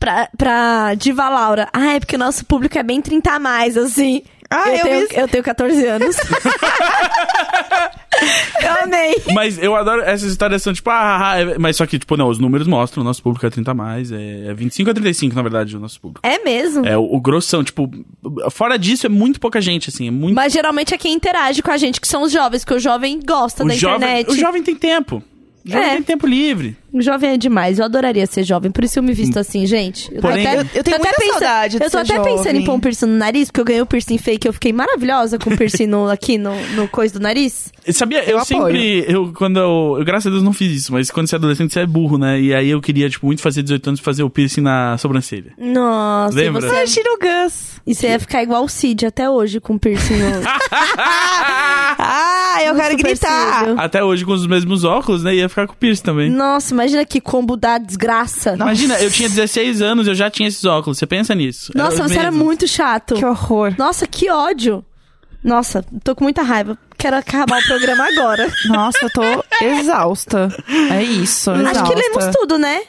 Speaker 1: pra, pra Diva Laura. Ah, é porque o nosso público é bem 30 a mais, assim.
Speaker 3: Ah, eu
Speaker 1: tenho,
Speaker 3: vi isso.
Speaker 1: eu tenho 14 anos. eu amei.
Speaker 2: Mas eu adoro essas histórias são tipo, ah, ah, ah, é- mas só que, tipo, não, os números mostram, o nosso público é 30 a mais, é é 25 a 35, na verdade, o nosso público.
Speaker 1: É mesmo.
Speaker 2: É, o, o grossão, tipo, fora disso é muito pouca gente, assim, é muito...
Speaker 1: Mas geralmente é quem interage com a gente, que são os jovens, porque o jovem gosta
Speaker 2: o,
Speaker 1: da
Speaker 2: jovem,
Speaker 1: internet.
Speaker 2: o jovem tem tempo. O jovem
Speaker 1: É.
Speaker 2: tem tempo livre.
Speaker 1: O Jovem é demais, eu adoraria ser jovem, por isso eu me visto assim, gente. Eu tô
Speaker 2: Porém-
Speaker 1: até,
Speaker 2: Eu-
Speaker 3: Hum. eu tenho
Speaker 1: tô até
Speaker 3: muita
Speaker 1: pensando-
Speaker 3: saudade de
Speaker 1: Eu tô
Speaker 3: ser
Speaker 1: até
Speaker 3: jovem.
Speaker 1: pensando em pôr um piercing no nariz, porque eu ganhei o piercing fake, eu fiquei maravilhosa com o piercing no- aqui no, no coisa do nariz.
Speaker 2: Eu Sabia, eu,
Speaker 3: apoio.
Speaker 2: sempre, eu quando eu, eu, graças a Deus não fiz isso, mas quando você é adolescente você é burro, né? E aí eu queria, tipo, muito fazer 18 anos e fazer o piercing na sobrancelha.
Speaker 1: Nossa, e
Speaker 2: Lembra?
Speaker 1: você,
Speaker 3: Imagina o Gus.
Speaker 1: e você ia ficar igual o Cid até hoje com o piercing no,
Speaker 3: Ah, eu
Speaker 1: no
Speaker 3: quero
Speaker 1: super
Speaker 3: gritar.
Speaker 1: cílio.
Speaker 2: Até hoje com os mesmos óculos, né? Ia ficar com o piercing também.
Speaker 1: Nossa, imagina que combo da desgraça.
Speaker 2: Imagina, eu tinha 16 anos, eu já tinha esses óculos. Você pensa nisso? É
Speaker 1: Nossa,
Speaker 2: os
Speaker 1: você era
Speaker 2: mesmos.
Speaker 1: muito chato.
Speaker 3: Que horror.
Speaker 1: Nossa, que ódio. Nossa, tô com muita raiva. Quero acabar o programa agora.
Speaker 3: Nossa, eu tô exausta. É isso,
Speaker 1: Acho que lemos tudo, né?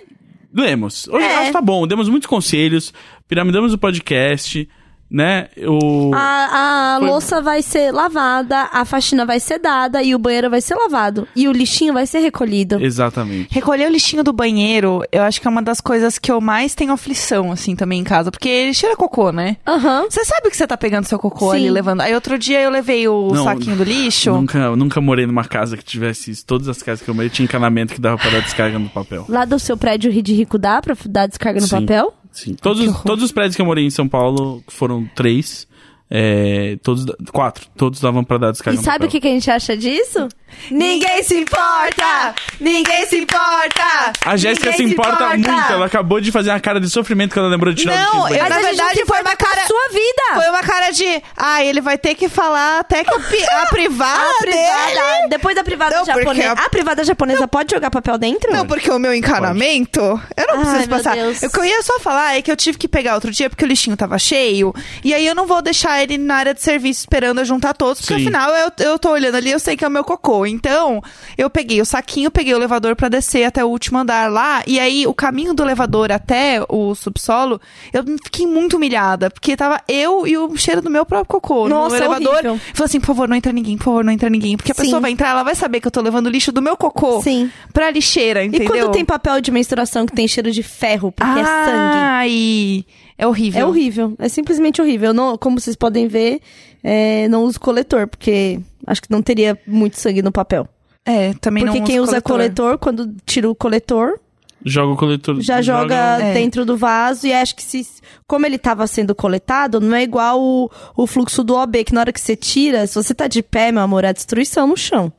Speaker 2: Lemos. Hoje
Speaker 1: É.
Speaker 2: é. tá bom, demos muitos conselhos, piramidamos o podcast, né? O...
Speaker 1: Ah. A, a
Speaker 2: Foi-
Speaker 1: louça vai ser lavada, a faxina vai ser dada e o banheiro vai ser lavado. E o lixinho vai ser recolhido.
Speaker 2: Exatamente.
Speaker 3: Recolher o lixinho do banheiro, eu acho que é uma das coisas que eu mais tenho aflição, assim, também em casa. Porque ele cheira cocô, né?
Speaker 1: Aham.
Speaker 3: Você sabe que você tá pegando seu cocô
Speaker 1: Sim.
Speaker 3: ali, levando. Aí outro dia eu levei o
Speaker 2: Não,
Speaker 3: saquinho do lixo.
Speaker 2: Nunca, nunca morei numa casa que tivesse isso. Todas as casas que eu morei tinha encanamento que dava pra dar descarga no papel.
Speaker 1: Lá do seu prédio Rio de Rico dá pra dar descarga no
Speaker 2: Sim.
Speaker 1: papel?
Speaker 2: Sim. Todos, os- todos os prédios que eu morei em São Paulo que foram três. é, todos da- quatro todos davam pra dar descarga
Speaker 1: e
Speaker 2: no
Speaker 1: sabe o
Speaker 2: papel.
Speaker 1: que, que a gente acha disso? Ninguém se importa! Ninguém se importa!
Speaker 2: a Jéssica se
Speaker 1: Ninguém
Speaker 2: importa, muito ela acabou de fazer uma cara de sofrimento quando ela lembrou de tirar o
Speaker 3: Não,
Speaker 2: lixo do
Speaker 3: eu-
Speaker 2: banheiro.
Speaker 1: Mas
Speaker 3: Na
Speaker 1: a gente
Speaker 3: verdade,
Speaker 1: se
Speaker 3: foi
Speaker 1: importa
Speaker 3: uma
Speaker 1: com a
Speaker 3: cara-
Speaker 1: sua vida!
Speaker 3: Foi uma cara de. Ah, ele vai ter que falar até que a, pi- a privada,
Speaker 1: A
Speaker 3: dele.
Speaker 1: privada, depois da privada
Speaker 3: Não, porque
Speaker 1: japonesa.
Speaker 3: a-
Speaker 1: A privada japonesa pode jogar papel dentro?
Speaker 3: Não, porque o meu encanamento, eu não
Speaker 1: Ai,
Speaker 3: preciso
Speaker 1: meu
Speaker 3: passar.
Speaker 1: Deus.
Speaker 3: O que eu ia só falar é que eu tive que pegar outro dia porque o lixinho tava cheio. E aí eu não vou deixar ele na área de serviço esperando eu juntar todos, porque
Speaker 2: Sim.
Speaker 3: afinal eu, eu tô olhando ali, eu sei que é o meu cocô. Então, eu peguei o saquinho, peguei o elevador pra descer até o último andar lá. E aí, o caminho do elevador até o subsolo, eu fiquei muito humilhada, porque tava eu e o cheiro do meu próprio cocô
Speaker 1: Nossa, é
Speaker 3: no elevador.
Speaker 1: horrível.
Speaker 3: Eu Falei assim, por favor, não entra ninguém, por favor, não entra ninguém. Porque a
Speaker 1: Sim.
Speaker 3: pessoa vai entrar, ela vai saber que eu tô levando lixo do meu cocô
Speaker 1: Sim.
Speaker 3: pra lixeira,
Speaker 1: E
Speaker 3: entendeu? Ah,
Speaker 1: quando tem papel de menstruação que tem cheiro de ferro, porque é sangue?
Speaker 3: Ai, é horrível.
Speaker 1: É horrível, é simplesmente horrível. Eu não, como vocês podem ver, é, não uso coletor, porque acho que não teria muito sangue no papel.
Speaker 3: É, também
Speaker 1: porque
Speaker 3: não
Speaker 1: quem
Speaker 3: uso
Speaker 1: usa coletor. quando tira o coletor,
Speaker 2: Joga o coletor.
Speaker 1: já joga
Speaker 3: É.
Speaker 1: dentro do vaso e acho que se. Como ele estava sendo coletado, não é igual o, o fluxo do OB, que na hora que você tira, se você tá de pé, meu amor, é a destruição no chão.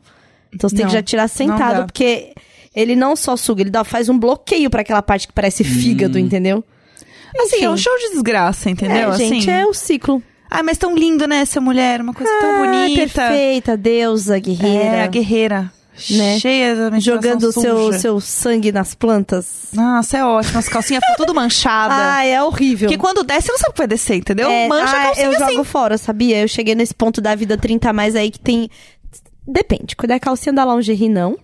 Speaker 1: Então você tem que
Speaker 3: Não,
Speaker 1: já tirar
Speaker 3: não dá.
Speaker 1: sentado, porque ele não só suga, ele dá, faz um bloqueio para aquela parte que parece fígado, entendeu?
Speaker 3: Assim, é um
Speaker 1: Enfim.
Speaker 3: show de desgraça, entendeu?
Speaker 1: É, gente,
Speaker 3: assim,
Speaker 1: é o ciclo.
Speaker 3: Ah, mas tão lindo, né, essa mulher? Uma coisa
Speaker 1: Tá
Speaker 3: tão bonita.
Speaker 1: Ah, perfeita, deusa, guerreira.
Speaker 3: É, a guerreira.
Speaker 1: Né?
Speaker 3: Cheia da menstruação
Speaker 1: Jogando o seu,
Speaker 3: suja.
Speaker 1: seu sangue nas plantas.
Speaker 3: Nossa, é ótimo. As calcinhas ficam tudo manchadas.
Speaker 1: Ah, é horrível.
Speaker 3: Porque quando desce, você não sabe o que vai descer, entendeu?
Speaker 1: É,
Speaker 3: Mancha a
Speaker 1: ah,
Speaker 3: calcinha
Speaker 1: Eu
Speaker 3: assim.
Speaker 1: jogo fora, sabia? Eu cheguei nesse ponto da vida 30 a mais aí que tem... Depende. Quando é a calcinha da lingerie, não.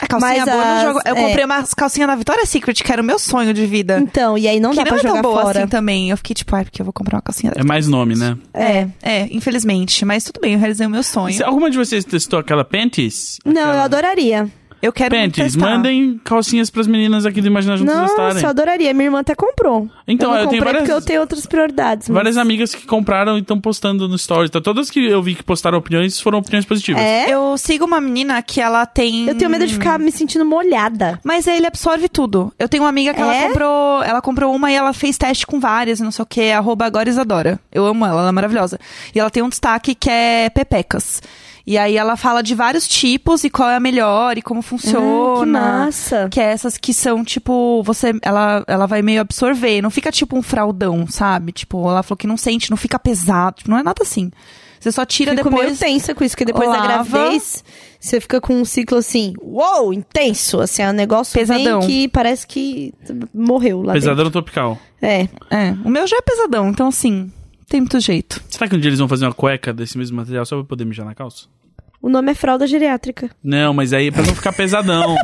Speaker 3: A calcinha
Speaker 1: Mas
Speaker 3: boa eu não
Speaker 1: as-
Speaker 3: jogo. Eu
Speaker 1: é.
Speaker 3: comprei umas calcinhas da Vitória Secret, que era o meu sonho de vida.
Speaker 1: Então, e aí não
Speaker 3: que
Speaker 1: dá
Speaker 3: não
Speaker 1: pra
Speaker 3: é tão
Speaker 1: jogar
Speaker 3: boa
Speaker 1: fora.
Speaker 3: assim também. Eu fiquei tipo, ai, porque eu vou comprar uma calcinha da
Speaker 2: É mais nome, né?
Speaker 1: É.
Speaker 3: É, infelizmente. Mas tudo bem, eu realizei o meu sonho.
Speaker 2: Se alguma de vocês testou aquela Panties?
Speaker 1: Não, eu
Speaker 2: Aquela-
Speaker 1: adoraria.
Speaker 3: Eu quero muito
Speaker 2: Panties,
Speaker 3: testar.
Speaker 2: mandem calcinhas pras meninas aqui do Imaginar Juntos
Speaker 1: Nossa,
Speaker 2: testarem.
Speaker 1: eu adoraria. Minha irmã até comprou.
Speaker 2: né? Então,
Speaker 1: eu, não
Speaker 2: eu tenho
Speaker 1: comprei
Speaker 2: várias-
Speaker 1: porque eu tenho outras prioridades. mas-
Speaker 2: Várias amigas que compraram e estão postando no stories. Tá? Todas que eu vi que postaram opiniões foram opiniões positivas.
Speaker 1: É?
Speaker 3: Eu sigo uma menina que ela tem...
Speaker 1: Eu tenho medo de ficar me sentindo molhada.
Speaker 3: Mas ele absorve tudo. Eu tenho uma amiga que ela
Speaker 1: É?
Speaker 3: comprou, ela comprou uma e ela fez teste com várias, e não sei o que, arroba agora Isadora. Eu amo ela, ela é maravilhosa. E ela tem um destaque que é pepecas. E aí ela fala de vários tipos e qual é a melhor e como funciona.
Speaker 1: Ah, que massa.
Speaker 3: Que é essas que são, tipo, você. Ela, ela vai meio absorver. Não fica tipo um fraldão, sabe? Tipo, ela falou que não sente, não fica pesado. Tipo, não é nada assim. Você só tira
Speaker 1: Fico meio
Speaker 3: depois.
Speaker 1: tensa com isso, porque depois da
Speaker 3: lava.
Speaker 1: gravidez, você fica com um ciclo assim, uou, intenso. Assim, é um negócio bem
Speaker 3: Pesadão.
Speaker 1: que parece que morreu lá dentro.
Speaker 2: Pesadelo tropical.
Speaker 1: É.
Speaker 3: É, o meu já é pesadão, então assim, tem muito jeito.
Speaker 2: Será que um dia eles vão fazer uma cueca desse mesmo material só pra poder mijar na calça?
Speaker 1: O nome é fralda geriátrica.
Speaker 2: Não, mas aí é pra não ficar pesadão.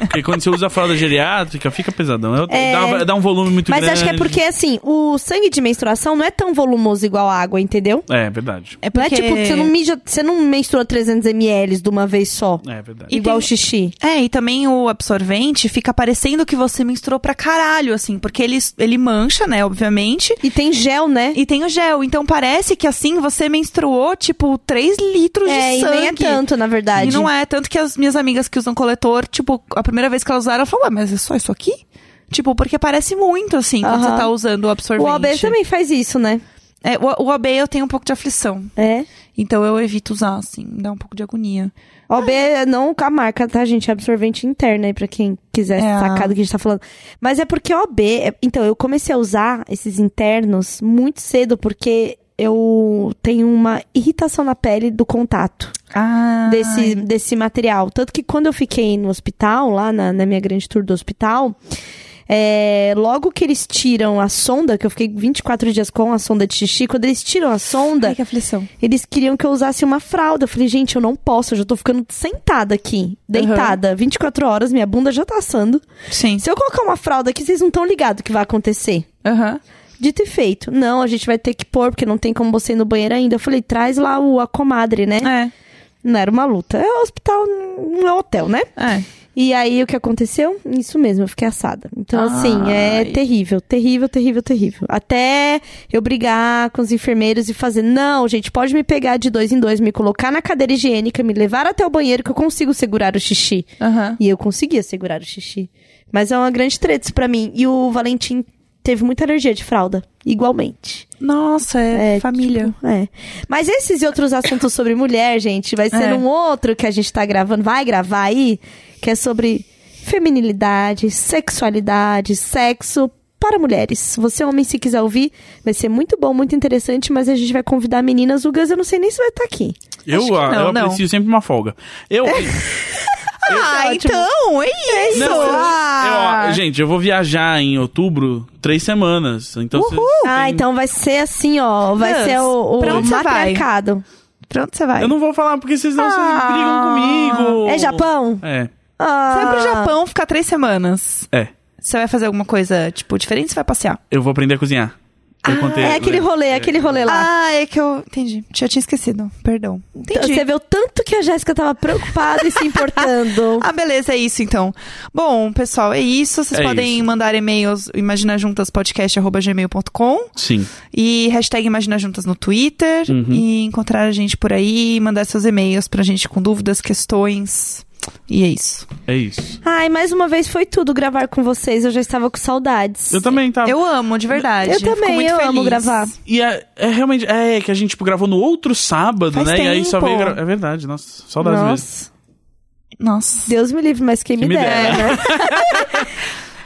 Speaker 2: Porque quando você usa a fralda geriátrica, fica pesadão. Eu-
Speaker 1: É.
Speaker 2: Dá, dá um volume muito
Speaker 1: Mas
Speaker 2: grande.
Speaker 1: acho que é porque, assim, o sangue de menstruação não é tão volumoso igual a água, entendeu?
Speaker 2: É, verdade.
Speaker 3: É
Speaker 1: Não é tipo, que você não mija, você não menstrua 300 ml de uma vez só.
Speaker 2: É verdade.
Speaker 3: E
Speaker 1: igual
Speaker 3: tem-
Speaker 1: o xixi.
Speaker 3: É, e também o absorvente fica parecendo que você misturou pra caralho, assim, porque ele, ele mancha, né, obviamente.
Speaker 1: E tem gel, né?
Speaker 3: E tem o gel, então parece que assim você menstruou, tipo, 3 litros
Speaker 1: é,
Speaker 3: de
Speaker 1: e
Speaker 3: sangue.
Speaker 1: nem é tanto, na verdade.
Speaker 3: E não é, tanto que as minhas amigas que usam coletor, tipo, a primeira vez que elas usaram, ela falou, ué, mas é só isso aqui? Tipo, porque parece muito, assim, quando
Speaker 1: Aham.
Speaker 3: você tá usando o absorvente.
Speaker 1: O OB também faz isso, né?
Speaker 3: É, o, o OB eu tenho um pouco de aflição,
Speaker 1: É.
Speaker 3: então eu evito usar, assim, dá um pouco de agonia.
Speaker 1: OB é não com a marca, tá, gente? É absorvente interno aí, pra quem quiser
Speaker 3: É.
Speaker 1: sacar do que a gente tá falando. Mas é porque OB... é- Então, eu comecei a usar esses internos muito cedo, porque eu tenho uma irritação na pele do contato
Speaker 3: Ah,
Speaker 1: desse, desse material. Tanto que quando eu fiquei no hospital, lá na, na minha grande tour do hospital... é, logo que eles tiram a sonda, que eu fiquei 24 dias com a sonda de xixi, quando eles tiram a sonda,
Speaker 3: ai, que aflição.
Speaker 1: eles queriam que eu usasse uma fralda. Eu falei, gente, eu não posso, eu já tô ficando sentada aqui, deitada, 24 horas, minha bunda já tá assando.
Speaker 3: Sim.
Speaker 1: Se eu colocar uma fralda aqui, vocês não estão ligados o que vai acontecer.
Speaker 3: Aham.
Speaker 1: Dito e feito. Não, a gente vai ter que pôr, porque não tem como você ir no banheiro ainda. Eu falei, traz lá o, a comadre, né?
Speaker 3: É,
Speaker 1: Não era uma luta. É hospital, não é hotel, né?
Speaker 3: é.
Speaker 1: E aí, o que aconteceu? Isso mesmo, eu fiquei assada. Então, assim, é
Speaker 3: Ai.
Speaker 1: terrível, terrível, terrível, terrível. Até eu brigar com os enfermeiros e fazer, não, gente, pode me pegar de dois em dois, me colocar na cadeira higiênica, me levar até o banheiro que eu consigo segurar o xixi.
Speaker 3: Aham.
Speaker 1: E eu conseguia segurar o xixi. Mas é uma grande treta isso pra mim. E o Valentim teve muita alergia de fralda, igualmente.
Speaker 3: Nossa, é,
Speaker 1: É,
Speaker 3: família.
Speaker 1: tipo, é. Mas esses e outros assuntos sobre mulher, gente, vai ser
Speaker 3: É.
Speaker 1: um outro que a gente tá gravando, vai gravar aí, que é sobre feminilidade, sexualidade, sexo para mulheres. Você, homem, se quiser ouvir, vai ser muito bom, muito interessante, mas a gente vai convidar meninas. O Gus, eu não sei nem se vai estar aqui.
Speaker 2: Eu,
Speaker 3: acho que
Speaker 2: ah,
Speaker 3: não,
Speaker 2: eu
Speaker 3: não.
Speaker 2: aprecio sempre uma folga. Eu.
Speaker 3: Ah,
Speaker 1: ótimo.
Speaker 3: então, é isso.
Speaker 2: Não, eu-
Speaker 3: Ah.
Speaker 2: eu- gente, eu vou viajar em outubro três semanas. Então vocês
Speaker 1: Ah,
Speaker 2: têm-
Speaker 1: então vai ser assim, ó, vai
Speaker 3: Gus,
Speaker 1: ser o, o
Speaker 3: pra onde você vai?
Speaker 1: matriarcado.
Speaker 3: Pra onde você vai?
Speaker 2: Eu não vou falar porque vocês não vocês brigam comigo.
Speaker 1: Ah! É Japão?
Speaker 2: É,
Speaker 1: Ah.
Speaker 3: Você vai pro Japão ficar três semanas.
Speaker 2: é.
Speaker 3: Você vai fazer alguma coisa, tipo, diferente? Você vai passear?
Speaker 2: Eu vou aprender a cozinhar. Eu contei-
Speaker 1: É aquele rolê, é aquele rolê lá. Então,
Speaker 3: Ah, é que eu... Entendi. Já tinha esquecido. Perdão. Entendi.
Speaker 1: Você vê o tanto que a Jéssica tava preocupada e se importando.
Speaker 3: Ah, beleza, é isso então. Bom, pessoal, é isso. Vocês
Speaker 2: É
Speaker 3: podem
Speaker 2: isso.
Speaker 3: mandar e-mails imaginajuntaspodcast.gmail.com
Speaker 2: Sim.
Speaker 3: e hashtag imaginajuntas no Twitter
Speaker 2: Uhum.
Speaker 3: e encontrar a gente por aí e mandar seus e-mails pra gente com dúvidas, questões. E é isso.
Speaker 2: É isso.
Speaker 1: Ai, mais uma vez foi tudo gravar com vocês. Eu já estava com saudades.
Speaker 2: Eu também tava.
Speaker 3: Eu amo, de verdade.
Speaker 1: Tá. Eu
Speaker 3: Fico
Speaker 1: também,
Speaker 3: muito
Speaker 1: eu
Speaker 3: feliz.
Speaker 1: amo gravar.
Speaker 2: E é, é realmente. É, que a gente tipo, gravou no outro sábado,
Speaker 3: Faz
Speaker 2: né? E aí só
Speaker 3: tempo.
Speaker 2: veio. gra- É verdade, nossa. Saudades mesmo.
Speaker 1: Nossa,
Speaker 3: Nossa.
Speaker 1: Deus me livre, mas quem, me dera, né?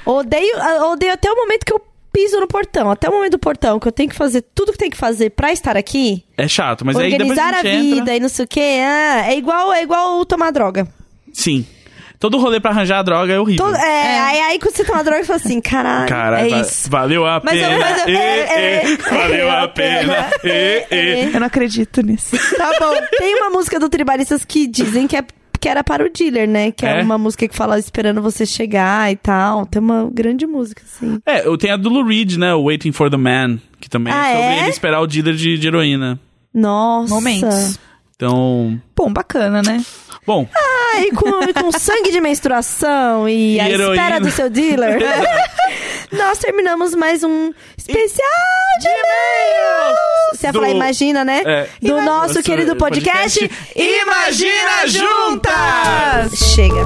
Speaker 1: odeio, ah, odeio até o momento que eu piso no portão. Até o momento do portão, que eu tenho que fazer tudo que tem que fazer pra estar aqui,
Speaker 2: É chato, mas aí depois
Speaker 1: organizar
Speaker 2: a
Speaker 1: a
Speaker 2: gente
Speaker 1: vida
Speaker 2: entra...
Speaker 1: e não sei o quê, ah, é igual é igual tomar droga.
Speaker 2: Sim. Todo rolê pra arranjar a droga é horrível.
Speaker 1: Todo- é, Aí, aí quando você toma droga, você fala assim, caralho.
Speaker 2: Caralho,
Speaker 3: É
Speaker 2: va-
Speaker 3: isso.
Speaker 2: valeu a
Speaker 1: Mas eu-
Speaker 2: pena.
Speaker 1: mas eu-
Speaker 2: ê,
Speaker 1: é,
Speaker 2: ê,
Speaker 1: é,
Speaker 2: valeu a pena. ê, ê.
Speaker 3: Eu não acredito nisso.
Speaker 1: Tá bom. Tem uma música do Tribalistas que dizem que é que era para o dealer, né? Que é,
Speaker 2: É?
Speaker 1: uma música que fala esperando você chegar e tal. Tem uma grande música, assim.
Speaker 2: É, eu tenho a do Lou Reed, né? o Waiting for the Man, que também
Speaker 1: Ah,
Speaker 2: é sobre
Speaker 1: é?
Speaker 2: ele esperar o dealer de, de heroína.
Speaker 1: Nossa.
Speaker 3: Momentos.
Speaker 2: Então,
Speaker 3: Bom, bacana, né?
Speaker 2: bom,
Speaker 1: Ah, e com, e com sangue de menstruação e,
Speaker 2: E
Speaker 1: a
Speaker 2: heroína.
Speaker 1: espera do seu dealer. Nós terminamos mais um especial de e-mails. Você ia
Speaker 2: Do-
Speaker 1: falar, imagina, né?
Speaker 2: É.
Speaker 1: Do nosso
Speaker 2: Nosso
Speaker 1: querido podcast,
Speaker 2: podcast, Imagina Juntas!
Speaker 1: Chega.